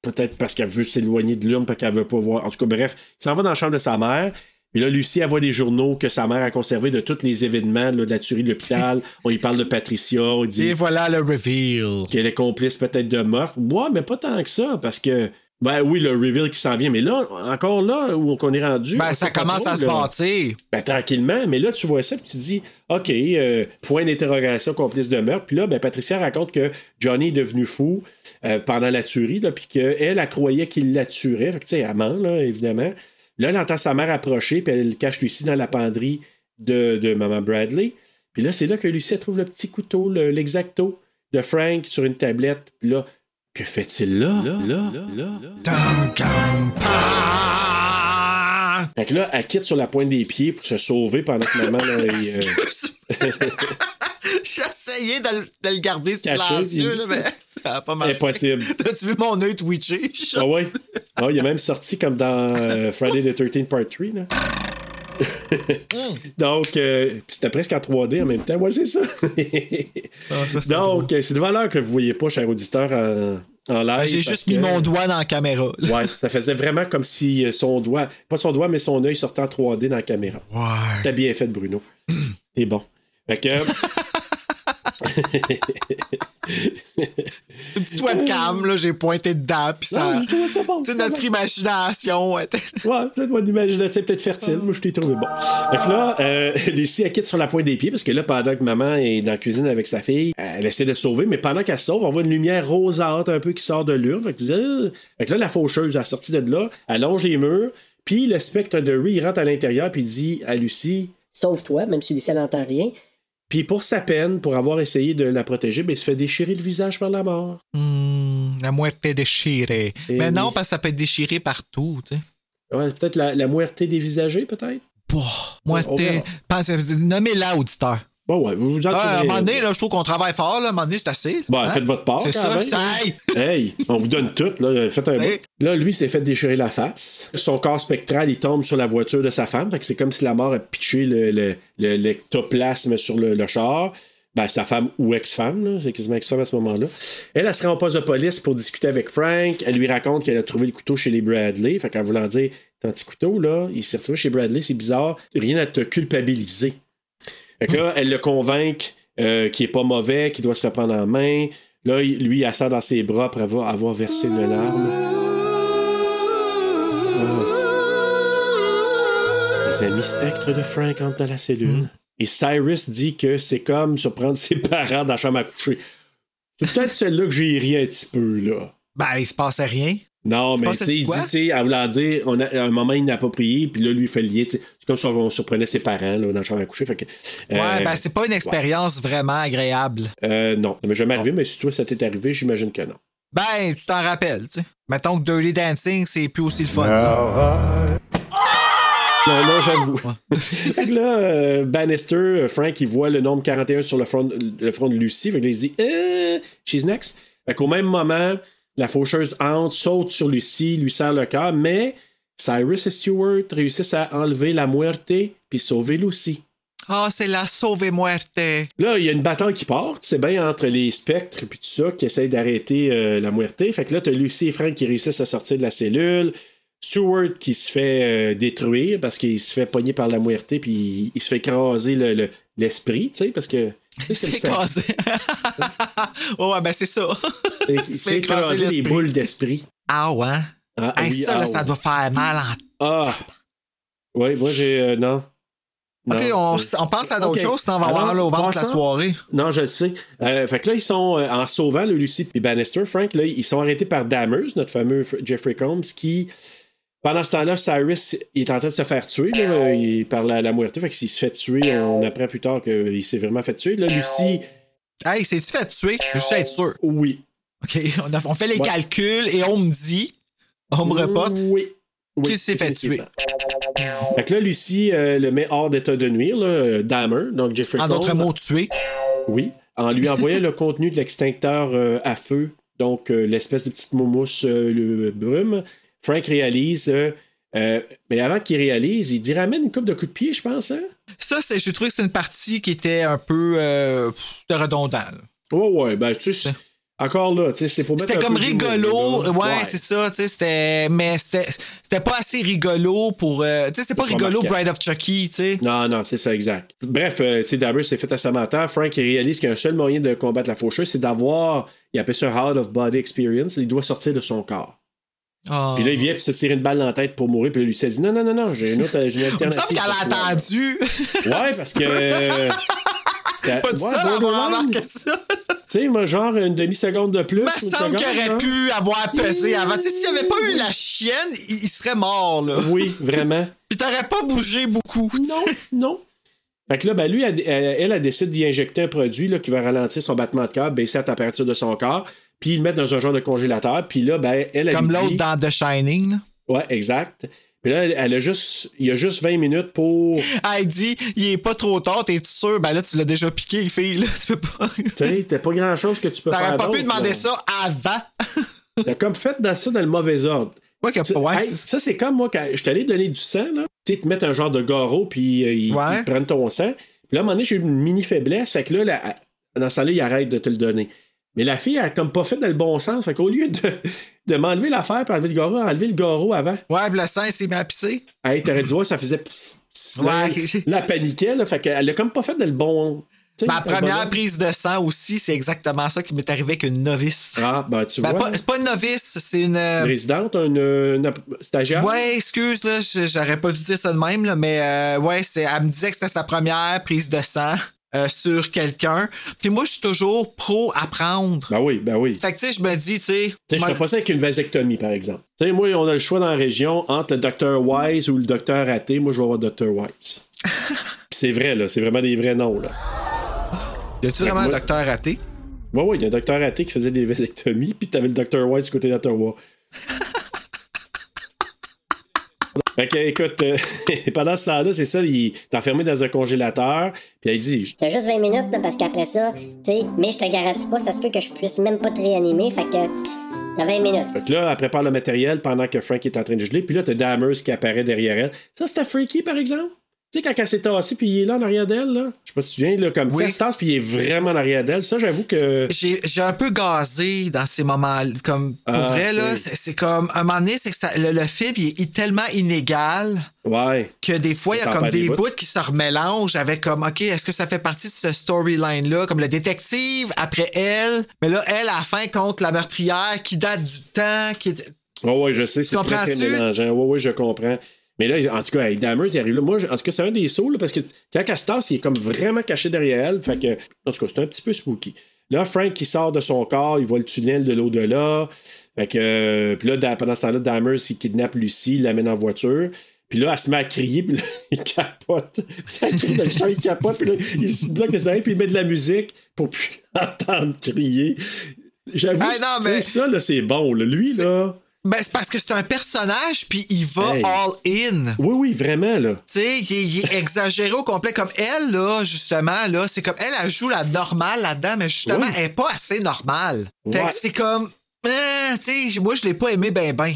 peut-être parce qu'elle veut s'éloigner de l'urne, parce qu'elle veut pas voir. En tout cas, bref, il s'en va dans la chambre de sa mère. Puis là, Lucie, elle voit des journaux que sa mère a conservés de tous les événements, là, de la tuerie de <laughs> l'hôpital. on y parle de Patricia, on dit Et voilà le reveal. qu'elle est complice peut-être de meurtre. Ouais, mais pas tant que ça, parce que. Ben oui, le reveal qui s'en vient, mais là, encore là où on est rendu. on Ben, sait ça pas commence trop, à se là. bâtir. Ben, tranquillement, mais là, tu vois ça, puis tu dis, OK, euh, point d'interrogation, complice de meurtre. Puis là, ben, Patricia raconte que Johnny est devenu fou euh, pendant la tuerie, là, puis qu'elle, elle elle croyait qu'il la tuerait. Fait que, tu sais, elle ment, là, évidemment. Là, elle entend sa mère approcher, puis elle cache Lucie dans la penderie de, de Maman Bradley. Puis là, c'est là que Lucie elle trouve le petit couteau, le- l'exacto de Frank sur une tablette. Puis là, que fait-il là, là, là, là, là. Fait que là, elle quitte sur la pointe des pieds pour se sauver pendant que maman là, est, euh, <laughs> J'essayais de, le- de le garder Caché, silencieux, il- là, mais ça n'a pas marché. impossible. <laughs> T'as-tu vu mon œil <laughs> twitcher? Ah ouais? Ah, il est même sorti comme dans euh, Friday the 13th Part 3. Là. Hmm. Donc, euh, puis c'était presque en 3D en même temps. Ouais, c'est ça. Donc, euh, c'est de valeur que vous voyez pas, cher auditeur, en, en live. Ben, J'ai parce juste que- mis mon doigt dans la caméra. là. Ouais, ça faisait vraiment comme si euh, son doigt, pas son doigt, mais son œil sortait en 3D dans la caméra. Ouais. T'as bien fait, <clears throat> Bruno. T'es bon. Fait que. euh, Une petite webcam, là, j'ai pointé dedans, puis ça... Ah, je trouvais ça bon. C'est notre imagination. ouais. Ouais, peut-être mon imagination est peut-être fertile. Moi, je t'ai trouvé bon. Donc là, euh, <laughs> Lucie, elle quitte sur la pointe des pieds parce que là, pendant que maman est dans la cuisine avec sa fille, elle essaie de le sauver, mais pendant qu'elle se sauve, on voit une lumière rosâtre un peu qui sort de l'urne. Fait que, tu dis, Ah! Fait que là, la faucheuse, elle est sortie de là, elle longe les murs, puis le spectre de Rue, il rentre à l'intérieur, puis il dit à Lucie, Sauve-toi, même si Lucie elle n'entend rien. puis pour sa peine, pour avoir essayé de la protéger, ben, il se fait déchirer le visage par la mort. Hmm, la moitié déchirée. Eh mais non, oui. parce que ça peut être déchiré partout, tu sais. Ouais, peut-être la, la moitié dévisagée, peut-être? Pouah, On verra. moitié... Pense- Nommez-la, auditeur. Bon, ouais, vous vous en Ah, à un trouverez- moment donné, là, je trouve qu'on travaille fort. Là, à un moment donné, c'est assez. Bon, Ben, Hein? Bah, faites votre part. C'est quand ça, même. ça. Hey! <laughs> Hey, on vous donne tout, là. Faites un Hey. bon. Là, lui s'est fait déchirer la face. Son corps spectral, il tombe sur la voiture de sa femme. Fait que c'est comme si la mort a pitché le- le- le- l'ectoplasme sur le, le char. Ben, sa femme ou ex-femme, là. c'est quasiment ex-femme à ce moment-là. Elle, elle se rend au poste de police pour discuter avec Frank. Elle lui raconte qu'elle a trouvé le couteau chez les Bradley. Fait qu'en voulant dire, ton petit couteau, là, il s'est retrouvé chez Bradley, c'est bizarre. Rien à te culpabiliser. Fait que là, elle le convainc euh, qu'il est pas mauvais, qu'il doit se reprendre en main. Là, il- lui, il serre dans ses bras après avoir, avoir versé une larme. Ah. Les amis spectres de Frank entrent dans la cellule. Hmm. Et Cyrus dit que c'est comme surprendre ses parents dans la chambre à coucher. C'est peut-être celle-là que j'ai ri un petit peu, là. Ben, il se passait rien. Non, Tu mais pensais tu sais, il dit, quoi? tu sais, à vouloir dire, on a, à un moment inapproprié, puis là, lui, il fait le lien. tu sais. C'est comme si on surprenait ses parents, là, dans la chambre à coucher. Fait que, Ouais, euh, ben, c'est pas une ouais. expérience vraiment agréable. Euh, non, ça m'est jamais arrivé, mais si toi, ça t'est arrivé, j'imagine que non. Ben, tu t'en rappelles, tu sais. Mettons que Dirty Dancing, c'est plus aussi le fun. là. Non, non, j'avoue. <laughs> Fait que là, euh, Bannister, euh, Frank, il voit le nombre 41 sur le front, le front de Lucie. Fait que là, il se dit, euh, she's next. Fait qu'au même moment, la faucheuse entre, saute sur Lucie, lui serre le cœur, mais Cyrus et Stewart réussissent à enlever la muerte puis sauver Lucie. Ah, c'est la sauve muerte. Là, il y a une bataille qui part, c'est bien entre les spectres puis tout ça qui essayent d'arrêter euh, la muerte. Fait que là, t'as Lucie et Frank qui réussissent à sortir de la cellule. Stewart qui se fait euh, détruire parce qu'il se fait pogner par la muerte puis il, il se fait écraser le- le- l'esprit, tu sais, parce que. tu sais, <laughs> C'est le fait sang. écraser. ouais, ben, c'est ça. C'est- Il se fait écraser les l'esprit. boules d'esprit. Ah, ouais. Ah, Hey, oui, ça, là, ah, ça oui. doit faire mal en Ah! Oui, moi j'ai. euh, non. Ok, Non. on, s- on pense à d'autres Ok. choses, sinon on va Alors, avoir mal au ventre la passons- soirée. Non, je le sais. Euh, fait que là, ils sont, euh, en sauvant le Lucy et Bannister, Frank, là, ils sont arrêtés par Dammers, notre fameux F- Jeffrey Combs, qui, pendant ce temps-là, Cyrus il est en train de se faire tuer là, euh, il- par la, la muerte. Fait que s'il se fait tuer, on apprend plus tard qu'il s'est vraiment fait tuer. Là, Lucy, Hey, c'est-tu fait tuer? Je sais être sûr. oui. OK, on, a- on fait les Ouais. Mmh. calculs et on me dit, on me reporte, Oui. Oui, qui s'est fait tuer? définitivement. Fait que là, Lucy euh, le met hors d'état de nuire, là, euh, Dahmer, donc Jeffrey En Combs. d'autres mots, tuer. Oui, en lui envoyant le contenu de l'extincteur euh, à feu, donc euh, l'espèce de petite moumousse euh, le brume. Frank réalise, euh, euh, mais avant qu'il réalise, il dit ramène une coupe de coups de pied, je pense. Hein? Ça, c'est- j'ai trouvé que c'est une partie qui était un peu euh, pff, c'était redondant. là. Ouais, ouais, ben tu sais, c'est- encore là, tu sais, c'est pour mettre. C'était un comme peu d'humour, rigolo. là. Ouais, c'est ça, tu sais, c'était. Mais c'était c'était pas assez rigolo pour. euh, tu sais, c'était pas C'est rigolo remarquable. Bride of Chucky, tu sais. Non, non, c'est ça, exact. Bref, euh, tu sais, Dabber s'est fait à sa menteur. Frank il réalise qu'il y a un seul moyen de combattre la faucheuse, c'est d'avoir, il appelle ça out of body experience, il doit sortir de son corps. Ah. Puis là, il vient pour se tirer une balle dans la tête pour mourir. Puis là, Lucie, elle dit Non, non, non, non, j'ai une autre j'ai une Il me semble alternative. qu'elle pour a toi. attendu. <laughs> Ouais, parce que. euh, c'était- Pas de ouais, ça, là, avant borderline. avant Tu que ça. sais, moi, genre une demi-seconde de plus. Il me ou une semble qu'il seconde, aurait hein. pu avoir pesé avant. Tu sais, s'il avait pas eu la chienne, il il serait mort, là. Oui, <laughs> vraiment. Puis t'aurais pas bougé beaucoup. Non, non. Fait que là, ben, lui, elle, elle, elle, elle décide d'y injecter un produit là, qui va ralentir son battement de cœur, baisser la température de son corps, puis il le mettre dans un genre de congélateur. Puis là, ben, elle, elle Comme lui l'autre dit- dans The Shining. là. Ouais, exact. Puis là, elle, elle a juste. Il y a juste 20 minutes pour. Ah, Elle dit, il est pas trop tard, t'es-tu sûr? Ben là, tu l'as déjà piqué, fille, là. <laughs> Tu peux pas. Tu <laughs> sais, t'as pas grand chose que tu peux faire. T'aurais pas pu d'autre, demander là. ça <laughs> avant. T'as comme fait dans ça dans le mauvais ordre. Ouais, que- Ça, ouais, hey, c'est- ça, c'est comme moi, quand je t'allais donner du sang, là. Tu sais, te mettre un genre de garrot, puis euh, ils, Ouais. ils prennent ton sang. Puis là, à un moment donné, j'ai eu une mini faiblesse. Fait que là, la- dans ce temps-là, ils arrêtent de te le donner. Mais la fille, elle a comme pas fait dans le bon sens. Fait qu'au lieu de, <laughs> de m'enlever l'affaire pour enlever le garrot, enlever le garrot avant. ouais, puis le sang, il s'est mis à pisser. Hey, t'aurais dû voir, ça faisait pss, pss, là, Ouais. <laughs> là, elle paniquait, là. Fait qu'elle a comme pas fait dans le bon. tu sais, Ma dans le bon première ordre. prise de sang aussi, c'est exactement ça qui m'est arrivé avec une novice. Ah, ben, tu Ben, vois. pas- c'est pas une novice, c'est une. euh, Une résidente, une, une stagiaire. Ouais, excuse, là, j- j'aurais pas dû dire ça de même, là, mais euh, ouais, c'est, elle me disait que c'était sa première prise de sang euh, sur quelqu'un. Puis moi, je suis toujours pro apprendre. Ben oui, ben oui. Fait que, tu sais, je me dis, tu sais. Tu sais, je moi- te pas ça avec une vasectomie, par exemple. Tu sais, moi, on a le choix dans la région entre le docteur Wise ou le docteur athée. Moi, je vais avoir docteur Wise. Puis c'est vrai, là. C'est vraiment des vrais noms, là. Y a-tu vraiment un docteur athée? Ouais, ouais, il y a un docteur athée qui faisait des vasectomies, puis t'avais le docteur Wise du côté d'Ottawa. Fait que, écoute, euh, <laughs> pendant ce temps-là, c'est ça, il est enfermé dans un congélateur, puis elle dit, T'as juste 20 minutes, là, parce qu'après ça, tu sais, mais je te garantis pas, ça se peut que je puisse même pas te réanimer, fait que t'as 20 minutes. Fait que là, elle prépare le matériel pendant que Frank est en train de geler. Puis là, t'as Dammers qui apparaît derrière elle. Ça, c'était Freaky, par exemple. Tu sais, quand elle s'est tassée, puis il est là en arrière d'elle, là. Je sais pas si tu te souviens, là, comme ça, Oui. elle se tasse, puis il est vraiment en arrière d'elle. Ça, j'avoue que. J'ai, j'ai un peu gazé dans ces moments comme pour Ah, vrai là ok. c'est, c'est comme à un moment donné c'est que ça- le, le film il est- il est tellement inégal Ouais. que des fois, il y Ça a t'en comme perd des des bouts. bouts qui se remélangent avec comme, OK, est-ce que ça fait partie de ce storyline-là? Comme le détective après elle, mais là, elle, à la fin, contre la meurtrière qui date du temps, qui est- Ouais, ouais, je sais, c'est très, très Comprends-tu? mélangeant. Ouais, ouais, je comprends. Mais là, en tout cas, avec Dahmer, il arrive là. Moi, je- en tout cas, c'est un des sauts, là, parce que quand elle se tasse, il est comme vraiment caché derrière elle. Fait que, en tout cas, c'est un petit peu spooky. Là, Frank, il sort de son corps, il voit le tunnel de l'au-delà. Fait que, euh, puis là, da- pendant ce temps-là, Dahmer, il kidnappe Lucie, il l'amène en voiture. Puis là, elle se met à crier, puis là, <laughs> il capote. Ça crie dans le champ, il capote, puis là, il se bloque les oreilles, puis il met de la musique pour plus <laughs> l'entendre crier. J'avoue, Hey, non, tu sais, mais- ça, là, c'est bon. là. Lui, là. Ben, c'est parce que c'est un personnage, puis il va Hey. all in. Oui, oui, vraiment, là. Tu sais, il, est- il est exagéré au complet. Comme elle, là, justement, là, c'est comme elle, elle joue la normale là-dedans, mais justement, Oui. elle est pas assez normale. Fait Ouais. que c'est comme, euh, tu sais, moi, je l'ai pas aimé ben ben.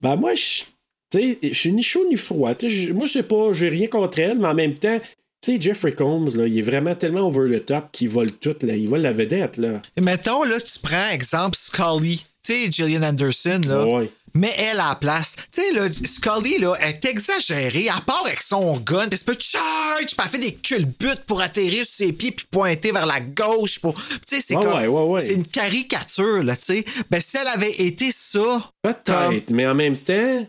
Ben moi, je tu sais, je suis ni chaud ni froid. Tu sais, je- moi, je sais pas, j'ai rien contre elle, mais en même temps, tu sais, Jeffrey Combs, là, il est vraiment tellement over the top qu'il vole tout, là. Il vole la vedette, là. Mettons, là, tu prends exemple Scully. Tu sais, Gillian Anderson, là. Ouais. Mais elle à la place. Tu sais, là, Scully, là, elle est exagérée. À part avec son gun, elle se peut charge, puis elle fait des culbutes pour atterrir sur ses pieds, puis pointer vers la gauche. Pour... Tu sais, c'est Ouais, comme. ouais, ouais, ouais. C'est une caricature, là, tu sais. Ben, si elle avait été ça. comme- Peut-être, mais en même temps,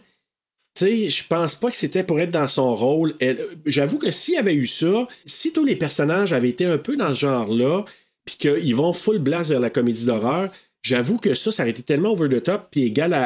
tu sais, je pense pas que c'était pour être dans son rôle. Elle- J'avoue que s'il y avait eu ça, si tous les personnages avaient été un peu dans ce genre-là, puis qu'ils vont full blast vers la comédie d'horreur, j'avoue que ça, ça aurait été tellement over the top, puis égal à,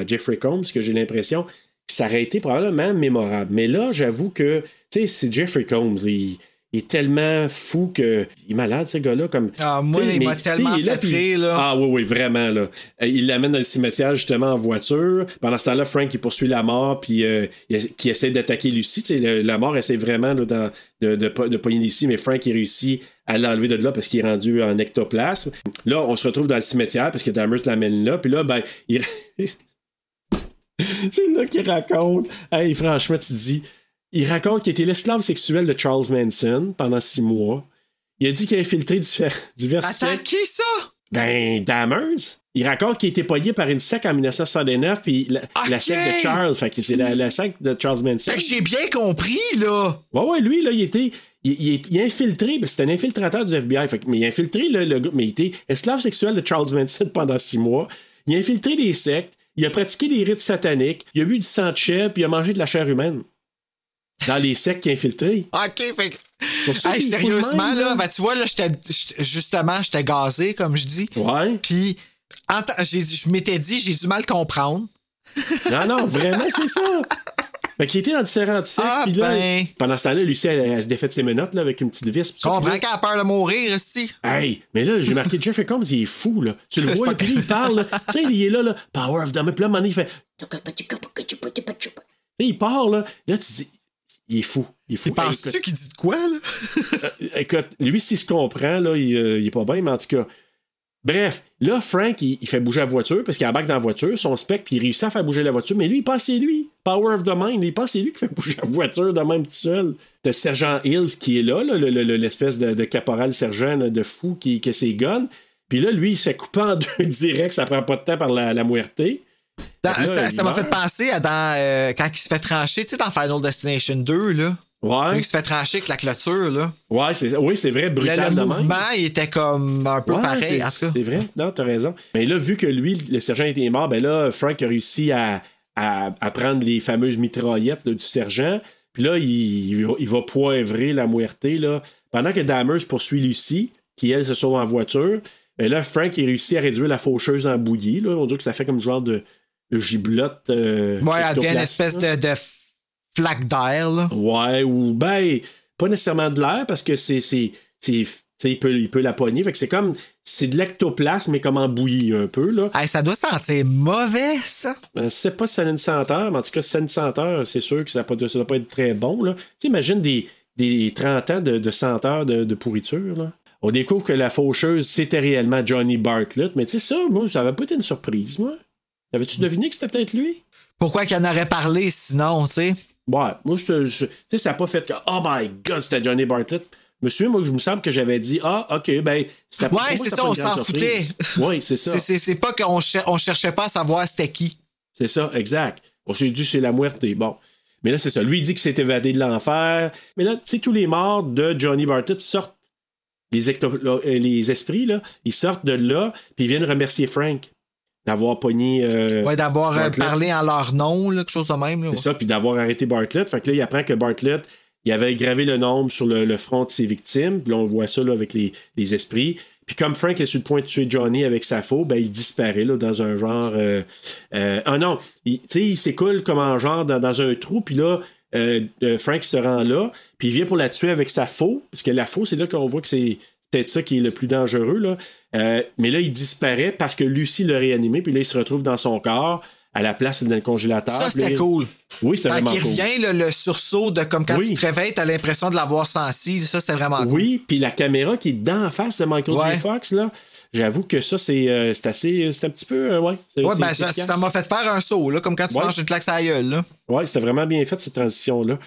à Jeffrey Combs, que j'ai l'impression que ça aurait été probablement mémorable. Mais là, j'avoue que, tu sais, c'est Jeffrey Combs, il, il est tellement fou que il est malade, ce gars-là. Comme, Ah, moi, tu sais, il m'a mais, tu sais, tellement est là, fait puis- rire, là. Ah oui, oui, vraiment. Là. Euh, Il l'amène dans le cimetière justement en voiture. Pendant ce temps-là, Frank, il poursuit la mort, puis euh, il essa- qui essaie d'attaquer Lucie. Tu sais, le- la mort essaie vraiment là, dans- de, de, po- de pogner Lucie, mais Frank, il réussit à l'enlever de là parce qu'il est rendu en ectoplasme. Là, on se retrouve dans le cimetière parce que Dahmer l'amène là, puis là, ben, il... <laughs> C'est là qui raconte. Hey, franchement, tu te dis. Il raconte qu'il était l'esclave sexuel de Charles Manson pendant six mois. Il a dit qu'il a infiltré <laughs> divers, divers Attends, sectes. qui ça? Ben, Dammers. Il raconte qu'il a été pogné par une secte en 1969, puis la, la secte de Charles. Fait que c'est la, la secte de Charles Manson. Fait que j'ai bien compris, là. Ouais, ouais, lui, là, il était. Il, il est- il est infiltré, ben, c'est un infiltrateur du FBI. Fait que- mais il a infiltré là, le gars, mais il était esclave sexuel de Charles Manson pendant six mois. Il a infiltré des sectes, il a pratiqué des rites sataniques, il a bu du sang de chèvre, puis il a mangé de la chair humaine. Dans les sectes qu'il a infiltré. OK, fait que- Pour ça Hey, qu'il est fou de sérieusement, même, là, ben, tu vois, là, j'étais, j'étais- justement, j'étais gazé, comme je dis. Ouais. Puis, en ta- j'ai dit- je m'étais dit, j'ai du mal comprendre. Non, non, vraiment, c'est ça. Fait qu'il était dans différentes sectes, Ah, puis là, ben. pendant ce temps-là, Lucie, elle, elle se défait de ses menottes là, avec une petite vis. puis ça, puis Comprends là- qu'elle a peur de mourir, esti. Hey, mais là, j'ai marqué Jeffrey Combs, il est fou, là. Tu le C'est vois, pas là, puis là, il parle, <laughs> là. Tu sais, il est là, là. Power of the Man. Puis là, à un moment donné, il fait. Tu sais, il part, là. Là, tu dis. Il est fou. Il est fou. Hey, Penses-tu écoute, qu'il dit de quoi, là? écoute, lui, s'il se comprend, là, il, euh, il est pas bien, mais en tout cas. Bref, là, Frank, il, il fait bouger la voiture parce qu'il embarque dans la voiture, son spec, puis il réussit à faire bouger la voiture. Mais lui, il pense que c'est lui. Power of the Mind, il pense que c'est lui qui fait <laughs> bouger la voiture de même tout seul. T'as Sergent Hills qui est là, là, le- le- le- l'espèce de, de caporal sergent là, de fou qui, qui a ses guns. Puis là, lui, il se fait couper en <laughs> deux direct, ça prend pas de temps par la, la muerte. Dans- Fait que Ben là, ça, il ça m'a meurt. fait penser à dans, euh, quand il se fait trancher, tu sais, dans Final Destination 2, Hein? là. Quand Ouais, il se fait trancher avec la clôture, là. ouais c'est, oui, c'est vrai, Le, le brutal de même. mouvement, il était comme un peu Ouais, pareil, c'est- en tout cas. C'est vrai, non, t'as raison. Mais là, vu que lui, le sergent était mort, ben là, Frank a réussi à, à, à prendre les fameuses mitraillettes là, du sergent. Puis là, il, il va- il va poivrer la muerte. Là. Pendant que Dahmer se poursuit Lucie, qui elle se sauve en voiture, ben là, Frank il réussit à réduire la faucheuse en bouillie. Là. On dirait que ça fait comme genre de, de giblotte. euh, Ouais, elle devient une ectoplasme, espèce là. de, de flaque d'air, là. Ouais, ou ben, pas nécessairement de l'air parce que c'est. c'est, c'est tu sais, il peut, il peut la pogner. Fait que c'est comme. C'est de l'ectoplasme, mais comme en bouillie un peu, là. Euh, Hey, ça doit sentir mauvais, ça. Je sais pas si ça a une senteur, mais en tout cas, si ça a une senteur, c'est sûr que ça ne doit pas être très bon, là. Tu imagines des, des 30 ans de, de senteur de, de pourriture, là. On découvre que la faucheuse, c'était réellement Johnny Bartlett, mais tu sais, ça, moi, ça avait pas été une surprise, moi. Avais-tu deviné que c'était peut-être lui? Pourquoi qu'il en aurait parlé sinon, tu sais? Ouais, moi, je, te- je- tu sais, ça n'a pas fait que Oh my god, c'était Johnny Bartlett. Monsieur, moi, je me semble que j'avais dit Ah, ok, ben, c'était Ouais, pour moi, c'est c'était ça, pas une on grande s'en surprise. Ouais, c'est ça. <laughs> C'est- C'est c'est pas qu'on cher- on cherchait pas à savoir c'était qui. C'est ça, exact. On s'est dit c'est la muerte, bon. Mais là, c'est ça. Lui, il dit qu'il s'est évadé de l'enfer. Mais là, tu sais, tous les morts de Johnny Bartlett sortent. Les, ecto- euh, les esprits, là, ils sortent de là, puis ils viennent remercier Frank. D'avoir pogné. euh, Ouais, d'avoir euh, Bartlett. parlé en leur nom, là, quelque chose de même. là. C'est ça, puis d'avoir arrêté Bartlett. Fait que là, il apprend que Bartlett, il avait gravé le nombre sur le, le front de ses victimes. Puis là, on voit ça là, avec les, les esprits. Puis comme Frank est sur le point de tuer Johnny avec sa faux, ben, il disparaît là, dans un genre... euh, euh, ah non, il- tu sais, il s'écoule comme en genre dans, dans un trou. Puis là, euh, euh, Frank se rend là, puis il vient pour la tuer avec sa faux. Parce que la faux, c'est là qu'on voit que c'est peut-être ça qui est le plus dangereux. Là. Euh, mais là, il disparaît parce que Lucie l'a réanimé. Puis là, il se retrouve dans son corps, à la place dans le congélateur. Ça, Puis c'était là, il- cool. oui, c'est Quand vraiment il cool. revient, là, le sursaut de comme quand Oui. tu te réveilles, t'as l'impression de l'avoir senti. Ça, c'était vraiment cool. Oui, puis la caméra qui est d'en face de Michael Ouais. J. Fox, là, j'avoue que ça, c'est euh, c'est assez. C'est un petit peu. euh, ouais, c'est- Ouais, c'est ben, ça efficace. ça m'a fait faire un saut, là, comme quand tu Ouais. manges une claque à gueule. Là. Ouais, c'était vraiment bien fait, cette transition-là.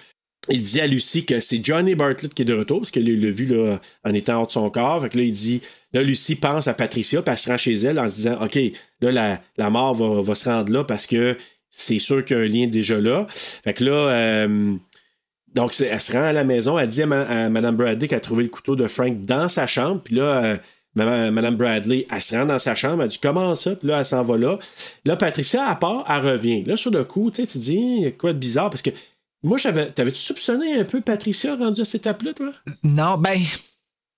Il dit à Lucie que c'est Johnny Bartlett qui est de retour, parce qu'il l'a vu là, en étant hors de son corps. Fait que là, il dit. Là, Lucie pense à Patricia, puis elle se rend chez elle en se disant OK, là, la, la mort va, va se rendre là parce que c'est sûr qu'il y a un lien déjà là. Fait que là. euh, donc, c'est- elle se rend à la maison, elle dit à, ma- à Madame Bradley qu'elle a trouvé le couteau de Frank dans sa chambre. Puis là, euh, Madame Madame Bradley, elle se rend dans sa chambre, elle dit comment ça? Puis là, elle s'en va là. Là, Patricia, à part, elle revient. Là, sur le coup, tu sais, tu dis, il y a quoi de bizarre? Parce que moi, j'avais, t'avais-tu soupçonné un peu Patricia rendu à cette étape-là, toi? Non, ben.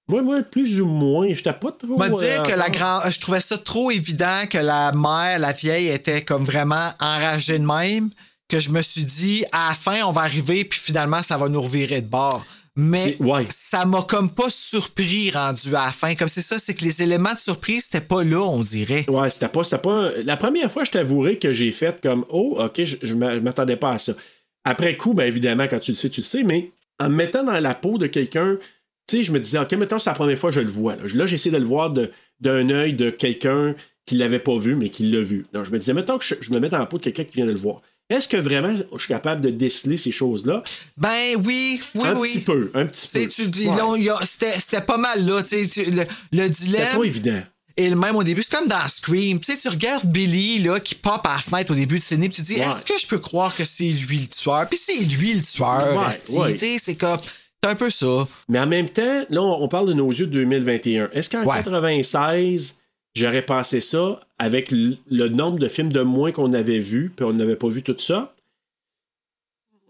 Moi, moi, plus ou moins, je pas trop. M'a euh, dire que la encore. grand... je trouvais ça trop évident que la mère, la vieille, était comme vraiment enragée de même, que je me suis dit, à la fin, on va arriver, puis finalement, ça va nous revirer de bord. Mais C'est- ouais. ça m'a comme pas surpris rendu à la fin. Comme c'est ça, c'est que les éléments de surprise, c'était pas là, on dirait. Ouais, c'était pas, c'était pas. un- La première fois, je t'avouerai que j'ai fait comme Oh, ok, je, je m'a- je m'attendais pas à ça. Après coup, ben évidemment, quand tu le sais, tu le sais, mais en me mettant dans la peau de quelqu'un, tu sais, je me disais, ok, maintenant c'est la première fois que je le vois. Là, Je- là, j'essaie de le voir de- d'un œil de quelqu'un qui l'avait pas vu, mais qui l'a vu. Donc, je me disais, mettons que je, je me mets dans la peau de quelqu'un qui vient de le voir. Est-ce que vraiment je suis capable de déceler ces choses-là? Ben oui, oui, un oui. petit peu, un petit Tu sais, peu. tu dis, Ouais. là, on y a- c'était c'était pas mal là. tu sais, tu- le, le C'était dilemme pas évident. est le même au début. C'est comme dans Scream. Tu sais, tu regardes Billy là, qui pop à la fenêtre au début de ciné, puis tu dis, Ouais. est-ce que je peux croire que c'est lui le tueur? Puis c'est lui le tueur. Ouais, esti. ouais. Tu sais, c'est comme. C'est un peu ça. Mais en même temps, là, on on parle de nos yeux de 2021. Est-ce qu'en Ouais. 96, j'aurais passé ça avec l- le nombre de films de moins qu'on avait vus, puis on n'avait pas vu tout ça?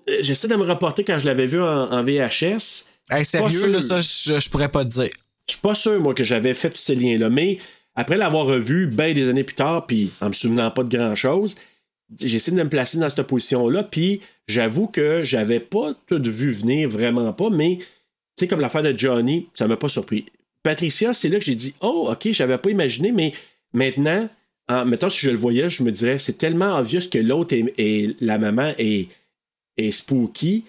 Euh, J'essaie de me rapporter quand je l'avais vu en, en VHS. Hey, sérieux, sûr. là, ça, je, je pourrais pas te dire. Je suis pas sûr, moi, que j'avais fait tous ces liens-là, mais après l'avoir revu bien des années plus tard, puis en me souvenant pas de grand-chose, j'essaie de me placer dans cette position-là, puis j'avoue que j'avais pas tout vu venir, vraiment pas, mais tu sais, comme l'affaire de Johnny, ça m'a pas surpris. Patricia, c'est là que j'ai dit, oh, ok, j'avais pas imaginé, mais maintenant, en, mettons, si je le voyais, je me dirais, c'est tellement obvious que l'autre est- est la maman est, et spooky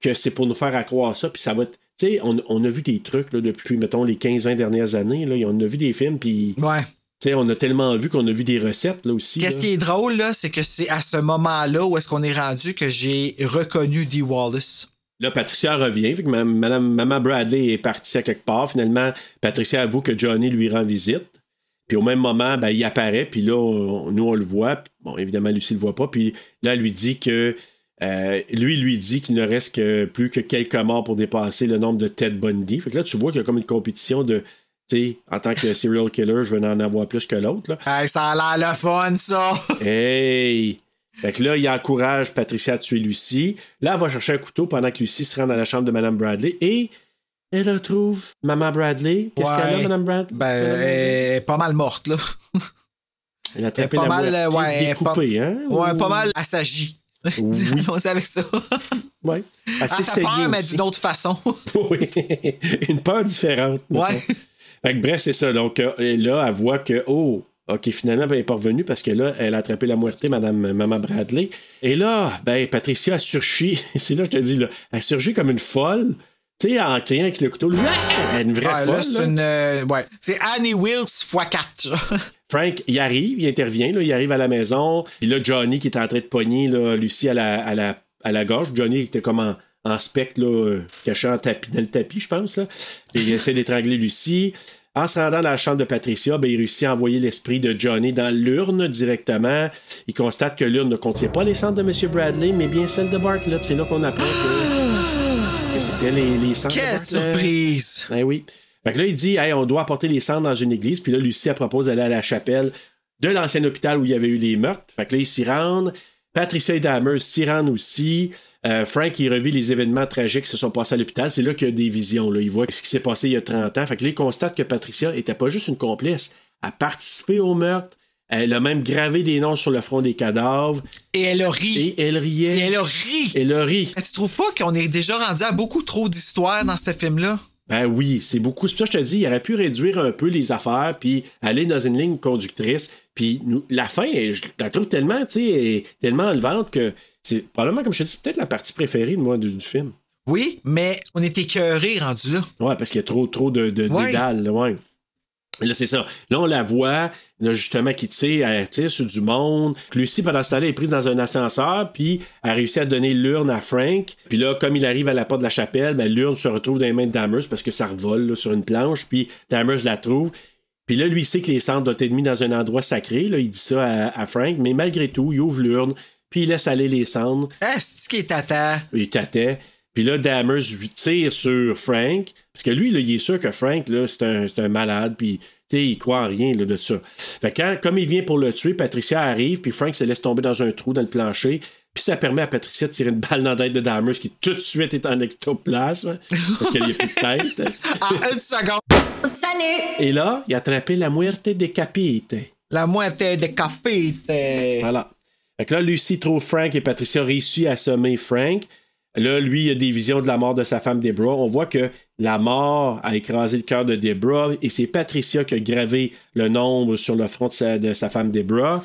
que c'est pour nous faire accroire ça. Puis ça va. être- Tu sais, on, on a vu des trucs là, depuis, mettons, les 15-20 dernières années. Là, et on a vu des films, puis. Ouais. Tu sais, on a tellement vu qu'on a vu des recettes là aussi. Qu'est-ce là. qui est drôle, là, c'est que c'est à ce moment-là où est-ce qu'on est rendu que j'ai reconnu Dee Wallace. Là, Patricia revient. Fait que ma- madame, maman Bradley est partie à quelque part. Finalement, Patricia avoue que Johnny lui rend visite. Puis au même moment, ben, il apparaît. Puis là, on- nous, on le voit. Puis, Bon, évidemment, Lucie le voit pas. Puis là, elle lui dit que. euh, lui lui dit qu'il ne reste que plus que quelques morts pour dépasser le nombre de Ted Bundy. Fait que là, tu vois qu'il y a comme une compétition de. Tu sais, en tant que serial killer, je vais en avoir plus que l'autre. là. Hey, ça a l'air le fun, ça. <laughs> Hey! Fait que là, il encourage Patricia à tuer Lucie. Là, elle va chercher un couteau pendant que Lucie se rend dans la chambre de Madame Bradley et elle retrouve Maman Bradley. Qu'est-ce qu'elle a, Ouais. Madame Bradley? Ben, elle est pas mal morte, là. Elle a Elle est attrapé pas la mal, moitié euh, ouais, elle est pas- découpée, hein? Ouais, Ou- pas mal assagie. <laughs> Oui. On sait avec ça. <laughs> Ouais. Assez Elle Ah, fait saignée peur, mais aussi. d'une autre façon. <laughs> <laughs> Oui. Une peur différente. Ouais. mettons. Fait que bref, c'est ça. Donc euh, et là, elle voit que, oh, OK, finalement, ben, elle n'est pas revenue parce que là, elle a attrapé la moitié, Madame Maman Bradley. Et là, ben, Patricia a surgi. <laughs> c'est là que je te dis, là, elle surgit comme une folle. Tu sais, en criant avec le couteau. Là, elle est une vraie Ah, folle. là, c'est là. une. euh, ouais. C'est Annie Wilkes x4. <laughs> Frank, il arrive, il intervient, là, il arrive à la maison. Puis là, Johnny qui est en train de pogner là, Lucie à la, à, la, à la gorge. Johnny était comme en, en spec, là, euh, caché en tapis, dans le tapis, je pense. Là. Et il essaie d'étrangler Lucie. En se rendant dans la chambre de Patricia, ben, il réussit à envoyer l'esprit de Johnny dans l'urne directement. Il constate que l'urne ne contient pas les cendres de M. Bradley, mais bien celles de Bartlett. C'est là qu'on apprend que, que c'était les, les cendres de Quelle Bartlett. surprise! Ben Eh oui. Fait que là, il dit, hey, on doit apporter les cendres dans une église. Puis là, Lucie, elle propose d'aller à la chapelle. de l'ancien hôpital où il y avait eu les meurtres. Fait que là, ils s'y rendent. Patricia Dahmer s'y rend aussi. Euh, Frank, il revit les événements tragiques qui se sont passés à l'hôpital. C'est là qu'il y a des visions. Là. Il voit ce qui s'est passé il y a 30 ans. Fait que là, il constate que Patricia était pas juste une complice. Elle a participé au meurtre. Elle a même gravé des noms sur le front des cadavres. Et elle a ri. Et elle riait. Et elle a ri. Elle a ri. Tu trouves pas qu'on est déjà rendu à beaucoup trop d'histoires dans ce film-là? Ben oui, c'est beaucoup. C'est pour ça que je te dis, il aurait pu réduire un peu les affaires, puis aller dans une ligne conductrice. Puis nous, la fin, eh, je la trouve tellement, tu sais, eh, tellement enlevante que c'est probablement, comme je te dis, c'est peut-être la partie préférée de moi du, du film. Oui, mais on est écœuré rendu là. Ouais, parce qu'il y a trop, trop de, de, Ouais. de dalles, là, ouais. Là, c'est ça. Là, on la voit, là, justement, qui tire, elle tire sur du monde. Lucie, pendant ce temps-là, est prise dans un ascenseur, puis elle réussit à donner l'urne à Frank. Puis là, comme il arrive à la porte de la chapelle, ben, l'urne se retrouve dans les mains de Dammers parce que ça revole là, sur une planche, puis Dammers la trouve. Puis là, lui, il sait que les cendres doivent être mis dans un endroit sacré. Là, il dit ça à, à Frank, mais malgré tout, il ouvre l'urne, puis il laisse aller les cendres. Ah, c'est qui est tata? Il tâtait. Puis là, Dammers lui tire sur Frank. Parce que lui, là, il est sûr que Frank, là, c'est un, c'est un malade. Puis, tu sais, il croit en rien là, de ça. Fait que quand, comme il vient pour le tuer, Patricia arrive. Puis Frank se laisse tomber dans un trou dans le plancher. Puis ça permet à Patricia de tirer une balle dans la tête de Dammers qui tout de suite est en ectoplasme. Parce qu'il n'y a plus de tête. <laughs> En une seconde. Salut! Et là, il a attrapé la muerte décapite. La moitié décapitée. Voilà. Fait que là, Lucie trouve Frank et Patricia réussit à sommer Frank. Là, lui, il a des visions de la mort de sa femme Deborah. On voit que la mort a écrasé le cœur de Deborah et c'est Patricia qui a gravé le nombre sur le front de sa, de sa femme Deborah.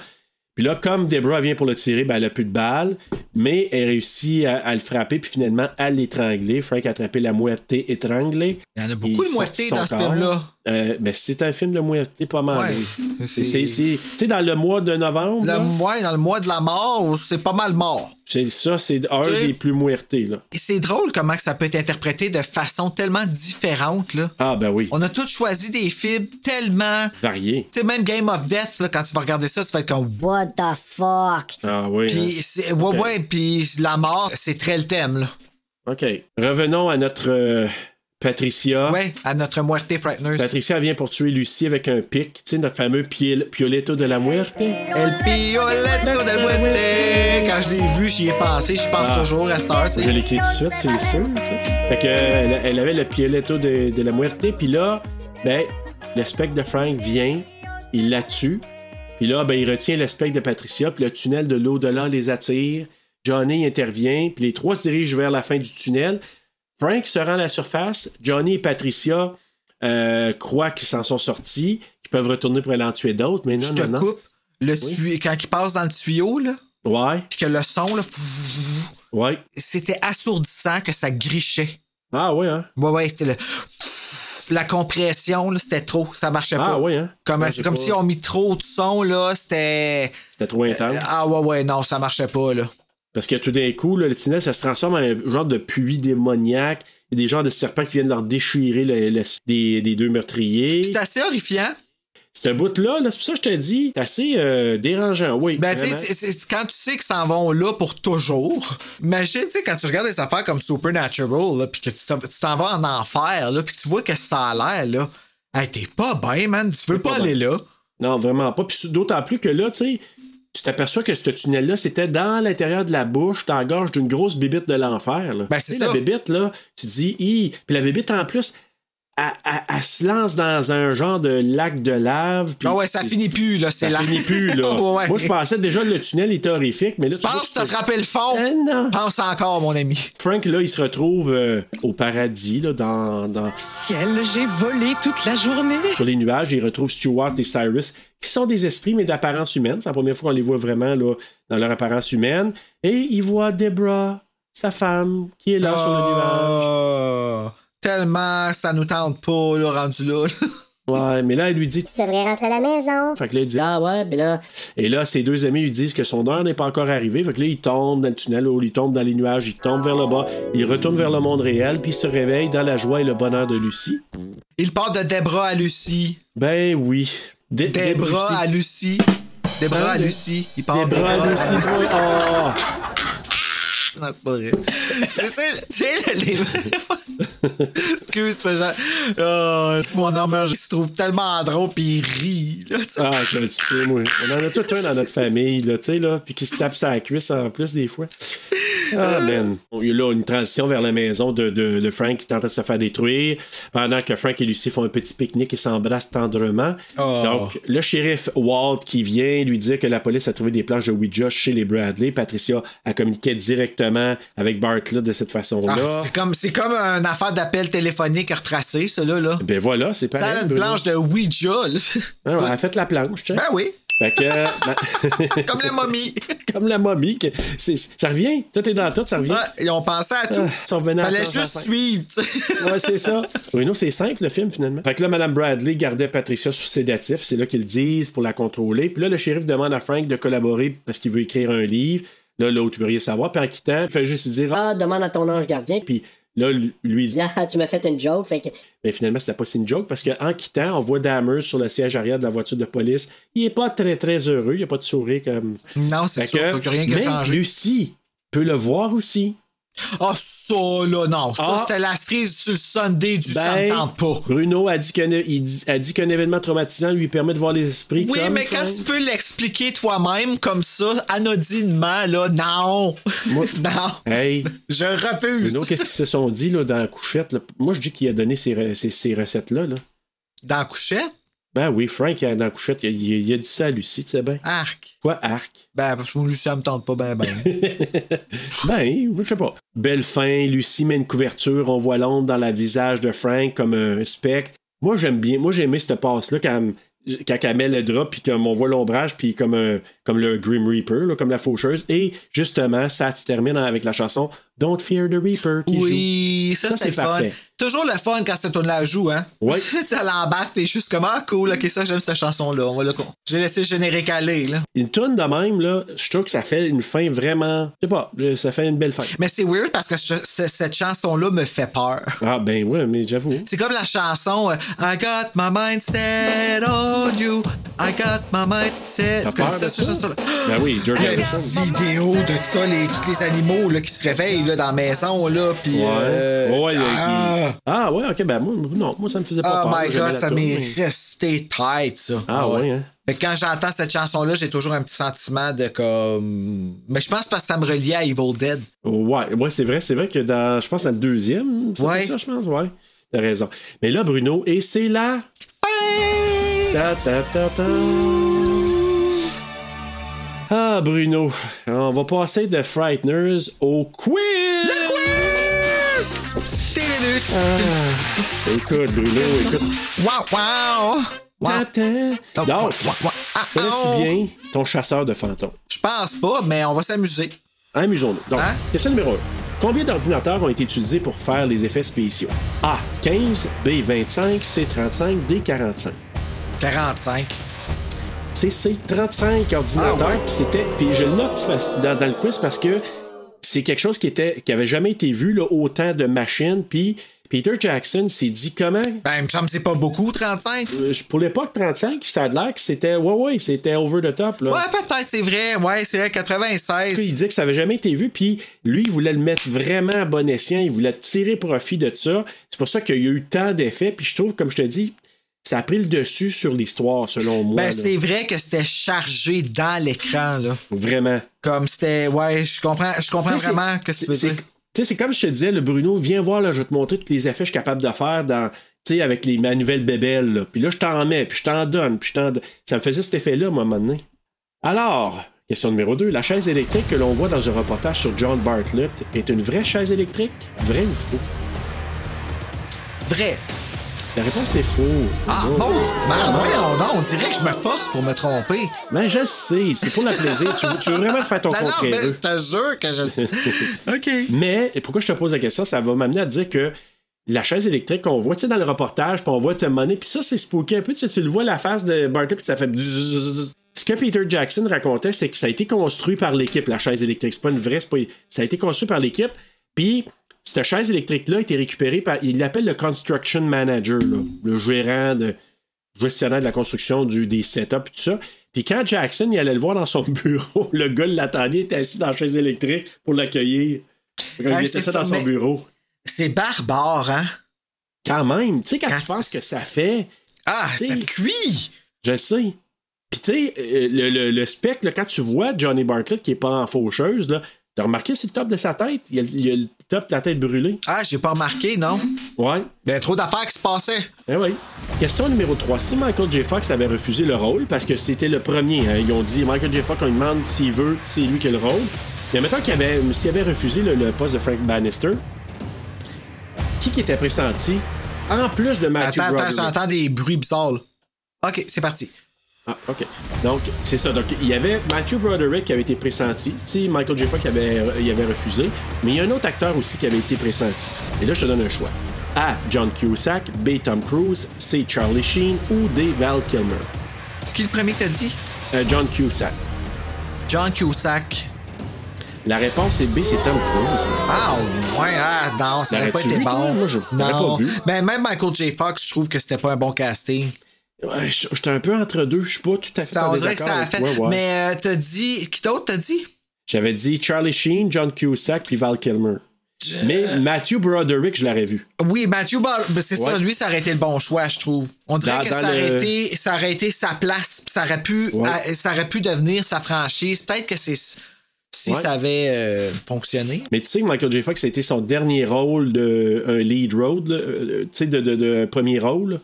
Puis là, comme Deborah vient pour le tirer, ben, elle a plus de balles, mais elle réussit à, à le frapper puis finalement à l'étrangler. Frank a attrapé la muerte étranglée. Il y en a beaucoup de muerte dans ce film-là. mais Euh, ben, c'est un film de muerte pas mal. Ouais, oui. C'est- c'est- c'est- c'est- Tu sais, dans le mois de novembre. Le là, mois, dans le mois de la mort, c'est pas mal mort. C'est ça, c'est un Tu sais- des plus muertés, là. Et C'est drôle comment que ça peut être interprété de façon tellement différente. Là. Ah ben oui, On a tous choisi des films tellement... varié. Tu sais, même Game of Death, là, quand tu vas regarder ça, tu vas être comme... What the fuck? Ah oui. Puis, c'est- ouais, Ok. ouais, puis la mort, c'est très le thème. Là. hein. OK. Revenons à notre euh, Patricia. Ouais, à notre muerte frighteneuse. Patricia vient pour tuer Lucie avec un pic, tu sais, notre fameux piel- Pioletto de la Muerte. El Pioletto del Muerte. Quand je l'ai vu, j'y ai pensé. Je pense Ah. toujours à cette heure, tu Je sais. l'écris tout de suite, c'est sûr. tu sais. Fait que, euh, elle, elle avait le Pioletto de, de la Muerte, puis là, ben, le spectre de Frank vient, il la tue, puis là, ben, il retient le spectre de Patricia, puis le tunnel de l'au-delà les attire. Johnny intervient, puis les trois se dirigent vers la fin du tunnel. Frank se rend à la surface. Johnny et Patricia euh, croient qu'ils s'en sont sortis, qu'ils peuvent retourner pour aller en tuer d'autres, mais non, Je te non, non. coupe. Le tuyau, quand il passe dans le tuyau, là, Ouais, puis que le son, là, ouais. c'était assourdissant que ça grichait. Ah, ouais, hein. Ouais, ouais, c'était le. La compression, là, c'était trop. Ça marchait Ah, pas. ouais, hein. Comme, Ouais, c'est j'ai comme pas- si on mis trop de son, là, c'était. C'était trop intense. Ah, ouais, ouais, non, ça marchait pas, là. Parce que tout d'un coup, là, le tunnel, ça se transforme en un genre de puits démoniaque. Il y a des genres de serpents qui viennent leur déchirer le- le- des, des deux meurtriers. C'est assez horrifiant. C'est un bout-là, là, c'est pour ça que je te dis, c'est assez euh, dérangeant, oui. Ben, tu sais, vraiment. c'est- c'est- quand tu sais qu'ils s'en vont là pour toujours, <laughs> imagine, tu sais, quand tu regardes des affaires comme Supernatural, là, puis que tu t'en- tu t'en vas en enfer, là, puis que tu vois que ça a l'air, là. Hey, t'es pas bien, man. Tu veux pas, pas aller là. Non, vraiment pas. Puis d'autant plus que là, tu sais, tu t'aperçois que ce tunnel-là, c'était dans l'intérieur de la bouche, dans la gorge d'une grosse bébite de l'enfer. là. Ben, c'est Tu sais, ça. La bébite, là, tu dis, hi. Puis la bébite, en plus, elle, elle- elle se lance dans un genre de lac de lave. puis Ah ouais, ça c'est- finit plus, là. C'est Ça là. finit <laughs> plus, là. Ouais, ouais. Moi, je pensais déjà que le tunnel était horrifique, mais là, Tu penses vois t'as que c'est- frappé le fond? Eh non. Pense encore, mon ami. Frank, là, il se retrouve euh, au paradis, là, dans, dans- Ciel, j'ai volé toute la journée. sur les nuages. Il retrouve Stewart et Cyrus, qui sont des esprits, mais d'apparence humaine. C'est la première fois qu'on les voit vraiment, là, dans leur apparence humaine. Et il voit Deborah, sa femme, qui est là sur le nuage. Ah, Tellement ça nous tente pas, là, rendu là. <laughs> Ouais, mais là, elle lui dit... Tu devrais rentrer à la maison. Fait que là, il dit... Ah ouais, ben là, Et là, ses deux amis lui disent que son heure n'est pas encore arrivée. Fait que là, il tombe dans le tunnel, ou il tombe dans les nuages, il tombe vers le bas, il retourne vers le monde réel, puis il se réveille dans la joie et le bonheur de Lucie. Il part de Debra à Lucie. Ben oui. Des Debra à Lucie. Debra Ah, à de- Lucie. Il part Des de Debra à Lucie. Oh. Non, c'est pas vrai. <laughs> C'est- c'est- Tu sais, les. <laughs> Excuse-moi, genre. Ah, mon armeur, il se trouve tellement drôle, puis il rit. là, tu sais. Ah, je le sais, moi. On en a tout un dans notre famille, là, tu sais, là, puis qui se tape sa cuisse en plus des fois. Ah, man. Il y a là une transition vers la maison de, de- de Frank qui tentait de se faire détruire, pendant que Frank et Lucie font un petit pique-nique et s'embrassent tendrement. Oh. Donc, le shérif Walt qui vient lui dire que la police a trouvé des planches de Ouija chez les Bradley. Patricia a communiqué directement avec Bartlett de cette façon-là. Ah, c'est comme, c'est comme une affaire d'appel téléphonique retracé, ça, là. là. ben voilà, c'est Ça pareil. a une Bruno. planche de Ouija, là. <laughs> Ah, ouais, elle a fait la planche, tu sais. Ben oui. Fait ben, <laughs> que- Comme la momie. <laughs> Comme la momie. que c'est- ça revient. Tout est dans tout, ça revient. Ouais, ils ont pensé à tout. Ah, ils sont venus à Fallait temps, juste enfin. suivre, tu sais. <laughs> Ouais, c'est ça. Bruno, c'est simple le film finalement. Fait que là, Mme Bradley gardait Patricia sous sédatif, c'est là qu'ils le disent pour la contrôler. Puis là, le shérif demande à Frank de collaborer parce qu'il veut écrire un livre. Là, l'autre veut rien savoir. Puis en quittant, il fait juste dire Ah, demande à ton ange gardien. Puis là, lui il dit Ah, tu m'as fait une joke. Fait que Mais finalement, c'était pas si une joke parce qu'en quittant, on voit Dahmer sur le siège arrière de la voiture de police. Il est pas très, très heureux. Il a pas de sourire comme. Non, c'est Fait sûr, faut qu'il y ait rien qui a mais changé. Lucie peut le voir aussi. Ah, ça, là, non. Ça, Ah. c'était la cerise sur le Sunday du ça me Ben, tente pas. Bruno a dit qu'un il dit- a dit qu'un événement traumatisant lui permet de voir les esprits. Oui, comme mais quand ça. tu peux l'expliquer toi-même comme ça, anodinement, là, non. <laughs> non. Hey, Je refuse. Bruno, qu'est-ce qu'ils se sont dit là, dans la couchette? là? Moi, je dis qu'il a donné ces, re- ces- ces recettes-là. Là. Dans la couchette? Ben oui, Frank, dans la couchette, il, il- il a dit ça à Lucie, tu sais bien. Arc. Quoi, arc? Ben, parce que lui, ça me tente pas, ben, ben. <laughs> Ben, je sais pas. Belle fin, Lucie met une couverture, on voit l'ombre dans le visage de Frank comme un spectre. Moi, j'aime bien, moi, j'ai aimé cette passe-là quand, quand elle met le drap, puis comme on voit l'ombrage, puis comme, un- comme le Grim Reaper, là, comme la faucheuse. Et justement, ça se termine avec la chanson Don't Fear the Reaper qui Oui, joue. ça, c'était le fun. parfait. Toujours le fun quand cette tourne-là joue, hein? Ouais. ça l'embarque, <laughs> t'es juste comme, ah, cool, ok, ça, j'aime cette chanson-là. On va le con. J'ai laissé le générique aller, là. Une tonne de même, là, je trouve que ça fait une fin vraiment. Je sais pas, je- ça fait une belle fin. Mais c'est weird parce que ce- ce- cette chanson-là me fait peur. Ah, ben ouais, mais j'avoue. C'est comme la chanson euh, I got my mind set on you. I got my mind set. T'as C'est comme peur de cette ça? chanson-là. Ben oui, George Hey, Harrison. Ah! la vidéo de ça, les, tous les animaux là, qui se réveillent là, dans la maison, là, puis... Ouais. euh, Ouais, il y a- ah, il- ah, ouais, ok, ben moi, non, moi ça me faisait pas oh peur. my j'aimais God, la ça toune, m'est mais- resté tête, ça. Ah ouais, hein. Fait que quand j'entends cette chanson-là, j'ai toujours un petit sentiment de comme... Mais je pense parce que ça me reliait à Evil Dead. Ouais, ouais, c'est vrai, c'est vrai que dans, je pense, dans le deuxième, c'est Ouais. ça, je pense, ouais. T'as raison. Mais là, Bruno, et c'est là. Ta, ta, ta, ta. Ah, Bruno, on va passer de Frighteners au quiz. Télélu. Écoute, Bruno, écoute. Wow, wow! Wow. Ta-ta. Donc, wow, ah, oh. connais-tu bien ton chasseur de fantômes? Je pense pas, mais on va s'amuser. Amusons-nous. Donc, Hein? question numéro 1. Combien d'ordinateurs ont été utilisés pour faire les effets spéciaux? A. 15, B. 25, C. 35, D. 45. 45. C'est C. 35 ordinateurs. Ah ouais? puis c'était, puis je le note parce- dans, dans le quiz parce que c'est quelque chose qui était qui avait jamais été vu, là, autant de machines. Puis Peter Jackson s'est dit comment. Ben, il me semble que c'est pas beaucoup, 35. euh, Pour l'époque, 35, ça a l'air que c'était. Ouais, ouais, c'était over the top. Là. Ouais, peut-être, c'est vrai. Ouais, c'est vrai, 96. Puis il dit que ça avait jamais été vu, puis lui, il voulait le mettre vraiment à bon escient, il voulait tirer profit de ça. C'est pour ça qu'il y a eu tant d'effets, puis je trouve, comme je te dis, ça a pris le dessus sur l'histoire, selon moi. ben, là. c'est vrai que c'était chargé dans l'écran, là. Vraiment. Comme c'était. Ouais, je comprends, je comprends Tu sais, c'est- vraiment ce que tu veux c'est- dire. Tu sais, c'est comme je te disais, le Bruno, viens voir, là, je vais te montrer tous les effets que je suis capable de faire dans, tu sais, avec les, ma nouvelle bébelle. là. Puis là, je t'en mets, puis je t'en donne, puis je t'en donne. Ça me faisait cet effet-là, moi, à un moment donné. Alors, question numéro 2. La chaise électrique que l'on voit dans un reportage sur John Bartlett est une vraie chaise électrique? Vrai ou faux? Vrai. La réponse est faux. Ah, Non. bon, ben, voyons donc, on dirait que je me force pour me tromper. Ben, je le sais, c'est pour la plaisir. tu, veux, tu veux vraiment faire ton Ben non, mais je contraire. hein. te jure que <laughs> je le sais. OK. Mais pourquoi je te pose la question, ça va m'amener à te dire que la chaise électrique qu'on voit, tu sais, dans le reportage, puis on voit, tu sais, à un moment donné, puis ça, c'est spooky un peu, tu sais, tu le vois la face de Bartlett, puis ça fait... bzzz. Ce que Peter Jackson racontait, c'est que ça a été construit par l'équipe, la chaise électrique. C'est pas une vraie... c'est pas- Ça a été construit par l'équipe, puis cette chaise électrique-là a été récupérée par... Il l'appelle le Construction Manager, là, le gérant de... gestionnaire de la construction du, des setups et tout ça. Puis quand Jackson, il allait le voir dans son <laughs> bureau, le gars l'attendait, il était assis dans la chaise électrique pour l'accueillir. Il Ouais, était c'est ça fou, dans son mais- bureau. C'est barbare, hein? Quand même, tu sais, quand, Quand tu penses c'est- que ça fait. Ah, tu sais, ça cuit! Je sais. Puis tu sais, euh, le, le, le spec, là, quand tu vois Johnny Bartlett qui est pas en faucheuse, là, t'as remarqué sur le top de sa tête, il y a, il y a le top de la tête brûlée. Ah, j'ai pas remarqué, non? Ouais. Ben, trop d'affaires qui se passaient. Eh oui. Question numéro 3. Si Michael J. Fox avait refusé le rôle, parce que c'était le premier, hein, ils ont dit Michael J. Fox, on lui demande s'il veut, c'est lui qui a le rôle. Mais mettons qu'il avait, s'il avait refusé le, le poste de Frank Bannister, qui qui était pressenti en plus de Matthew Attends, attends, Broderick? j'entends des bruits bizarres. là. OK, c'est parti. Ah, OK. Donc, c'est ça. Donc, il y avait Matthew Broderick qui avait été pressenti. Si Michael J. Fox qui avait, il avait refusé. Mais il y a un autre acteur aussi qui avait été pressenti. Et là, je te donne un choix. A. John Cusack. B. Tom Cruise. C. Charlie Sheen. Ou D. Val Kilmer. C'est qui le premier que t'as dit? Euh, John Cusack. John Cusack. La réponse est B. C'est Tom Cruise. Ah, ouais, ah, non, ça aurait pas L'aurais-tu été vu, toi? bon. Moi, je l'aurais non. pas vu. Mais même Michael J. Fox, je trouve que c'était pas un bon casting. Ouais, je- J'étais un peu entre deux. Je suis pas tout à fait Ça, en on dirait que désaccord ça a avec fait. toi, ouais. Mais euh, t'as dit. Qui d'autre t'as dit? J'avais dit Charlie Sheen, John Cusack puis Val Kilmer. Mais Matthew Broderick, je l'aurais vu. Oui, Matthew Ball. ben, C'est ça, Ouais. lui, ça aurait été le bon choix, je trouve. On dirait Dans- que dans ça, aurait le- été, ça aurait été sa place, puis ça aurait pu, Ouais. euh, ça aurait pu devenir sa franchise. Peut-être que c'est si Ouais. ça avait euh, fonctionné. Mais tu sais que Michael J. Fox, c'était son dernier rôle de un lead rôle, là, euh, tu sais, de, de, de premier rôle.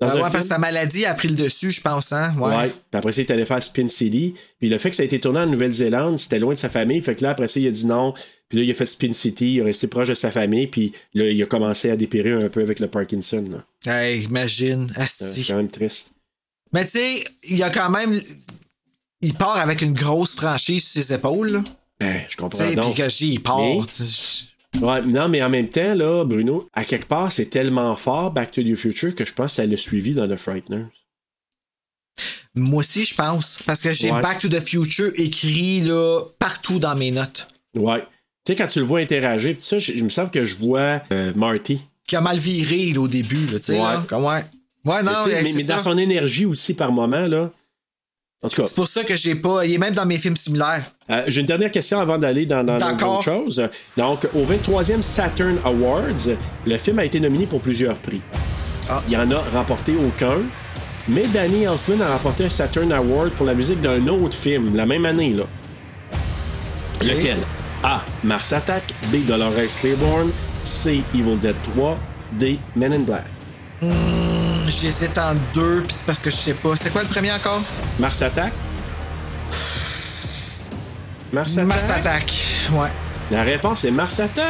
Dans Ben un ouais, film. parce que sa maladie a pris le dessus, je pense, hein? Ouais. Ouais. Puis après ça, il est allé faire Spin City. Puis le fait que ça a été tourné en Nouvelle-Zélande, c'était loin de sa famille. Fait que là, après ça, il a dit non. Puis là, il a fait Spin City. Il est resté proche de sa famille. Puis là, il a commencé à dépérir un peu avec le Parkinson. là. Euh, Hey, imagine. asti. C'est quand même triste. Mais tu sais, il y a quand même. Il part avec une grosse franchise sur ses épaules, là. Ben, je Tu comprends sais, puis donc. que je dis, il part. Mais- tu sais, Ouais, non, mais en même temps, là, Bruno, à quelque part, c'est tellement fort, Back to the Future, que je pense que ça l'a suivi dans The Frighteners. Moi aussi, je pense. Parce que j'ai Ouais. Back to the Future écrit, là, partout dans mes notes. Ouais. Tu sais, quand tu le vois interagir, pis ça, je je me semble que je vois euh, Marty. qui a mal viré là, au début, là, tu sais. Ouais. là, comme, Ouais. Ouais, non, Tu sais, euh, mais c'est mais dans ça. son énergie aussi, par moment, là. En tout cas, C'est pour ça que j'ai pas. Il est même dans mes films similaires. euh, j'ai une dernière question avant d'aller dans, dans, dans D'accord. autre chose. Donc, au 23e Saturn Awards, le film a été nominé pour plusieurs prix. Il y en a remporté aucun, mais Danny Elfman a remporté un Saturn Award pour la musique d'un autre film, la même année, là. Lequel A. Mars Attack. B. Dolores Claiborne. C. Evil Dead 3. D. Men in Black. Hmm, J'hésite en deux, puis c'est parce que je sais pas. C'est quoi le premier encore? Mars Attack. Mars Attack. Mars Attack. Ouais. La réponse est Mars Attack.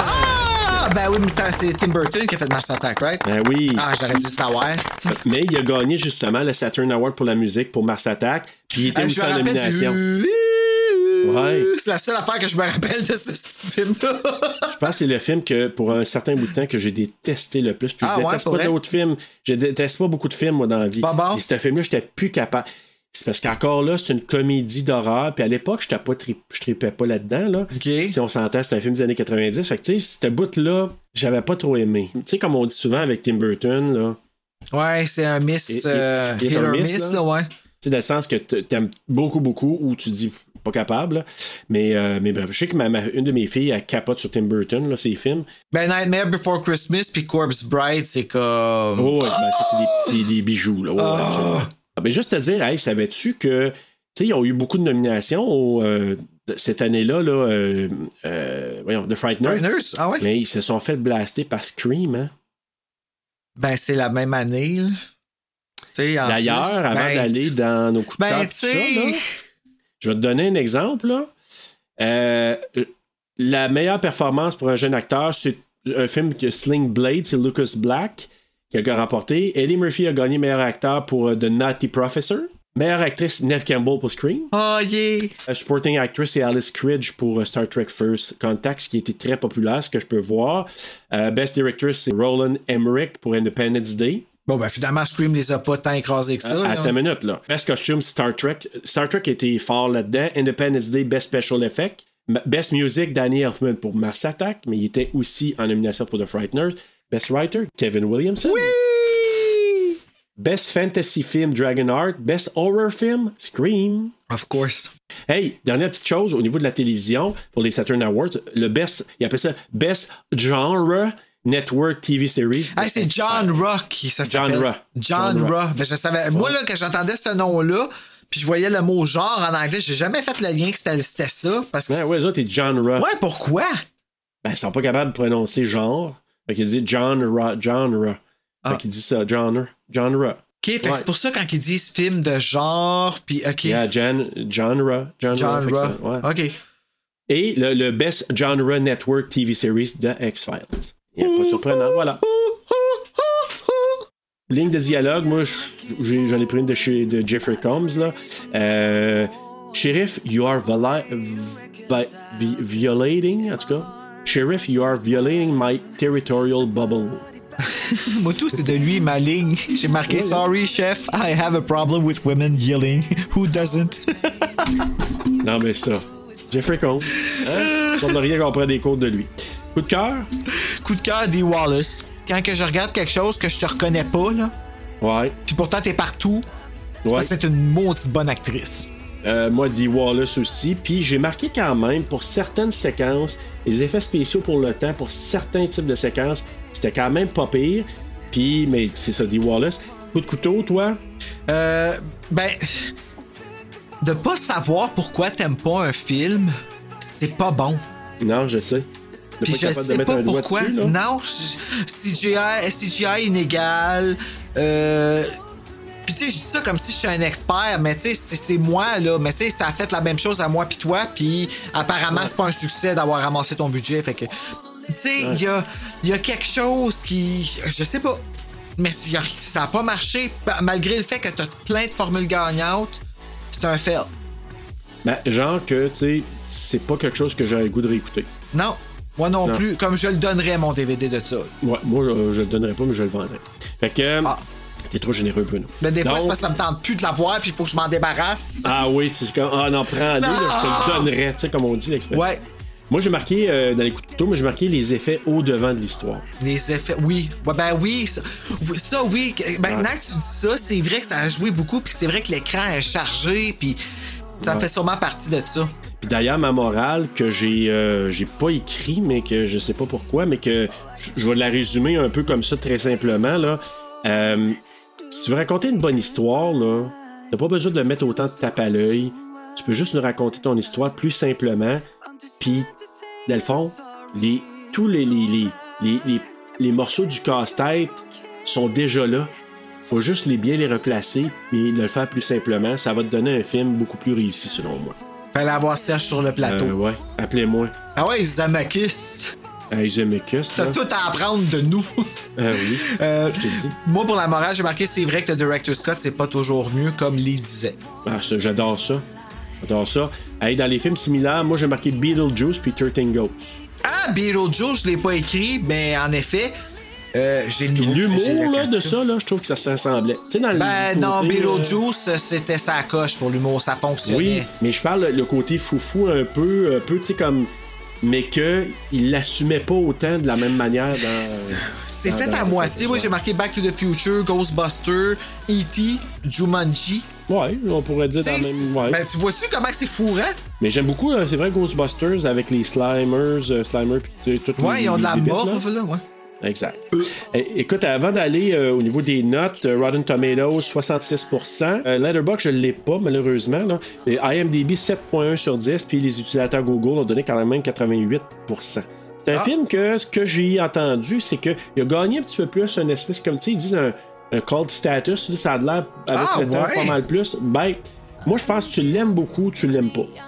Ah! Ben oui, mais attends, c'est Tim Burton qui a fait Mars Attack, right? Ben oui. Ah, j'aurais dû savoir. si. Mais il a gagné justement le Saturn Award pour la musique pour Mars Attack. Puis il était Ah, aussi je me en rappelle nomination. du- Ouais. C'est la seule affaire que je me rappelle de ce <laughs> film-là. Je pense que c'est le film que, pour un certain bout de temps, que j'ai détesté le plus. Puis Ah je ouais, déteste pour pas vrai? d'autres films. Je déteste pas beaucoup de films, moi, dans la vie. pas bon? Puis ce film-là, j'étais plus capable. C'est parce qu'encore là, c'est une comédie d'horreur. Puis à l'époque, j'étais pas tri- je tripais pas là-dedans. Là. Ok. Si on s'entend, c'est un film des années 90. Fait que, tu sais, ce bout-là, j'avais pas trop aimé. Tu sais, comme on dit souvent avec Tim Burton, là. Ouais, c'est un miss. Et- et- euh, et hit un or miss, miss, là. là, ouais. Tu sais, dans le sens que t- t'aimes beaucoup, beaucoup, ou tu dis pas capable. là. Mais, euh, mais bref, je sais que ma- ma- une de mes filles, elle capote sur Tim Burton, là, ses films. Ben, Nightmare Before Christmas puis Corpse Bride, c'est comme. Oh, ouais, ben, ça, c'est des petits des bijoux, là. Ouais, absolument. Ah, ben, juste te dire, hey, savais-tu que, tu sais, ils ont eu beaucoup de nominations au, euh, de- cette année-là, là, euh, euh, voyons, The Frighteners. Frighteners, ah ouais? Mais ils se sont fait blaster par Scream, hein. Ben, c'est la même année, là. T'sais, en plus, D'ailleurs, avant ben, d'aller dans nos coups de Ben, cœur, tout tu ça, là, sais. je vais te donner un exemple. là. Euh, la meilleure performance pour un jeune acteur, c'est un film que Sling Blade, c'est Lucas Black qui a remporté. Eddie Murphy a gagné meilleur acteur pour euh, The Naughty Professor. Meilleure actrice, Neve Campbell pour Scream. Oh, yeah. Euh, supporting actress, c'est Alice Cridge pour euh, Star Trek First Contact, ce qui était très populaire, ce que je peux voir. Euh, Best Directress, c'est Roland Emmerich pour Independence Day. Bon, ben, finalement, Scream les a pas tant écrasés que ça. Euh, là. Attends une minute, là. Best Costume, Star Trek. Star Trek était fort là-dedans. Independence Day, Best Special Effect. M- Best Music, Danny Elfman pour Mars Attack, mais il était aussi en nomination pour The Frighteners. Best Writer, Kevin Williamson. Oui! Best Fantasy Film, Dragonheart. Best Horror Film, Scream. Of course. Hey, dernière petite chose au niveau de la télévision pour les Saturn Awards, le best, il appelle ça Best Genre Network TV Series. Hey, c'est John Rock qui ça Ben, John s'appelle. Ra. John, John Ra. Ra. Ben, je savais, Moi, là, quand j'entendais ce nom-là, puis je voyais le mot genre en anglais, j'ai jamais fait le lien que c'était c'était ça. Parce que Ouais, Ben ouais, les autres, c'est Genre. Ouais, pourquoi? Ben, ils sont pas capables de prononcer genre. Fait qu'ils disent genre, genre. Ah. Fait qu'ils disent ça, genre, genre. OK, fait que c'est pour ça quand ils disent film de genre, puis OK. Yeah, gen- genre, genre. Genre. fait que ça, ouais. OK. Et le, le Best Genre Network TV Series de X-Files. Il y a pas de surprenant, voilà. Ligne de dialogue, moi, j- j'ai- j'en ai pris une de, chez, de Jeffrey Combs, là. Euh, Sheriff, you are viola- vi- vi- violating, en tout cas. Sheriff, you are violating my territorial bubble. Moi, tout, c'est de lui, ma ligne. <laughs> J'ai marqué Sorry, chef, I have a problem with women yelling. Who doesn't? <laughs> Non, mais ça. Jeffrey Combs. <laughs> Hein? On n'a rien qu'on prend des cours de lui. Coup de cœur? Coup de cœur des Wallace. Quand que je regarde quelque chose que je te reconnais pas, là, Ouais. puis pourtant t'es partout, Ouais. parce que Ah, c'est une maudite bonne actrice. Euh, moi, Dee Wallace aussi. Puis j'ai marqué quand même pour certaines séquences, les effets spéciaux pour le temps, pour certains types de séquences, c'était quand même pas pire. Puis, mais c'est ça, Dee Wallace. Coup de couteau, toi? Euh, ben, de pas savoir pourquoi t'aimes pas un film, c'est pas bon. Non, je sais. De Puis pas je être capable de sais mettre pas un doigt pourquoi. dessus, là. non, je- CGI, CGI inégal. Euh... Puis tu sais, je dis ça comme si j'étais un expert, mais tu sais, c'est c'est moi, là. Mais tu sais, ça a fait la même chose à moi puis toi, puis apparemment, c'est pas un succès d'avoir ramassé ton budget. Fait que, tu sais, il y, a, il y a quelque chose qui. Je sais pas. Mais il y a- ça a pas marché, pa- malgré le fait que t'as plein de formules gagnantes. C'est un fail. Ben, genre que, tu sais, c'est pas quelque chose que j'aurais le goût de réécouter. Non, moi non, Non. plus, comme je le donnerais mon DVD de ça. Ouais, moi, euh, je le donnerais pas, mais je le vendrais. Fait que. euh, T'es trop généreux, Bruno. Mais Ah. Ben, des fois, Donc- c'est parce que ça me tente plus de la voir, puis il faut que je m'en débarrasse. Ah oui, c'est comme. Ah non, prends-le, là, je te le donnerais, tu sais, comme on dit l'expression. Ouais. Moi, j'ai marqué, euh, dans les coups de couteau, moi, j'ai marqué les effets au-devant de l'histoire. Les effets, oui. Ouais, ben oui, ça, oui, ça, oui. Maintenant que tu dis ça, c'est vrai que ça a joué beaucoup, puis c'est vrai que l'écran est chargé, puis ça Ouais. fait sûrement partie de ça. Puis d'ailleurs, ma morale que j'ai euh, j'ai pas écrit, mais que je sais pas pourquoi, mais que je- je vais la résumer un peu comme ça, très simplement. Là. Euh, si tu veux raconter une bonne histoire, là, t'as pas besoin de mettre autant de tape à l'œil. Tu peux juste nous raconter ton histoire plus simplement. Puis, dans le fond, les, tous les, les, les, les, les- les morceaux du casse-tête sont déjà là. Faut juste les bien les replacer et le faire plus simplement. Ça va te donner un film beaucoup plus réussi, selon moi. Fallait avoir Serge sur le plateau. Euh, ouais, appelez-moi. Ah ouais, Zamakis. Euh, Isamicus, T'as là. tout à apprendre de nous. Euh, oui. <laughs> Euh, Je te le dis. moi, pour la morale, j'ai marqué c'est vrai que le director Scott, c'est pas toujours mieux, comme Lee disait. Ah, ça, j'adore ça. J'adore ça. Hey, dans les films similaires, moi j'ai marqué Beetlejuice puis 13 Ghosts. Ah, Beetlejuice, je l'ai pas écrit, mais en effet, euh, j'ai le nouveau- j'ai le L'humour là, de ça, là, je trouve que ça s'assemblait. Tu sais, dans le Ben côté, non, euh, Beetlejuice, c'était sa coche pour l'humour, ça Oui, fonctionnait. mais je parle le côté foufou un peu, un peu, tu sais, comme. Mais que il l'assumait pas autant de la même manière dans. C'est dans- fait dans- à moitié. Moi, j'ai marqué Back to the Future, Ghostbusters, E.T., Jumanji. Ouais, on pourrait dire dans le même. ouais. Ben, tu vois-tu comment c'est fourrant? Mais j'aime beaucoup, euh, c'est vrai, Ghostbusters avec les Slimers, euh, Slimer, puis tu sais, toutes Ouais, les- ils ont de la les bibites, là. morve, là, ouais. Exact. É- Écoute, avant d'aller euh, au niveau des notes, euh, Rotten Tomatoes 66%, euh, Letterboxd je l'ai pas malheureusement, là. Et IMDb 7.1 sur 10, puis les utilisateurs Google ont donné quand même 88%. C'est un Ah. film que ce que j'ai entendu, c'est qu'il a gagné un petit peu plus un espèce comme tu sais, ils disent un, un cold status, là, ça a de l'air avec Ah, le temps ouais. pas mal plus. Ben, moi je pense que tu l'aimes beaucoup, tu l'aimes pas. Mais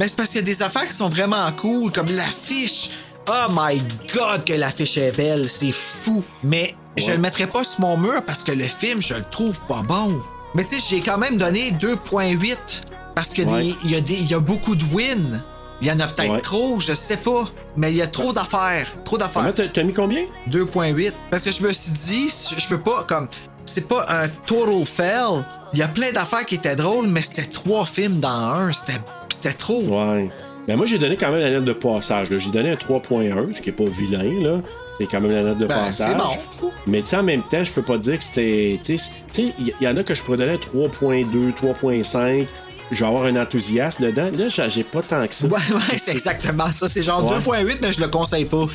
Ben, c'est parce qu'il y a des affaires qui sont vraiment cool, comme l'affiche. Oh my god, que l'affiche est belle, c'est fou. Mais je le mettrai pas sur mon mur parce que le film, je le trouve pas bon. Mais tu sais, j'ai quand même donné 2.8 parce qu'il Ouais. y, a des- il y a beaucoup de wins. Il y en a peut-être Ouais. trop, je sais pas. Mais il y a trop d'affaires. Trop d'affaires. Comment t'as- t'as mis combien? 2.8. Parce que je me suis dit, je je peux pas, comme, c'est pas un total fail. Il y a plein d'affaires qui étaient drôles, mais c'était trois films dans un. C'était, c'était trop. Ouais. Ben moi, j'ai donné quand même la note de passage. là. J'ai donné un 3.1, ce qui est pas vilain. Là. C'est quand même la note de Ben, passage. c'est bon. Mais tu sais, en même temps, je peux pas dire que c'était. Tu sais, tu sais, il y- y en a que je pourrais donner un 3.2, 3.5. Je vais avoir un enthousiaste dedans. Là, j'ai- j'ai pas tant que ça. Ouais, ouais, c'est exactement ça. C'est genre Ouais. 2.8, mais je le <laughs> conseille pas.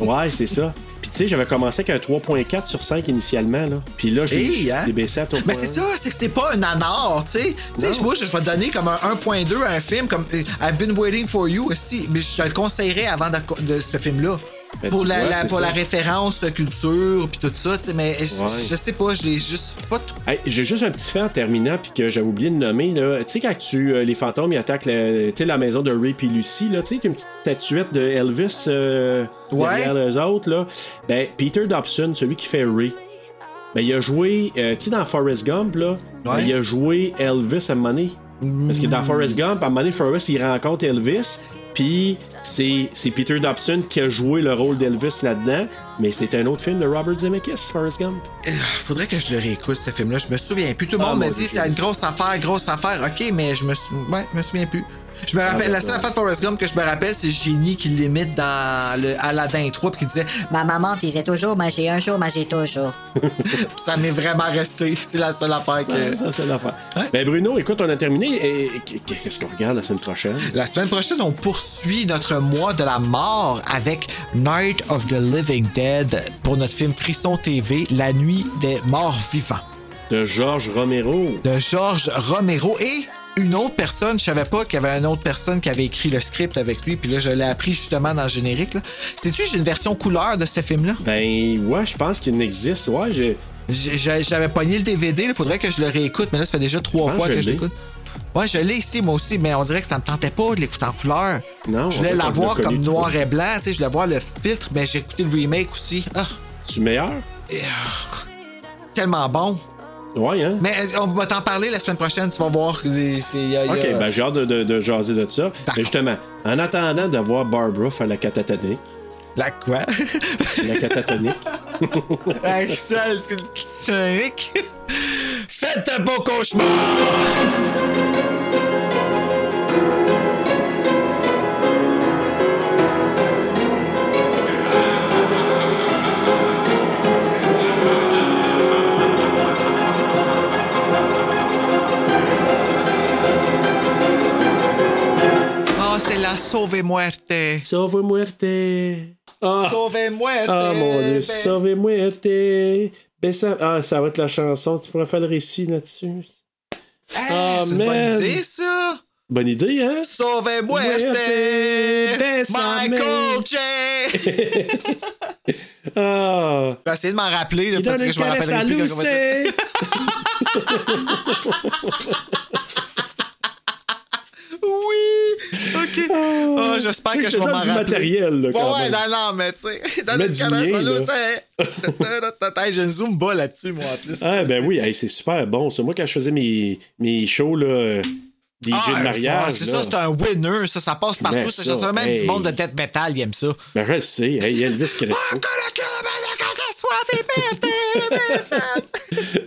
Ouais, c'est ça. Puis tu sais, j'avais commencé avec un 3.4 sur 5 initialement. Là. Puis là, je l'ai- Hey, je hein? l'ai baissé à 3.1. Mais c'est ça, c'est que c'est pas un anard, tu sais. Tu sais, moi, je vais donner comme un 1.2 à un film comme euh, I've Been Waiting for You, esti, mais je te le conseillerais avant de, de ce film-là. Ben, pour tu la, vois, la- c'est pour ça. la référence culture, puis tout ça, tu sais, mais je- Ouais. je sais pas, je l'ai juste pas tout. Hey, J'ai juste un petit fait en terminant, puis que j'avais oublié de nommer. là. Tu sais, quand tu, euh, les fantômes ils attaquent la, tu sais, la maison de Ray et Lucy, là, tu sais, t'as une petite statuette de Elvis euh, Ouais. derrière les autres. Là. Ben, Peter Dobson, celui qui fait Ray, ben, il a joué, euh, tu sais, dans Forrest Gump, là, ben, il a joué Elvis à un moment donné. Parce que dans Forrest Gump, à un moment donné, Forrest, il rencontre Elvis, puis c'est c'est Peter Dobson qui a joué le rôle d'Elvis là-dedans, mais c'est un autre film de Robert Zemeckis, Forrest Gump. Euh, Faudrait que je le réécoute, ce film-là. Je me souviens plus. Tout le Ah, monde me mon dit Dieu, c'est une grosse affaire, grosse affaire. OK, mais je me, sou- ouais, je me souviens plus. Je me rappelle, la seule affaire de Forrest Gump que je me rappelle, c'est Génie qui l'imite dans le Aladdin 3 puis qui disait Ma maman disait toujours manger un jour, manger toujours. Ça m'est vraiment resté. C'est la seule affaire que. Ouais, ça, c'est l'affaire. Ben, Bruno, écoute, on a terminé. Et qu'est-ce qu'on regarde la semaine prochaine? La semaine prochaine, on poursuit notre mois de la mort avec Night of the Living Dead pour notre film Frisson TV, La nuit des morts vivants. De Georges Romero. de Georges Romero et une autre personne, je savais pas qu'il y avait une autre personne qui avait écrit le script avec lui, puis là je l'ai appris justement dans le générique. là. Sais-tu, j'ai une version couleur de ce film-là. Ben, ouais, je pense qu'il n'existe. Ouais, j'ai. J'ai- j'ai- J'avais pogné le DVD, il faudrait que je le réécoute, mais là ça fait déjà trois pense fois que que Ah, je je l'ai. l'écoute. Ouais, je l'ai ici moi aussi, mais on dirait que ça me tentait pas de l'écouter en couleur. Non, je on voulais peut la pas voir le comme coller. noir et blanc, tu sais, je voulais voir le filtre, mais j'ai écouté le remake aussi. Ah, Tu meilleur? tellement bon. Ouais, hein? Mais euh, on va t'en parler la semaine prochaine, tu vas voir. c'est- c'est- y a- y a- Ok, ben, j'ai hâte de, de- de jaser de ça. Mais justement, en attendant de voir Barbara faire la catatonique. La quoi? <laughs> La catatonique. Axel, c'est un hic. Faites un beau cauchemar! Ah, c'est la sauve muerte. Sauve muerte. Ah, Sauve muerte. Ah, mon dieu, ben. sauve muerte. Bessa- Ah, ça va être la chanson. Tu pourrais faire le récit là-dessus. Ah, C'est une bonne man. idée, ça. Bonne idée, hein? Sauve Muerte, muerte. bésame. Michael <laughs> J. Ah! Je vais essayer de m'en rappeler, là, parce que je me rappellerai plus quand on va dire- Oui! OK. Ah, J'espère Tu sais que que je je vais te m'en donne du rappeler. matériel, là, Ouais, quand ouais, même. non, non, mais tu sais, dans Mets le du canal, mien, ça, là, là. <laughs> c'est. Hey, J'ai une Zumba là-dessus, moi, en plus. Ah ben oui, hey, c'est super bon. ça. moi quand je faisais mes, mes shows là, euh, DJ Ah, de mariage. ouais, C'est là, ça, c'est un winner, ça, ça passe partout. Mais Ça, ça, ça, même hey. du monde de death metal, il aime ça. Ben je le sais, hey, Elvis Crespo.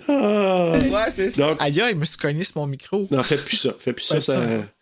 Ah. Ouais, c'est ça. Donc- Aïe, il me suis cogné sur mon micro. Non, fais plus ça. Fais plus ça, Fais ça. ça.